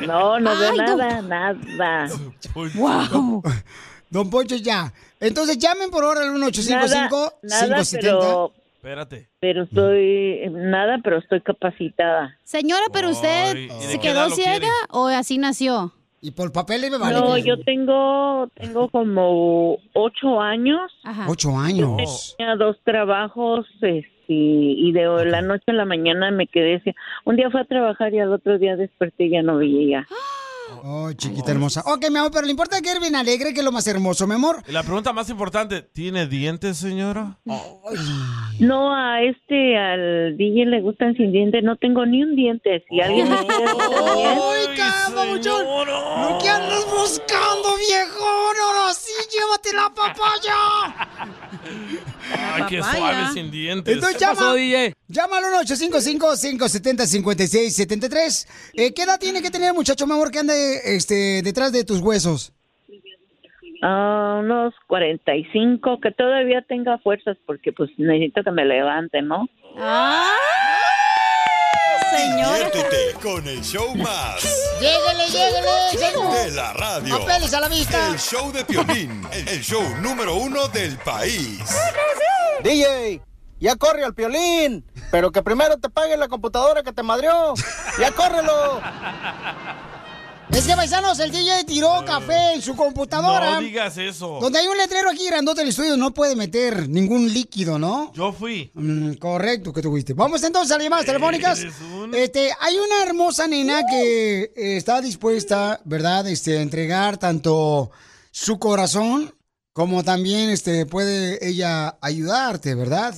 no, no veo Ay, don- nada, nada. Wow. Don Poncho, ya. Entonces llamen por ahora al 1855 Nada, nada, 570 pero- Espérate. Pero estoy, nada, pero estoy capacitada. Señora, pero usted Ay, ¿y de se qué edad quedó lo ciega quiere? o así nació. Y por papeles me vale No, que- yo tengo, tengo como ocho años. Ocho años. Tenía dos trabajos este, y de la noche a la mañana me quedé. así. Un día fue a trabajar y al otro día desperté y ya no veía. Oh, chiquita hermosa. Ok, mi amor, pero le importa que bien alegre, que es lo más hermoso, mi amor. Y la pregunta más importante, ¿tiene dientes, señora? No, a este, al DJ le gustan sin dientes. No tengo ni un diente. Si alguien me quiere regalar bien, ¡Ay, calma, muchachos! ¿No que andas buscando, viejo? ¡Ahora sí, llévate la papaya! Ay, qué papaya. suave sin dientes. Entonces llama, llama al 1-855-570-5673. Eh, ¿Qué edad tiene que tener el muchacho, mi amor, que ande este, detrás de tus huesos? a "Ah, unos 45, que todavía tenga fuerzas porque pues necesito que me levante, ¿no? Diviértete con el show más ¡Lléguele, lléguele! de la radio. ¡Papeles a la vista! El show de Piolín, el el show número uno del país. DJ, ya corre al piolín, pero que primero te pague la computadora que te madrió. Ya córrelo. Es que, paisanos, el DJ tiró café en su computadora. No digas eso. Donde hay un letrero aquí grandote en el estudio, no puede meter ningún líquido, ¿no? Yo fui. Mm, correcto, que tuviste. Vamos entonces a las llamadas telefónicas. Este, hay una hermosa nena que eh, está dispuesta, ¿verdad? Este, a entregar tanto su corazón como también este, puede ella ayudarte, ¿verdad?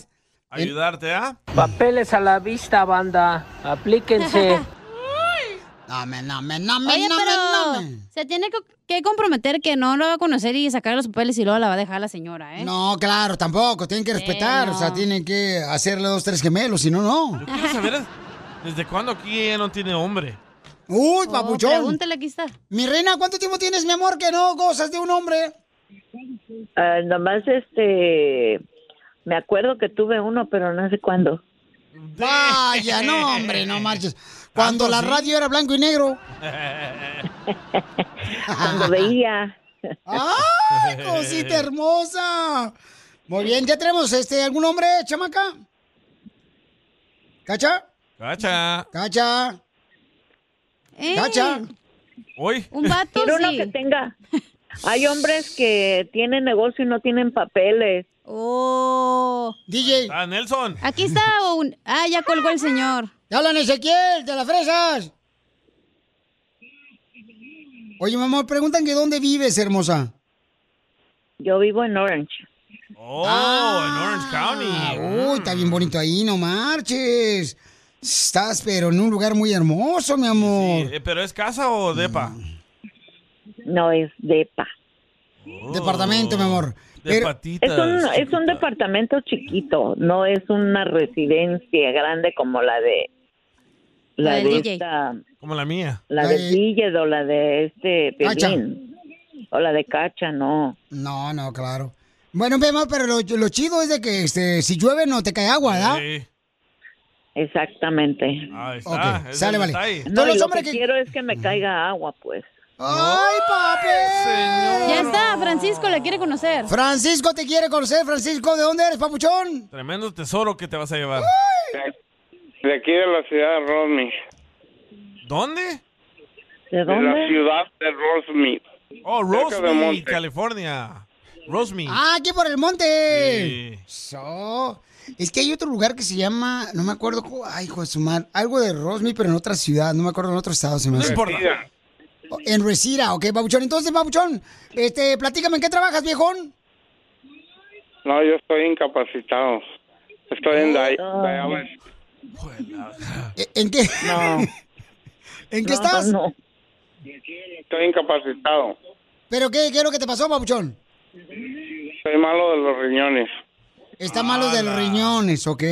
Ayudarte, ¿ah? Papeles a la vista, banda. Aplíquense. Dame, dame, Oye, pero se tiene que, que comprometer que no lo va a conocer y sacar los papeles y luego la va a dejar la señora, ¿eh? No, claro, tampoco. Tienen que respetar, o sea, tienen que hacerle dos, tres gemelos, si no, no. Quiero saber desde cuándo aquí ella no tiene hombre. Uy, Oh, papuchón. pregúntale, aquí está. Mi reina, ¿cuánto tiempo tienes, mi amor, que no gozas de un hombre? Ah, nomás este, me acuerdo que tuve uno, pero no sé cuándo. Vaya, no, hombre, no marches. Cuando la sí? radio era blanco y negro. Cuando veía. ¡Ay, cosita hermosa! Muy bien, ya tenemos este algún hombre, chamaca. ¿Cacha? Cacha. ¿Cacha? ¿Cacha? Hoy. Un vato, Quiero uno sí. que tenga. Hay hombres que tienen negocio y no tienen papeles. Oh. DJ. Ah, Nelson. Aquí está un... Ah, ya colgó el señor. ¡Ya hablan Ezequiel, de las fresas! Oye, mi amor, preguntan que dónde vives, hermosa. Yo vivo en Orange. Oh, en Orange County. Ah, Uy, está bien bonito ahí, no marches. Estás, pero en un lugar muy hermoso, mi amor. Eh, ¿Pero es casa o depa? No es depa. Mm. Departamento, mi amor. Oh, De Pero- patitas. Es un, es un departamento chiquito, no es una residencia grande como la de la, La del de DJ. esta- Como la mía. la de Villedo, o la de este Cacha. Piolín, o la de Cacha, no. No, no, claro. Bueno, mi amor, pero lo, lo chido es de que este, si llueve no te cae agua, ¿verdad? Exactamente. Ahí está, Ok, ese sale, es el vale. detalle. No, Todos los y lo hombres que, que- Oh. quiero es que me caiga agua, pues. ¡Ay, papi! Ya está, Francisco le quiere conocer. Francisco te quiere conocer, Francisco. ¿De dónde eres, papuchón? Tremendo tesoro que te vas a llevar. De aquí de la ciudad de Rosmi. ¿Dónde? ¿De la ciudad de Rosmi. Oh, Cerca de Rosemary, Monte. California. Rosemary. Ah, aquí por el monte. So, es que hay otro lugar que se llama, no me acuerdo, cu- ay, hijo de su mar, algo de Rosmi, pero en otra ciudad, no me acuerdo en otro estado, se me hace. Resida. En Resira, ok, Papuchón. Entonces, Papuchón, este, platícame, ¿en qué trabajas, viejón? No, yo estoy incapacitado. Estoy en Dai- Ah. diálisis. ¿E- ¿En qué? ¿En qué estás? Estoy incapacitado. ¿Pero qué, qué es lo que te pasó, Papuchón? Soy malo de los riñones. Está malo de los riñones, ok.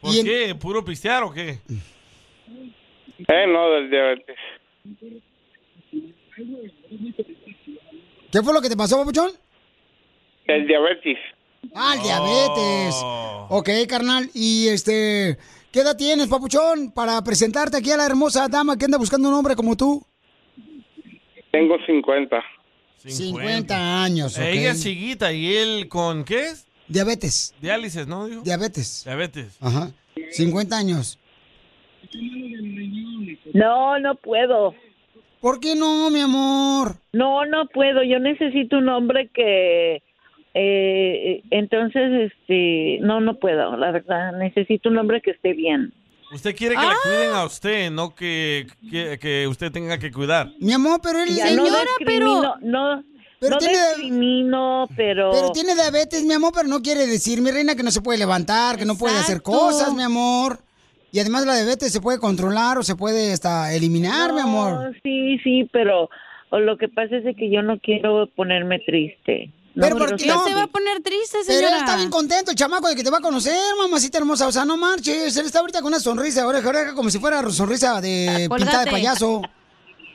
¿Por qué? ¿Puro pistear o qué? Eh, no, del diabetes. ¿Qué fue lo que te pasó, Papuchón? Del diabetes. Ah, el diabetes. Oh. Ok, carnal. Y este, ¿qué edad tienes, Papuchón? Para presentarte aquí a la hermosa dama que anda buscando un hombre como tú. Tengo 50. 50 años, ok. Ella es chiquita y él con qué es? Diabetes. Diálisis, ¿no? Digo? Diabetes. Diabetes. Ajá. 50 años. No, no puedo. ¿Por qué no, mi amor? No, no puedo. Yo necesito un hombre que... eh, entonces, este... No, no puedo, la verdad. Necesito un hombre que esté bien. Usted quiere Ah. que la cuiden a usted, no que, que, que usted tenga que cuidar. Mi amor, pero él... Ya no discrimino, No, Pero no tiene- discrimino, pero... Pero tiene diabetes, mi amor, pero no quiere decir, mi reina, que no se puede levantar, que no puede hacer Exacto. cosas, mi amor. Y además la diabetes se puede controlar o se puede hasta eliminar, mi amor. No, Oh, Sí, sí, pero o lo que pasa es de que yo no quiero ponerme triste. No Pero me ¿por qué lo- no? Se va a poner triste, Pero él señora. está bien contento, el chamaco, de que te va a conocer, mamacita hermosa. O sea, no marches. Él está ahorita con una sonrisa, oreja, a oreja, como si fuera sonrisa de Ah, Colgate. pintada de payaso.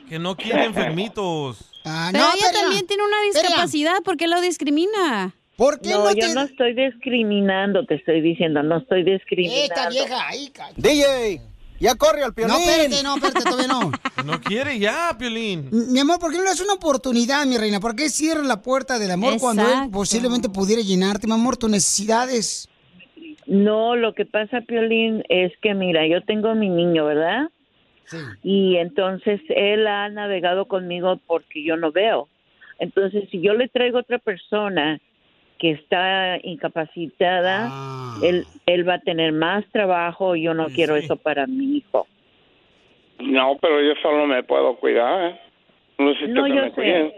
Que no quiere enfermitos. Ah, Pero no, ella espera. también tiene una Espera. discapacidad, ¿por qué lo discrimina? ¿Por No, yo no estoy discriminando, te estoy diciendo, no estoy discriminando. Esta vieja, ahí, ca- DJ, ya corre al Piolín. No, espérate, no, espérate, todavía no. No quiere ya, Piolín. Mi amor, ¿por qué no le das una oportunidad, mi reina? ¿Por qué cierras la puerta del amor cuando él Exacto. posiblemente pudiera llenarte, mi amor, tus necesidades? No, lo que pasa, Piolín, es que mira, yo tengo a mi niño, ¿verdad? Sí. Y entonces él ha navegado conmigo porque yo no veo. Entonces, si yo le traigo otra persona que está incapacitada, Ah. él, él va a tener más trabajo. Yo no quiero eso para mi hijo. No, pero yo solo me puedo cuidar. ¿eh? No necesito No, que yo me sé. cuiden.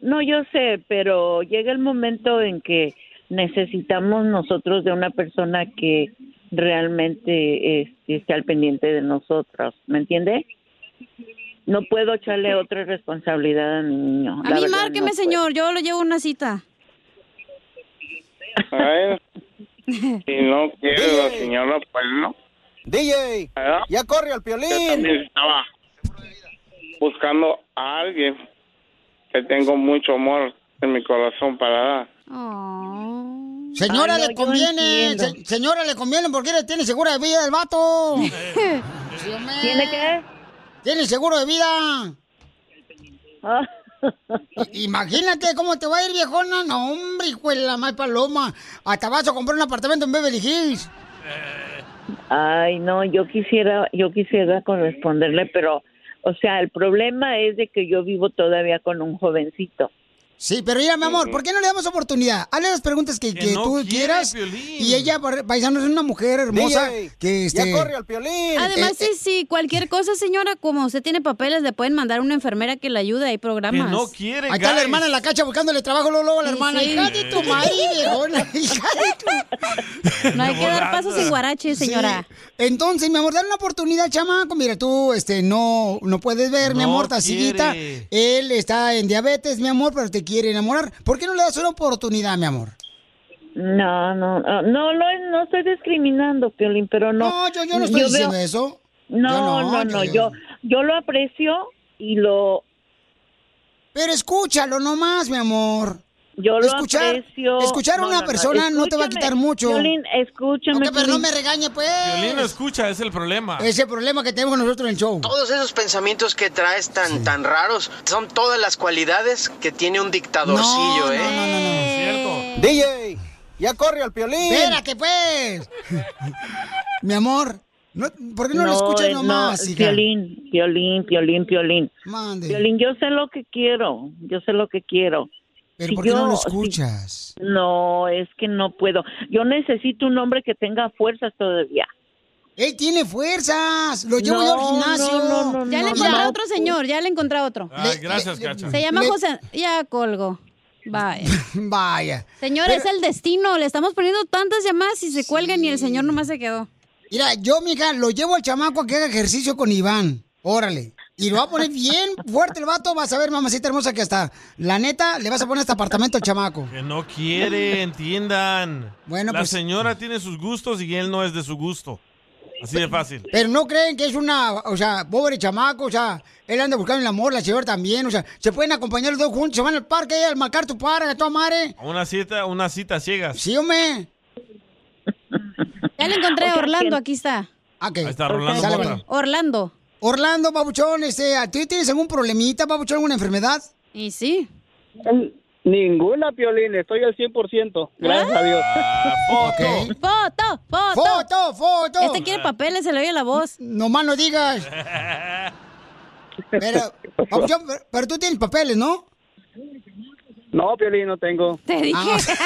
No, yo sé, pero llega el momento en que necesitamos nosotros de una persona que realmente este, esté al pendiente de nosotros, ¿me entiende? No puedo echarle otra responsabilidad a mi niño. A la mí verdad, márqueme, no señor, yo lo llevo a una cita. Ay, si no quiere la señora, pues no. DJ, ¿verdad? ya corre al Yo también Piolín. estaba buscando a alguien que tengo mucho amor en mi corazón para dar. Señora, Ah, no, le yo conviene, entiendo. se- señora, le conviene porque le tiene seguro de vida el vato. ¿Tiene qué? Tiene seguro de vida. Ah. I- Imagínate cómo te va a ir, viejona. No, hombre, hijo de la mal paloma. Hasta vas a comprar un apartamento en Beverly Hills. Ay, no, yo quisiera, yo quisiera corresponderle, pero, o sea, el problema es de que yo vivo todavía con un jovencito. Sí, pero mira, mi amor, ¿por qué no le damos oportunidad? Hazle las preguntas que, que no tú quiere, quieras. Y ella, par- paisano, es una mujer hermosa DJ, que este, Piolín. Además, Eh, sí, sí, cualquier cosa, señora, como usted tiene papeles, le pueden mandar una enfermera que le ayude, hay programas. Ahí está la hermana en la cacha buscándole trabajo luego, luego a la Sí, hermana. sí. Hija de tu madre, viejona. Hija de tu... No hay que dar pasos sin guarache, señora. Sí. Entonces, mi amor, dale una oportunidad, chamaco. Mira, tú este, no, no puedes ver, mi No amor, tacillita. quiere. Él está en diabetes, mi amor, pero te quiere enamorar. ¿Por qué no le das una oportunidad, mi amor? No, no, no, no, no, no estoy discriminando, Piolín, pero no. No, yo- yo no estoy diciendo eso. No, Yo no, no, no, yo- yo, yo, lo aprecio y lo... Pero escúchalo nomás, mi amor. Yo lo escuchar, aprecio. Escuchar a No, una no, no, persona no te va a escúchame, quitar mucho. Piolín, escúchame. Ok, pero no Piolín. me regañe, pues. Piolín no escucha, es el problema. Ese problema que tenemos nosotros en el show. Todos esos pensamientos que traes tan, tan raros son todas las cualidades que tiene un dictadorcillo, ¿eh? DJ, ya corre al piolín. Espérate, pues. mi amor, no- ¿por qué no, lo escuchas eh, nomás, no, hija? Piolín, Piolín, Piolín, Piolín. Mande. Piolín, yo sé lo que quiero, yo sé lo que quiero. Pero Si ¿por qué no yo- lo si- escuchas? no, es que no puedo. Yo necesito un hombre que tenga fuerzas todavía. Él tiene fuerzas. Lo llevo yo al gimnasio. Ya le encontré otro señor, ya le encontré otro. Ah, Ay, Ah, gracias, Cacha. Se llama Le- José. Ya colgo. Vaya. Vaya. Señor, Pero- es el destino. Le estamos poniendo tantas llamadas y se cuelgan y el señor nomás se quedó. Mira, yo, mija, lo llevo al chamaco a que haga ejercicio con Iván. Órale. Y lo va a poner bien fuerte el vato. Vas a ver, mamacita hermosa, que hasta la neta le vas a poner este apartamento al chamaco. Que no quiere, entiendan. Bueno, La pues- señora tiene sus gustos y él no es de su gusto. Así de fácil. Pero no creen que es una, o sea, pobre chamaco, o sea, él anda buscando el amor, la señora también, o sea, se pueden acompañar los dos juntos, se van al parque, al marcar tu para, a tu madre. A Una cita, una cita a ciegas. Sí, hombre. Ya le encontré a Orlando, aquí está. Ahí está, Rolando ah, Sale, Mota. vale. Orlando. Orlando, babuchón, este, ¿a ti tienes algún problemita, babuchón, alguna enfermedad? Y sí. Ninguna, Piolín, estoy al 100%, gracias a Dios. Ah. Foto, foto, foto. Foto, foto. Este quiere papeles, se le oye la voz. Nomás no digas. pues. Pero, babuchón, pero, pero tú tienes papeles, ¿no? No, Piolín, no tengo. Te dije.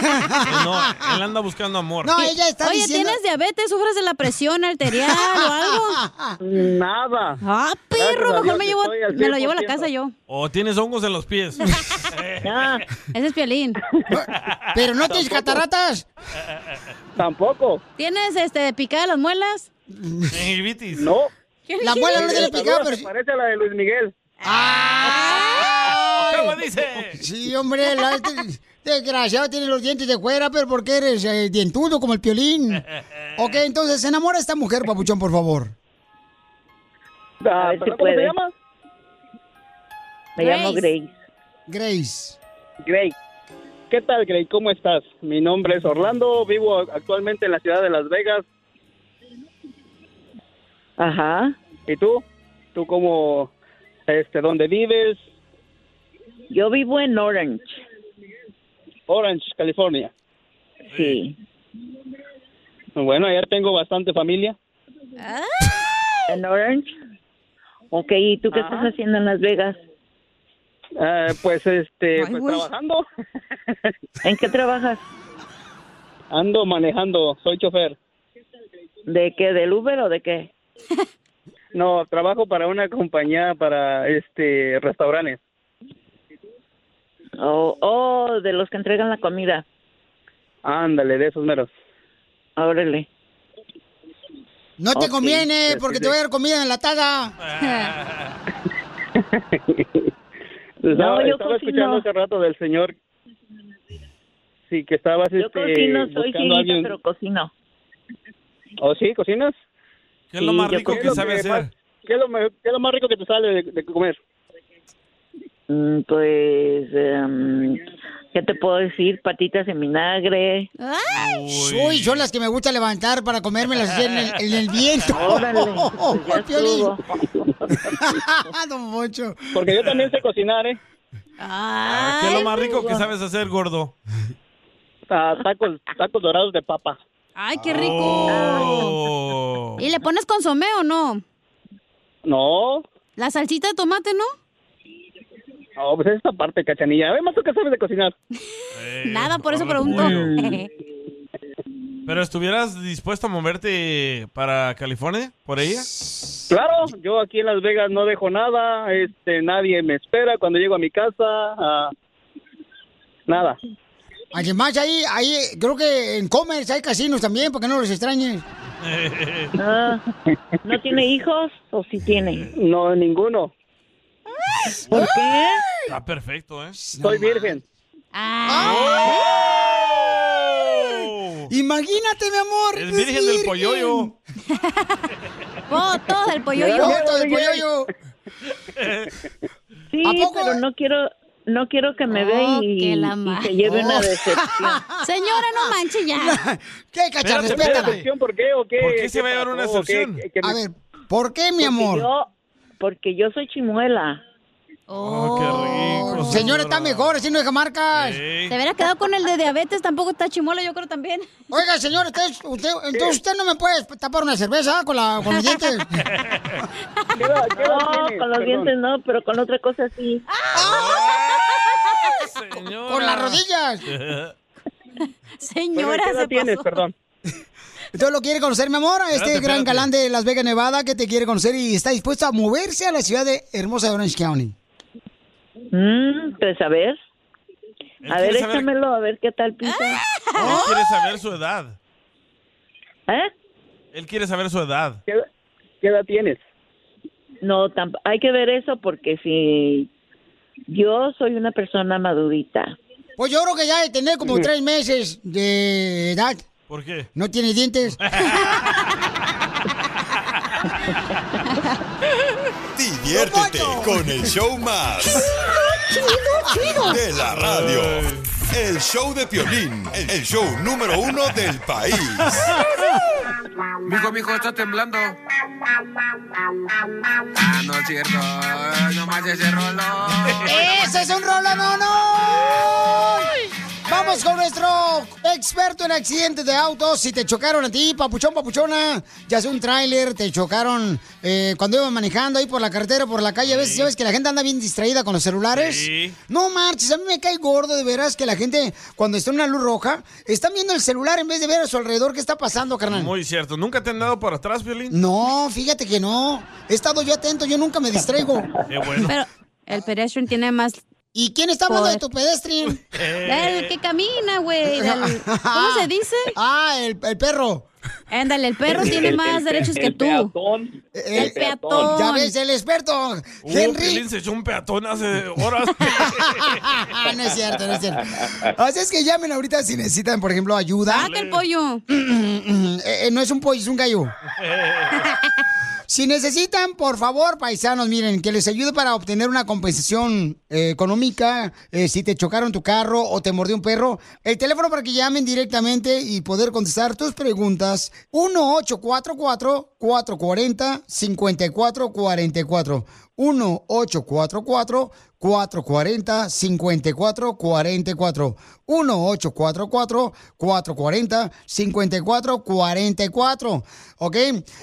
Ah, no, él anda buscando amor. Oye, ¿tienes diabetes? ¿Sufres de la presión arterial o algo? Nada. Ah, perro, Gracias a mejor Dios me, que llevo, estoy al me lo llevo a la 100%. casa yo. O tienes hongos en los pies. Ese es Piolín. Pero no tienes cataratas. Eh, Tampoco. ¿Tienes este picada de las muelas? Gingivitis. No. La abuela no tiene picada, pero Se parece a la de Luis Miguel. Ah, ¿Cómo dice? Sí, hombre, la, este desgraciado tiene los dientes de fuera, pero ¿por qué eres eh, dientudo como el piolín? Ok, entonces, enamora a esta mujer, papuchón, por favor. Ah, ver si ¿Cómo te puedes. llamas? Me llamo Grace. Grace. Grace. ¿Qué tal, Grace? ¿Cómo estás? Mi nombre es Orlando, vivo actualmente en la ciudad de Las Vegas. Ajá. ¿Y tú? ¿Tú cómo, este, dónde vives? Yo vivo en Orange. Orange, California. Sí. Bueno, allá tengo bastante familia. ¿En Orange? Ok, ¿y tú qué Ajá. estás haciendo en Las Vegas? Ah, pues, este, pues, trabajando. ¿En qué trabajas? Ando manejando, soy chofer. ¿De qué? ¿Del Uber o de qué? No, trabajo para una compañía para, este, restaurantes. ¿O o de los que entregan la comida? Ándale, de esos meros. Órale. No te Ok, conviene, sí, porque sí, Ah. te voy a sí. dar comida enlatada. Estaba, yo estaba creo que escuchando no. hace rato del señor. Sí, que estabas Yo cocino, este, soy buscando a finita, alguien. pero cocino. ¿Oh, sí? ¿Cocinas? ¿Qué es lo Sí, más yo rico que cocino. sabe hacer? más- ¿Qué es, lo, me- qué es lo más rico que te sale de, de comer? Mm, Pues, em, ¿qué te puedo decir? Patitas en vinagre. Ah, Uy, son las que me gusta levantar para comérmelas así en el, en el viento. Oh, Órale, pues ya Piolín. estuvo. Don Poncho. Porque yo también sé cocinar, ¿eh? Ah, ¿Qué Ah. es lo más rico que sabes hacer, gordo? Ah, tacos, tacos dorados de papa. Ay, qué rico. ¿Y le pones consomé o no? No, La salsita de tomate, ¿no? no, pues esta parte, cachanilla. Además, ¿tú qué sabes de cocinar? Eh, Nada, por eso pregunto. ¿Pero estuvieras dispuesto a moverte para California por ella? Claro, yo aquí en Las Vegas no dejo nada, este, nadie me espera cuando llego a mi casa, ah, nada. Además, ahí, ahí, creo que en Commerce hay casinos también, para que no los extrañen. Ah, ¿No tiene hijos o sí tiene? No, ninguno. ¿Por qué? Está perfecto, ¿eh? Soy virgen. Imagínate, mi amor. El virgen del polloyo. Foto Oh, del polloyo. Foto del polloyo. Sí, pero no quiero no quiero que me vea Oh, y, que la y ma- se lleve una Oh. decepción. Señora, no manche ya. ¿Qué, cachar? Espérate, espérate. Respétala. ¿Decepción por qué o qué? ¿Por qué se va a llevar pasó? una ¿O qué? decepción? ¿Qué- qué- A ver, ¿Por qué, mi Porque amor? yo- porque yo soy chimuela. Oh, Señora, está mejor, así no deja marcas. Te hubieras quedado con el de diabetes, tampoco está chimuelo, yo creo también. Oiga, señor, usted, usted, entonces usted no me puede tapar una cerveza con, la, Ah, con los dientes. No, tiene? con los Perdón. dientes no, pero con otra cosa sí. Ah. Con las rodillas. Señora, se pasó. Entonces lo quiere conocer, mi amor, a este Espérate, gran espérate. galán de Las Vegas, Nevada, que te quiere conocer y está dispuesto a moverse a la ciudad de hermosa de Orange County. Mm, pues a ver. A ver, quiere saber- échamelo, a ver qué tal pinta. Él quiere saber su edad. Ah. ¿Eh? Él quiere saber su edad. ¿Qué edad tienes? No, tamp- hay que ver eso porque si yo soy una persona madurita. Pues yo creo que ya de tener como tres meses de edad. ¿Por qué? No tiene dientes. Diviértete con el show más. De la radio. El show de Piolín. El show número uno del país. Mijo, mijo, está temblando. Ah, no es cierto. Ay, nomás ese rollo. ¡Ese es un rola, no, no! Vamos con nuestro experto en accidentes de autos. Si te chocaron a ti, papuchón, papuchona, ya sea un tráiler, te chocaron eh, cuando ibas manejando ahí por la carretera, por la calle. A veces ya ves que la gente anda bien distraída con los celulares. Sí. No marches, a mí me cae gordo de veras que la gente, cuando está en una luz roja, están viendo el celular en vez de ver a su alrededor qué está pasando, carnal. Muy cierto. ¿Nunca te han dado por atrás, Violín? No, fíjate que no. He estado yo atento, yo nunca me distraigo. Qué bueno. Pero el pedestrian tiene más. ¿Y quién está hablando de tu pedestrian? Del que camina, güey. del- ¿Cómo se dice? Ah, el, perro. Ándale, el perro tiene más derechos que tú. El peatón. Ya ves, el experto. Uh, Henry. Piolín se echó un peatón hace horas. no es cierto, no es cierto. Así es que llamen ahorita si necesitan, por ejemplo, ayuda. Saca el pollo. Eh, eh, no es un pollo, es un gallo. Si necesitan, por favor, paisanos, miren, que les ayude para obtener una compensación eh, económica, eh, si te chocaron tu carro o te mordió un perro, el teléfono para que llamen directamente y poder contestar tus preguntas, 1-844-440-5444. 1-844-440-5444. 1-844-440-5444. ¿Ok?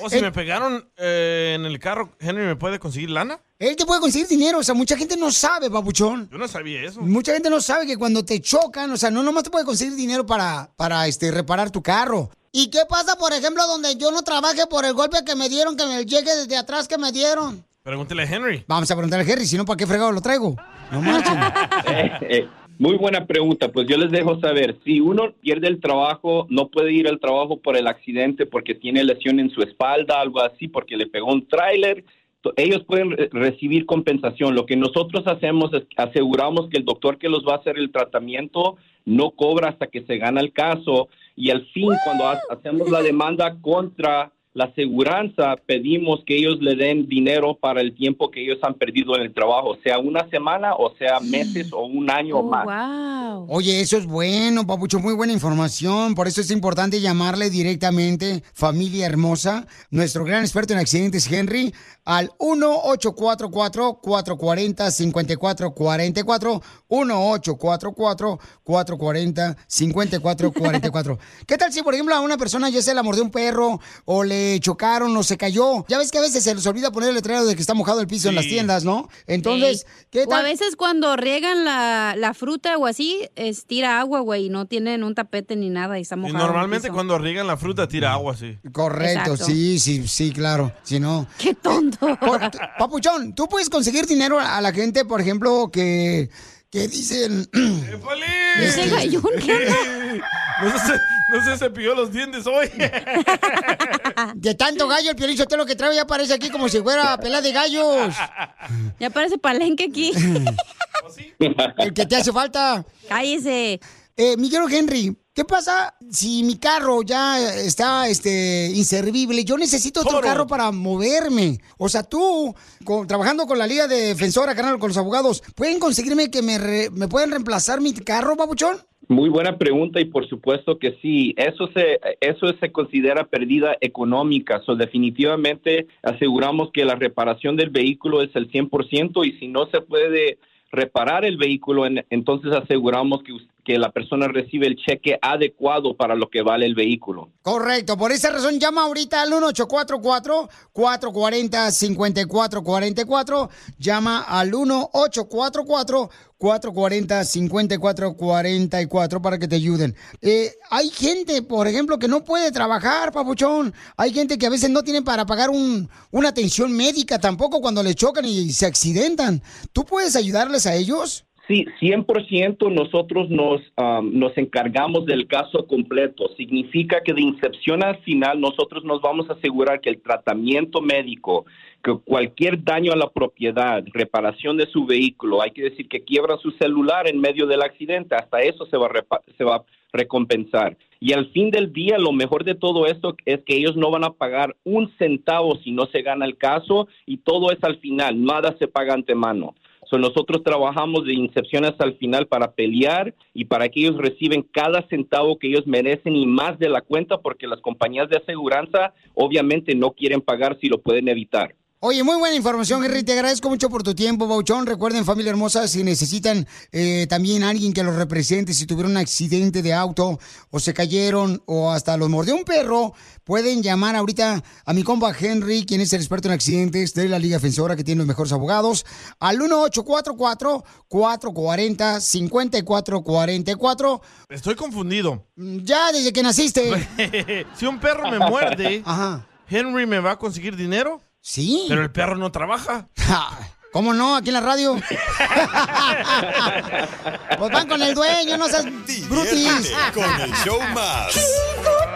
O si Oh, me pegaron eh, en el carro, Henry, ¿me puede conseguir lana? Él te puede conseguir dinero, o sea, mucha gente no sabe, babuchón. Yo no sabía eso. Mucha gente no sabe que cuando te chocan, o sea, no nomás te puede conseguir dinero para, para este, reparar tu carro. ¿Y qué pasa, por ejemplo, donde yo no trabaje por el golpe que me dieron, que me llegue desde atrás que me dieron? Pregúntele a Henry. Vamos a preguntarle a Henry, si no, ¿para qué fregado lo traigo? No marchen. Eh, eh, muy buena pregunta. Pues yo les dejo saber, si uno pierde el trabajo, no puede ir al trabajo por el accidente porque tiene lesión en su espalda, algo así, porque le pegó un tráiler. to- Ellos pueden re- recibir compensación. Lo que nosotros hacemos es aseguramos que el doctor que los va a hacer el tratamiento no cobra hasta que se gana el caso y al fin cuando ha- hacemos la demanda contra la aseguranza pedimos que ellos le den dinero para el tiempo que ellos han perdido en el trabajo, sea una semana o sea meses o un año o más. Oye, eso es bueno, Papucho, muy buena información. Por eso es importante llamarle directamente, familia hermosa, nuestro gran experto en accidentes, Henry, al 1-844-440-5444. 1-844-440-5444. ¿Qué tal si, por ejemplo, a una persona ya se la mordió un perro o le chocaron o se cayó? Ya ves que a veces se les olvida poner el letrero de que está mojado el piso en las tiendas, ¿no? Entonces, Sí. ¿qué O a tal? veces cuando riegan la, la fruta o así, es tira agua, güey, y no tienen un tapete ni nada y está Y mojado. el normalmente piso. cuando riegan la fruta tira agua así. Correcto, Exacto. sí, sí, sí, claro. Si no. ¡Qué tonto! Papuchón, tú puedes conseguir dinero a la gente, por ejemplo, que, que dicen... Este- No se, no se cepilló los dientes hoy. Ah. De tanto gallo, el Piolín Sotelo que trae ya parece aquí como si fuera pelea de gallos. Ya parece palenque aquí. El que te hace falta. Cállese. Eh, Miguel Henry, ¿qué pasa si mi carro ya está este, inservible? Yo necesito otro Toro. carro para moverme. O sea, tú, con- trabajando con la Liga de Defensora, canal con los abogados, ¿pueden conseguirme que me, re- me pueden reemplazar mi carro, babuchón? Muy buena pregunta y por supuesto que sí, eso se, eso se considera pérdida económica, so definitivamente aseguramos que la reparación del vehículo es el 100% y si no se puede reparar el vehículo, en- entonces aseguramos que, us- que la persona recibe el cheque adecuado para lo que vale el vehículo. Correcto, por esa razón llama ahorita al 1844-440-5444. Llama al 1844-440-5444 para que te ayuden. Eh, hay gente, por ejemplo, que no puede trabajar, papuchón. Hay gente que a veces no tiene para pagar un- una atención médica tampoco cuando le chocan y se accidentan. ¿Tú puedes ayudarles a ellos? Sí, 100% nosotros nos, um, nos encargamos del caso completo. Significa que de incepción al final nosotros nos vamos a asegurar que el tratamiento médico, que cualquier daño a la propiedad, reparación de su vehículo, hay que decir que quiebra su celular en medio del accidente, hasta eso se va a, repa- se va a recompensar. Y al fin del día, lo mejor de todo esto es que ellos no van a pagar un centavo si no se gana el caso y todo es al final, nada se paga antemano. So, nosotros trabajamos de incepción hasta el final para pelear y para que ellos reciben cada centavo que ellos merecen y más de la cuenta porque las compañías de aseguranza obviamente no quieren pagar si lo pueden evitar. Oye, muy buena información, Henry. Te agradezco mucho por tu tiempo, Bauchón. Recuerden, familia hermosa, si necesitan eh, también alguien que los represente, si tuvieron un accidente de auto o se cayeron o hasta los mordió un perro, pueden llamar ahorita a mi compa Henry, quien es el experto en accidentes de la Liga Defensora, que tiene los mejores abogados, al 1844-440-5444. Estoy confundido. Ya desde que naciste. si un perro me muerde, Ajá. ¿Henry me va a conseguir dinero? Sí. Pero el perro no trabaja. ¿Cómo no? Aquí en la radio. Pues van con el dueño, no seas brutis. Con el show más. Chido,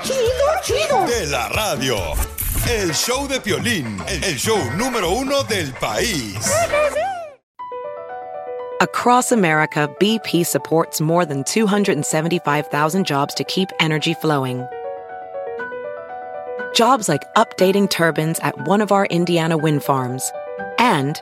chido, chido. De la radio. El show de Piolín. El show número uno del país. Across America, BP supports more than 275,000 jobs to keep energy flowing. Jobs like updating turbines at one of our Indiana wind farms and